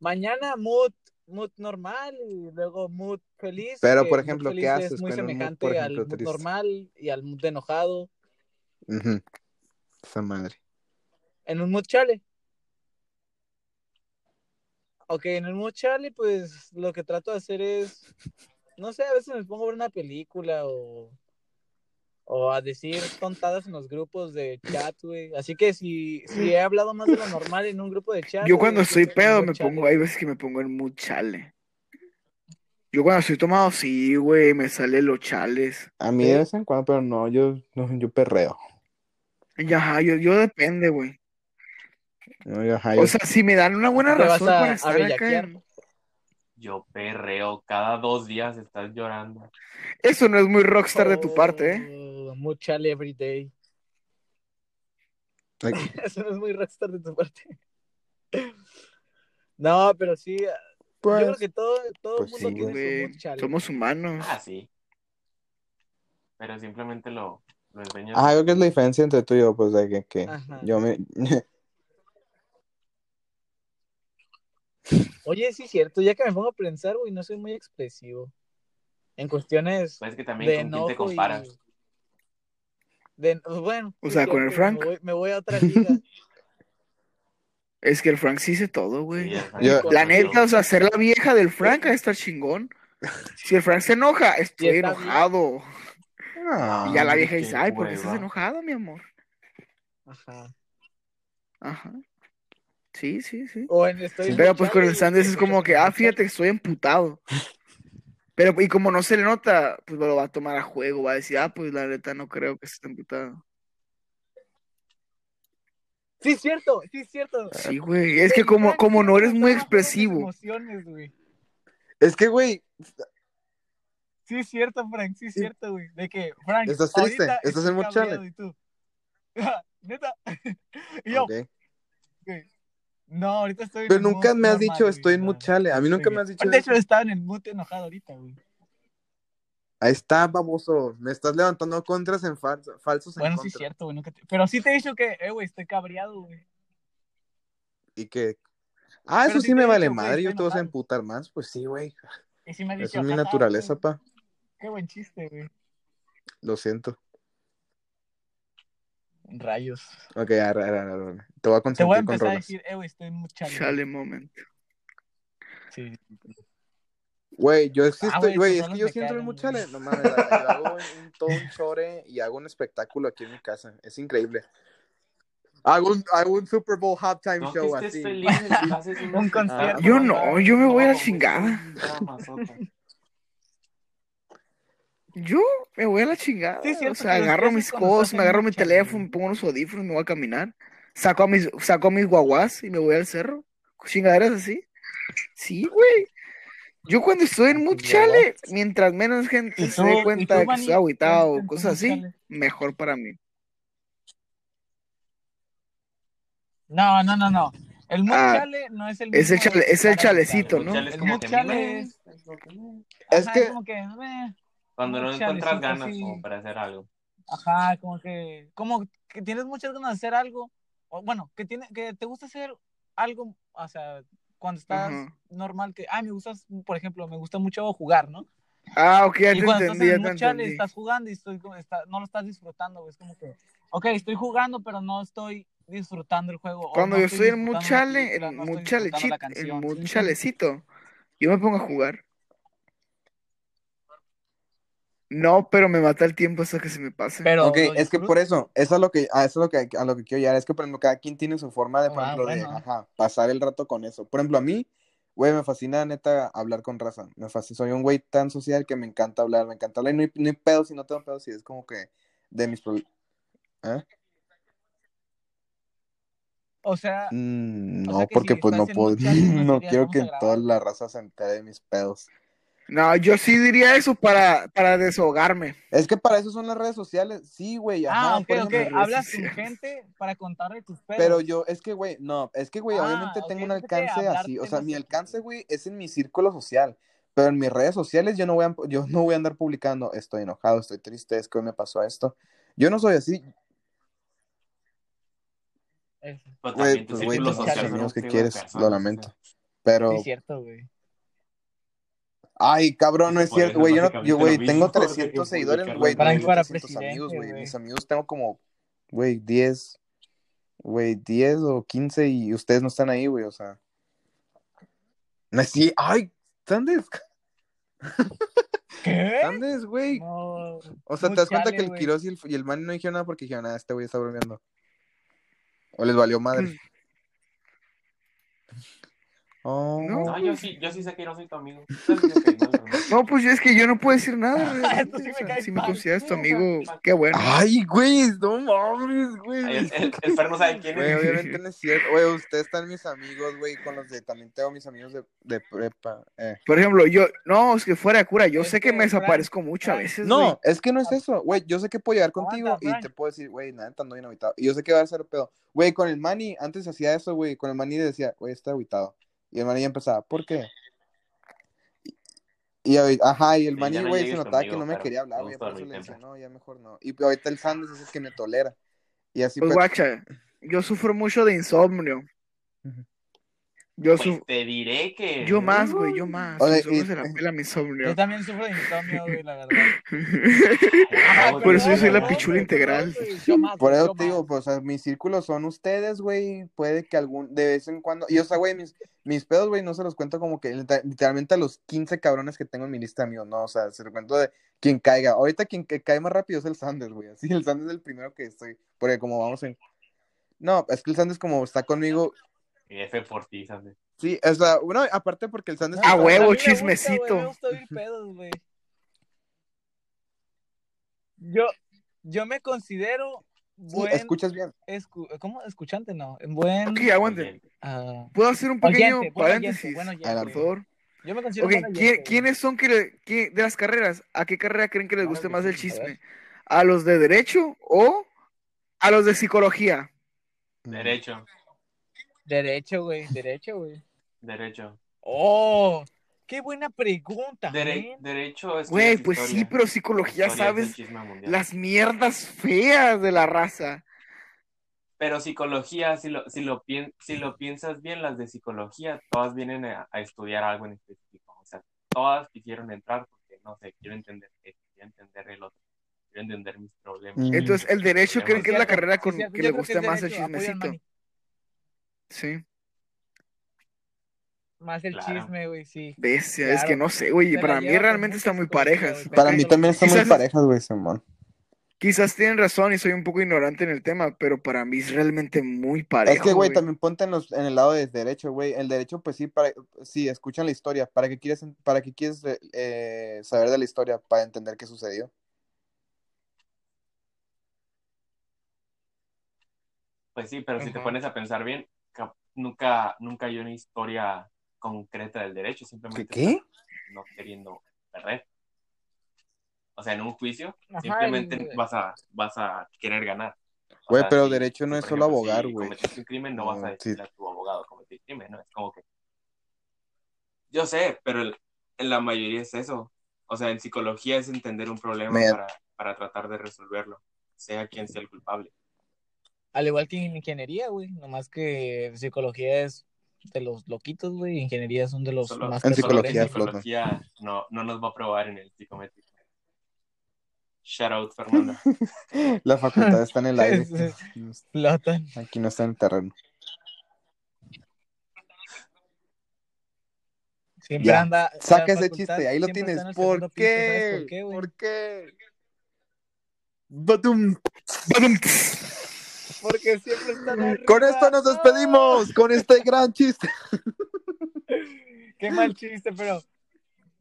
Speaker 2: Mañana mood, mood normal y luego mood feliz.
Speaker 3: Pero,
Speaker 2: que
Speaker 3: por
Speaker 2: mood
Speaker 3: ejemplo, ¿qué
Speaker 2: feliz
Speaker 3: haces
Speaker 2: Es muy
Speaker 3: con un mood,
Speaker 2: semejante
Speaker 3: por
Speaker 2: al
Speaker 3: ejemplo,
Speaker 2: mood
Speaker 3: triste?
Speaker 2: normal y al mood de enojado.
Speaker 3: ujú, esa madre.
Speaker 2: En un mood chale. Ok, en un mood chale, pues lo que trato de hacer es, no sé, a veces me pongo a ver una película o, o a decir tontadas en los grupos de chat, güey. Así que si, si he hablado más de lo normal en un grupo de chat.
Speaker 1: Yo
Speaker 2: güey,
Speaker 1: cuando
Speaker 2: es
Speaker 1: estoy
Speaker 2: porque en
Speaker 1: pedo
Speaker 2: un
Speaker 1: me
Speaker 2: mood chale.
Speaker 1: pongo, hay veces que me pongo en mood chale. Yo cuando estoy tomado, sí, güey, me salen los chales.
Speaker 3: A mí
Speaker 2: Sí.
Speaker 3: de vez en cuando, pero no, yo, no, yo perreo.
Speaker 1: Y Ajá, yo, yo depende, güey.
Speaker 3: No, yo,
Speaker 5: Ah,
Speaker 3: ajá, yo-
Speaker 1: O sea, si me dan una buena
Speaker 2: Te vas
Speaker 1: razón
Speaker 2: a-
Speaker 1: para
Speaker 2: a
Speaker 1: estar acá.
Speaker 2: bellaquear.
Speaker 1: en-
Speaker 5: Yo perreo. Cada dos días estás llorando.
Speaker 1: Eso no es muy rockstar de tu parte, ¿eh?
Speaker 2: Oh, Mood chale every day. *laughs*
Speaker 3: Ay,
Speaker 2: Eso no es muy rockstar de tu parte. *laughs* No, pero sí,
Speaker 3: pues,
Speaker 2: yo creo que todo, todo
Speaker 3: pues
Speaker 2: mundo tiene
Speaker 3: sí,
Speaker 1: Güey,
Speaker 2: su mood chale.
Speaker 1: somos humanos.
Speaker 5: Ah, sí. Pero simplemente lo, lo enseñas.
Speaker 3: ajá, creo que es la diferencia entre tú y yo, pues de que, que
Speaker 2: Ajá.
Speaker 3: yo me...
Speaker 2: Oye, sí, cierto, ya que me pongo a pensar, güey, no soy muy expresivo. En cuestiones
Speaker 5: Pues es que también
Speaker 2: de
Speaker 5: con quién te
Speaker 2: enojo y...
Speaker 5: comparas.
Speaker 2: de- bueno,
Speaker 1: O
Speaker 2: sí,
Speaker 1: sea, con el
Speaker 2: cierto,
Speaker 1: Frank.
Speaker 2: Me voy, me voy a
Speaker 1: *laughs*
Speaker 2: otra liga.
Speaker 1: Es que el Frank sí hizo todo, güey.
Speaker 5: Sí, es
Speaker 3: Yo-
Speaker 5: verdad.
Speaker 1: La neta, o sea, ser la vieja del Frank ha de
Speaker 5: *laughs*
Speaker 1: estar chingón. Si el Frank se enoja, estoy
Speaker 2: está
Speaker 1: enojado.
Speaker 3: Ah,
Speaker 1: Y ya la
Speaker 5: Ay,
Speaker 1: vieja
Speaker 5: qué
Speaker 1: dice, ay, ¿por qué estás
Speaker 5: hueva.
Speaker 1: enojada, mi amor?
Speaker 2: Ajá.
Speaker 1: Ajá. Sí, sí, sí.
Speaker 2: O en estoy
Speaker 1: Sí,
Speaker 2: en
Speaker 1: pero
Speaker 2: mood
Speaker 1: pues
Speaker 2: chale,
Speaker 1: con el
Speaker 2: güey,
Speaker 1: Sandes
Speaker 2: estoy
Speaker 1: es como que,
Speaker 2: en
Speaker 1: ah,
Speaker 2: mood chale.
Speaker 1: fíjate que estoy emputado. Pero, y como no se le nota, pues lo va a tomar a juego, va a decir, ah, pues la neta no creo que esté emputado.
Speaker 2: *laughs* Sí, cierto, sí, cierto.
Speaker 1: Sí, güey, es que
Speaker 2: El
Speaker 1: como,
Speaker 2: Frank
Speaker 1: como no
Speaker 2: siempre
Speaker 1: eres muy
Speaker 2: toma juego de sus
Speaker 1: expresivo.
Speaker 2: emociones, güey.
Speaker 3: Es que, güey,
Speaker 2: Sí, cierto, Frank, sí, cierto, güey. De que, Frank,
Speaker 3: ¿Estás triste?
Speaker 2: ahorita
Speaker 3: ¿Estás en
Speaker 2: estoy
Speaker 3: mood chale?
Speaker 2: cabreado, ¿Y tú? *laughs* Neta. *laughs* Y yo,
Speaker 3: ok.
Speaker 2: No, ahorita estoy en
Speaker 3: Pero
Speaker 2: el
Speaker 3: nunca
Speaker 2: mood
Speaker 3: me has
Speaker 2: normal,
Speaker 3: dicho
Speaker 2: güey,
Speaker 3: estoy en
Speaker 2: o
Speaker 3: mood
Speaker 2: sea,
Speaker 3: chale. A mí nunca
Speaker 2: estoy
Speaker 3: me has
Speaker 2: bien. Pues,
Speaker 3: dicho
Speaker 2: De hecho,
Speaker 3: eso.
Speaker 2: estaba en el mood enojado ahorita, güey.
Speaker 3: Ahí está, baboso. Me estás levantando contras en falso- falsos en
Speaker 2: Bueno, sí es
Speaker 3: contra.
Speaker 2: cierto, güey. nunca te- Pero sí te he dicho que, eh, güey, estoy cabreado, güey.
Speaker 3: Y que... Ah,
Speaker 2: Pero
Speaker 3: eso
Speaker 2: sí
Speaker 3: sí
Speaker 2: te
Speaker 3: me
Speaker 2: he
Speaker 3: vale
Speaker 2: dicho, güey,
Speaker 3: madre. Yo
Speaker 2: estoy
Speaker 3: te vas a
Speaker 2: enojado.
Speaker 3: emputar más. Pues sí, güey.
Speaker 2: Y sí me has
Speaker 3: Esa
Speaker 2: dicho,
Speaker 3: es mi
Speaker 2: "Ajá,
Speaker 3: naturaleza,
Speaker 2: güey,
Speaker 3: pa.
Speaker 2: Qué buen chiste, güey.
Speaker 3: Lo siento.
Speaker 2: Rayos.
Speaker 3: Ok, arre, arre, arre, arre. Te voy a
Speaker 2: Te voy a
Speaker 3: consentir con
Speaker 2: empezar a
Speaker 3: rolas.
Speaker 2: decir, eh, güey, estoy en mucha
Speaker 1: Chale, moment.
Speaker 2: Sí.
Speaker 3: Güey, yo sí
Speaker 2: Ah,
Speaker 3: estoy,
Speaker 2: güey,
Speaker 3: güey,
Speaker 2: tus
Speaker 3: es que
Speaker 2: rolas
Speaker 3: yo
Speaker 2: me
Speaker 3: siento el
Speaker 2: cagan,
Speaker 3: mood
Speaker 2: güey.
Speaker 3: challenge. No mames, yo hago
Speaker 2: *laughs*
Speaker 3: un, un- todo un chore y hago un espectáculo aquí en mi casa. Es increíble. Hago un, hago un Super Bowl halftime
Speaker 5: No que
Speaker 3: show
Speaker 5: estés
Speaker 3: así.
Speaker 5: feliz,
Speaker 3: *laughs*
Speaker 5: haces un
Speaker 2: Un concierto.
Speaker 1: Yo no, yo me voy a la
Speaker 5: pues,
Speaker 1: chingada. *laughs* Yo me voy a la chingada.
Speaker 2: Sí, es
Speaker 1: o
Speaker 2: cierto,
Speaker 1: sea,
Speaker 2: pero
Speaker 1: agarro
Speaker 2: ustedes
Speaker 1: mis
Speaker 2: cuando estás
Speaker 1: cosas, me
Speaker 2: en
Speaker 1: agarro
Speaker 2: mood
Speaker 1: mi
Speaker 2: chale,
Speaker 1: teléfono,
Speaker 2: güey.
Speaker 1: me pongo unos audífonos, me voy a caminar. Saco a mis, saco a mis guaguas y me voy al cerro. Chingaderas así. Sí, güey. Yo cuando estoy en
Speaker 2: ¿A
Speaker 1: mood
Speaker 2: tus guaguas?
Speaker 1: chale, mientras menos gente
Speaker 2: ¿Y
Speaker 1: se dé
Speaker 2: tú, y
Speaker 1: cuenta
Speaker 2: tú,
Speaker 1: de que estoy
Speaker 2: Manny? ¿Cuándo
Speaker 1: agüitado
Speaker 2: estás
Speaker 1: o
Speaker 2: en tu
Speaker 1: cosas
Speaker 2: mood
Speaker 1: así,
Speaker 2: chale?
Speaker 1: mejor para mí.
Speaker 2: No, no, no, no. El mood
Speaker 1: Ah,
Speaker 2: chale no es el mismo.
Speaker 1: es el chale-
Speaker 2: de
Speaker 1: es el
Speaker 2: estar agitado.
Speaker 1: chalecito, ¿no?
Speaker 2: El
Speaker 5: es como
Speaker 2: mood
Speaker 5: que
Speaker 2: chale es.
Speaker 5: "Meh",
Speaker 3: Es
Speaker 2: Ajá,
Speaker 3: que-
Speaker 2: es como que. eh, "Meh".
Speaker 5: cuando no
Speaker 2: Mucha
Speaker 5: encuentras
Speaker 2: risita,
Speaker 5: ganas
Speaker 2: sí.
Speaker 5: como para hacer algo.
Speaker 2: Ajá, como que. Como que tienes muchas ganas de hacer algo. O, bueno, que, tiene, que te gusta hacer algo. O sea, cuando estás
Speaker 1: Ajá.
Speaker 2: normal, que. Ah, me gustas, por ejemplo, me gusta mucho jugar, ¿no?
Speaker 1: Ah, ok, ya
Speaker 2: Y
Speaker 1: te
Speaker 2: cuando
Speaker 1: entendí,
Speaker 2: estás
Speaker 1: ya
Speaker 2: en
Speaker 1: te
Speaker 2: el chale,
Speaker 1: entendí.
Speaker 2: estás jugando y estoy como- está- no lo estás disfrutando, güey. Es como que, ok, estoy jugando, pero no estoy disfrutando el juego. o
Speaker 1: Cuando
Speaker 2: Oh,
Speaker 1: yo
Speaker 2: no
Speaker 1: estoy en mood
Speaker 2: disfrutando la
Speaker 1: chale,
Speaker 2: película,
Speaker 1: en
Speaker 2: no estoy
Speaker 1: mood
Speaker 2: disfrutando la
Speaker 1: chalechit, en mood
Speaker 2: canción. *laughs* ¿sí me entiendes?
Speaker 1: chalecito, yo me pongo a jugar. No, pero me mata el tiempo hasta que se me pase.
Speaker 2: Pero
Speaker 3: ok,
Speaker 2: ¿lo
Speaker 3: es que por
Speaker 2: disfrutas?
Speaker 3: eso, eso es lo que, a eso es lo que, a lo que quiero llegar, es que por ejemplo, cada quien tiene su forma de, por
Speaker 2: Ah,
Speaker 3: ejemplo, de,
Speaker 2: bueno.
Speaker 3: ajá, pasar el rato con eso. Por ejemplo, a mí, güey, me fascina, neta, hablar con raza, me fascina, soy un güey tan social que me encanta hablar, me encanta hablar, y no hay, no hay pedo si no tengo pedo, si es como que de mis problemas.
Speaker 2: O sea,
Speaker 3: no,
Speaker 2: sea que
Speaker 3: porque
Speaker 2: si
Speaker 3: pues no
Speaker 2: estás en
Speaker 3: puedo,
Speaker 2: un chat, no
Speaker 3: *laughs* no
Speaker 2: dirías,
Speaker 3: quiero
Speaker 2: "Vamos
Speaker 3: que
Speaker 2: a grabar".
Speaker 3: toda la raza se entere de mis pedos.
Speaker 1: No, yo sí diría eso para, para desahogarme.
Speaker 3: Es que para eso son las redes sociales, sí, güey, ajá,
Speaker 2: ah, ok,
Speaker 3: por eso
Speaker 2: ok,
Speaker 3: me-
Speaker 2: hablas con
Speaker 1: sociales.
Speaker 2: gente para contarle tus pedos.
Speaker 3: Pero yo, es que, güey, no, es que, güey,
Speaker 2: Ah,
Speaker 3: obviamente
Speaker 2: ok,
Speaker 3: tengo un
Speaker 2: yo pensé que
Speaker 3: alcance
Speaker 2: hablar
Speaker 3: así, o sea,
Speaker 2: temas
Speaker 3: mi
Speaker 2: X.
Speaker 3: alcance, güey, es en mi círculo social, pero en mis redes sociales yo no voy a, yo no voy a andar publicando, estoy enojado, estoy triste, es que hoy me pasó esto. Yo no soy así,
Speaker 2: Es-
Speaker 4: Pero
Speaker 3: güey,
Speaker 4: también tu
Speaker 3: pues, güey,
Speaker 4: círculo
Speaker 2: son
Speaker 3: tienes los
Speaker 4: social son
Speaker 3: amigos
Speaker 4: un
Speaker 3: que
Speaker 4: chingo de
Speaker 3: quieres,
Speaker 4: personas,
Speaker 3: lo lamento, pero,
Speaker 2: Sí, es cierto, güey.
Speaker 3: ay, cabrón, no es
Speaker 4: Por
Speaker 3: cierto,
Speaker 4: eso
Speaker 3: güey, yo, no-
Speaker 4: básicamente
Speaker 3: yo, güey,
Speaker 4: lo
Speaker 3: tengo
Speaker 4: mismo, de que
Speaker 3: 300
Speaker 4: publican
Speaker 3: seguidores,
Speaker 4: las
Speaker 3: güey, no
Speaker 2: Frank
Speaker 3: tengo
Speaker 2: para
Speaker 3: 300 amigos,
Speaker 2: presidente,
Speaker 3: güey,
Speaker 2: güey.
Speaker 3: mis amigos tengo como, güey, 10, güey, 10 o 15 y ustedes no están ahí, güey, o sea, no es- sí, ay, están des-
Speaker 2: ¿Eh? ¿Qué?
Speaker 3: Andes, güey.
Speaker 2: No.
Speaker 3: O sea,
Speaker 2: no,
Speaker 3: ¿te das cuenta
Speaker 2: chale,
Speaker 3: que el
Speaker 2: güey.
Speaker 3: Quiroz y el, y el Manny no dijeron nada porque dijeron, ah, este güey está bromeando? O les valió madre.
Speaker 2: Mm.
Speaker 3: *laughs* Oh,
Speaker 1: No.
Speaker 4: No, yo sí, yo sí sé que no soy tu
Speaker 5: *laughs*
Speaker 4: amigo. Yo sí sé que no, no.
Speaker 1: No, pues es que yo no puedo decir
Speaker 2: *laughs*
Speaker 1: nada.
Speaker 2: Esto
Speaker 1: realmente,
Speaker 2: sí me
Speaker 1: o sea,
Speaker 2: cae
Speaker 1: si me
Speaker 2: mal.
Speaker 1: consideras tu amigo, qué bueno.
Speaker 3: Ay, güey, no mames,
Speaker 4: Ay,
Speaker 3: güey.
Speaker 4: El, el, el Fer no sabe quién
Speaker 3: Güey,
Speaker 4: es.
Speaker 3: obviamente no es cierto. Güey, ustedes están mis amigos, güey, con los de también tengo mis amigos de, de prepa. eh.
Speaker 1: Por ejemplo, yo, no, es que fuera de cura, yo
Speaker 2: Es
Speaker 1: sé que,
Speaker 2: que,
Speaker 1: me desaparezco mucho a
Speaker 2: Frank,
Speaker 1: veces. güey.
Speaker 3: No, es que no es eso, güey. Yo sé que puedo llegar
Speaker 2: Aguanta,
Speaker 3: contigo y
Speaker 2: Frank.
Speaker 3: te puedo decir, güey, nada, ando bien aguitado. Y yo sé que va a ser pedo. Güey, con el Manny, antes hacía eso, güey. Con el Manny le decía, güey, está aguitado. Y el Manny ya empezaba, ¿por qué? Y ahorita- ajá, y el
Speaker 4: Sí,
Speaker 3: maní,
Speaker 4: ya no
Speaker 3: güey, se
Speaker 4: llegues
Speaker 3: notaba que
Speaker 4: conmigo,
Speaker 3: no me
Speaker 4: pero
Speaker 3: quería hablar,
Speaker 4: me
Speaker 3: güey,
Speaker 4: gusta
Speaker 3: por eso
Speaker 4: dormir
Speaker 3: le decía,
Speaker 4: temprano.
Speaker 3: no, ya mejor no. Y ahorita el Sandes es el que me tolera. Y así
Speaker 1: Pues
Speaker 3: pues.
Speaker 1: guacha, yo sufro mucho de insomnio.
Speaker 3: Ujú.
Speaker 1: Yo
Speaker 4: Pues
Speaker 1: sufro,
Speaker 4: te diré que.
Speaker 1: yo más, güey, yo más.
Speaker 3: Oye,
Speaker 1: Mis ojos
Speaker 3: y-
Speaker 1: se la pela mi
Speaker 2: Yo
Speaker 1: insomnio.
Speaker 2: también sufro de insomnio, güey, la verdad.
Speaker 4: Ay,
Speaker 1: Ah, Por eso yo soy la
Speaker 4: perdón,
Speaker 1: pichula
Speaker 4: perdón,
Speaker 1: integral.
Speaker 2: güey, yo más,
Speaker 3: Por
Speaker 2: güey,
Speaker 3: eso
Speaker 2: yo
Speaker 3: te digo,
Speaker 2: más.
Speaker 3: pues, o sea, mis círculos son ustedes, güey. Puede que algún, de vez en cuando. Y o sea, güey, mis, mis pedos, güey, no se los cuento como que lita- literalmente a los 15 cabrones que tengo en mi lista mío, no. O sea, se los cuento de quien caiga. Ahorita quien que cae más rápido es el Sanders, güey. Así, *laughs* el Sanders es el primero que estoy. Porque como vamos en. No, es que el Sanders como está conmigo.
Speaker 4: F por ti, Sandy.
Speaker 3: Sí, o sea, bueno, aparte porque el Sanders.
Speaker 1: Ah,
Speaker 2: No,
Speaker 1: A huevo,
Speaker 2: mí me gusta, güey,
Speaker 1: chismecito.
Speaker 2: me gusta oír pedos, güey. Yo, yo me considero
Speaker 3: Sí,
Speaker 2: buen...
Speaker 3: escuchas bien.
Speaker 2: escu- ¿Cómo? Escuchante, no.
Speaker 1: *laughs*
Speaker 2: Buen...
Speaker 1: Ok, aguante.
Speaker 2: ah,
Speaker 1: ¿Puedo hacer un
Speaker 2: oyente,
Speaker 1: pequeño
Speaker 2: buen oyente,
Speaker 1: paréntesis?
Speaker 2: buen oyente.
Speaker 1: por favor.
Speaker 2: Yo me considero
Speaker 1: Ok,
Speaker 2: buen oyente,
Speaker 1: ¿quién-
Speaker 2: güey.
Speaker 1: ¿quiénes son que le- que- de las carreras? ¿A qué carrera creen que les
Speaker 4: Claro
Speaker 1: guste
Speaker 4: que
Speaker 1: más
Speaker 4: sí,
Speaker 1: el
Speaker 4: a
Speaker 1: chisme? ¿A los de derecho o a los de psicología?
Speaker 4: Derecho,
Speaker 2: Derecho, güey, derecho, güey.
Speaker 4: derecho.
Speaker 2: ¡Oh! ¡Qué buena pregunta,
Speaker 4: Dere-
Speaker 2: men!
Speaker 4: derecho es.
Speaker 1: Güey, pues sí, pero psicología sabes las mierdas feas de la raza.
Speaker 4: Pero psicología, si lo, si, lo pien- si lo piensas bien, las de psicología, todas vienen a, a estudiar algo en específico. O sea, todas quisieron entrar porque, no sé, quiero entender esto, quiero entender el otro, quiero entender mis problemas.
Speaker 3: Mm.
Speaker 1: Entonces, el derecho creen
Speaker 4: creo
Speaker 1: que es la
Speaker 2: Cierto,
Speaker 1: carrera
Speaker 2: sí,
Speaker 1: con,
Speaker 2: cierto,
Speaker 1: que
Speaker 2: yo
Speaker 1: le
Speaker 2: creo
Speaker 1: gusta
Speaker 2: es
Speaker 1: más el
Speaker 2: derecho, apoyo al
Speaker 1: chismecito.
Speaker 2: mani.
Speaker 1: Sí,
Speaker 2: Más el
Speaker 4: Claro.
Speaker 2: chisme, güey, sí.
Speaker 1: bestia, es
Speaker 2: Claro.
Speaker 1: que no sé, güey.
Speaker 2: Se la
Speaker 1: Para mí
Speaker 2: lleva con
Speaker 1: realmente
Speaker 2: mucha
Speaker 1: están muy
Speaker 2: psicología,
Speaker 1: parejas.
Speaker 2: güey,
Speaker 3: Para
Speaker 2: pero-
Speaker 3: mí también están muy
Speaker 1: Quizás es-
Speaker 3: parejas, güey, Simón.
Speaker 1: Quizás tienen razón y soy un poco ignorante en el tema, pero para mí es realmente muy
Speaker 3: Es que,
Speaker 1: parejo,
Speaker 3: güey,
Speaker 1: güey.
Speaker 3: también ponte en, los, en el lado de derecho, güey. El derecho, pues sí, para, sí, escuchan la historia. ¿Para qué quieres, para qué quieres eh, eh, saber de la historia? Para entender qué sucedió.
Speaker 4: Pues sí, pero si te
Speaker 1: Ajá.
Speaker 4: pones a pensar bien, cap- nunca, nunca hay una historia concreta del derecho,
Speaker 3: ¿Qué?
Speaker 4: simplemente
Speaker 3: qué?
Speaker 4: están no queriendo perder. O sea, en un juicio,
Speaker 2: Ajá,
Speaker 4: simplemente
Speaker 2: el-
Speaker 4: vas a, vas a querer ganar. O
Speaker 3: Güey,
Speaker 4: sea,
Speaker 3: pero
Speaker 4: si-
Speaker 3: derecho no
Speaker 4: si,
Speaker 3: es
Speaker 4: por
Speaker 3: solo
Speaker 4: ejemplo,
Speaker 3: abogar,
Speaker 4: si
Speaker 3: güey.
Speaker 4: cometiste un crimen, no vas a
Speaker 3: No, sí.
Speaker 4: decirle a tu abogado cometiste crimen, ¿no? Es como que, yo sé, pero el- en la mayoría es eso. O sea, en psicología es entender un problema
Speaker 3: Me-
Speaker 4: para, para tratar de resolverlo, sea quien sea el culpable.
Speaker 2: Al igual que en ingeniería, güey. Nomás que psicología es de los loquitos, güey. Ingeniería son de los
Speaker 4: Solo,
Speaker 2: más
Speaker 3: En
Speaker 4: solo que
Speaker 3: psicología
Speaker 2: prepotencias.
Speaker 3: flota.
Speaker 4: psicología no, no nos va a probar en el psicométrico. Shout out,
Speaker 3: *laughs*
Speaker 4: Fernanda.
Speaker 3: La facultad está
Speaker 2: *laughs*
Speaker 3: en el aire. *laughs* No es-
Speaker 2: Flotan.
Speaker 3: Aquí no está en el terreno.
Speaker 2: Siempre
Speaker 3: Ya,
Speaker 2: anda. la
Speaker 3: Saca ese
Speaker 2: facultad
Speaker 3: chiste, ahí lo
Speaker 2: siempre
Speaker 3: tienes.
Speaker 2: está en el segundo
Speaker 3: ¿Por
Speaker 2: piso, ¿sabes
Speaker 3: qué?
Speaker 2: por qué, güey?
Speaker 3: ¿Por qué? Batum. *laughs*
Speaker 2: Porque siempre *laughs* están arriba.
Speaker 3: Con esto nos
Speaker 2: ¡No!
Speaker 3: despedimos, con este gran chiste.
Speaker 2: Qué mal chiste, pero.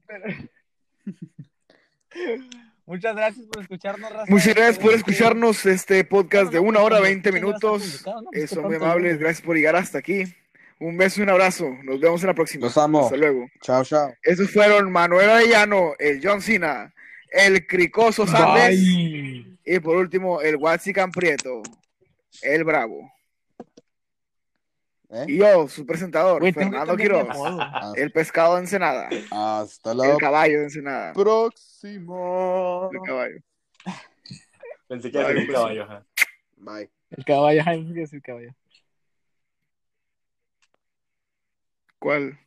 Speaker 2: pero- *laughs* Muchas gracias por escucharnos, Raza.
Speaker 1: Muchas gracias por
Speaker 2: Seguramente-
Speaker 1: escucharnos este podcast de una hora 20
Speaker 2: Ya está
Speaker 1: minutos.
Speaker 2: publicado, ¿no? Pues
Speaker 1: Eh,
Speaker 2: qué
Speaker 1: Son muy
Speaker 2: tonto,
Speaker 1: amables,
Speaker 2: güey.
Speaker 1: gracias por llegar hasta aquí. Un beso y un abrazo. Nos vemos en la próxima.
Speaker 3: Los amo.
Speaker 1: Hasta luego.
Speaker 3: Chao, chao.
Speaker 1: Esos fueron Manuel Arellano, el John Cena, el Cricoso Sandes
Speaker 2: Bye.
Speaker 1: y por último el Watsi Camprieto, el Bravo.
Speaker 3: ¿Eh?
Speaker 1: Y yo, su presentador,
Speaker 2: Güey, tengo que
Speaker 1: Fernando
Speaker 2: cambiar mi
Speaker 1: Quiroz,
Speaker 2: apodo.
Speaker 1: el Pescado de Ensenada,
Speaker 3: Hasta la
Speaker 1: el Caballo de Ensenada.
Speaker 3: próxima.
Speaker 1: El caballo.
Speaker 5: Pensé que era
Speaker 1: Ay,
Speaker 5: un
Speaker 1: pues,
Speaker 5: caballo. ajá.
Speaker 3: Bye.
Speaker 2: El caballo, *laughs* ay, ¿qué es el caballo?
Speaker 1: ¿Cuál?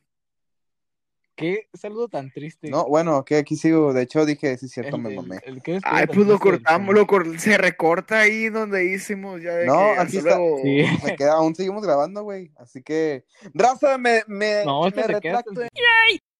Speaker 2: Qué saludo tan triste.
Speaker 3: No, bueno, que aquí sigo. De hecho, dije, sí, es cierto,
Speaker 2: El-
Speaker 3: me
Speaker 2: el-
Speaker 3: mamé.
Speaker 2: el que es
Speaker 1: Ay, pues
Speaker 2: tan
Speaker 1: lo
Speaker 2: triste del-
Speaker 1: cortamos, lo cor- se recorta ahí donde hicimos ya de
Speaker 3: No,
Speaker 1: que
Speaker 3: aquí
Speaker 1: hasta
Speaker 3: está.
Speaker 1: luego.
Speaker 2: Sí.
Speaker 3: Me queda, aún seguimos grabando, güey. Así que, Raza, me, me,
Speaker 2: No, esto
Speaker 3: me
Speaker 2: se queda hasta el
Speaker 3: retracto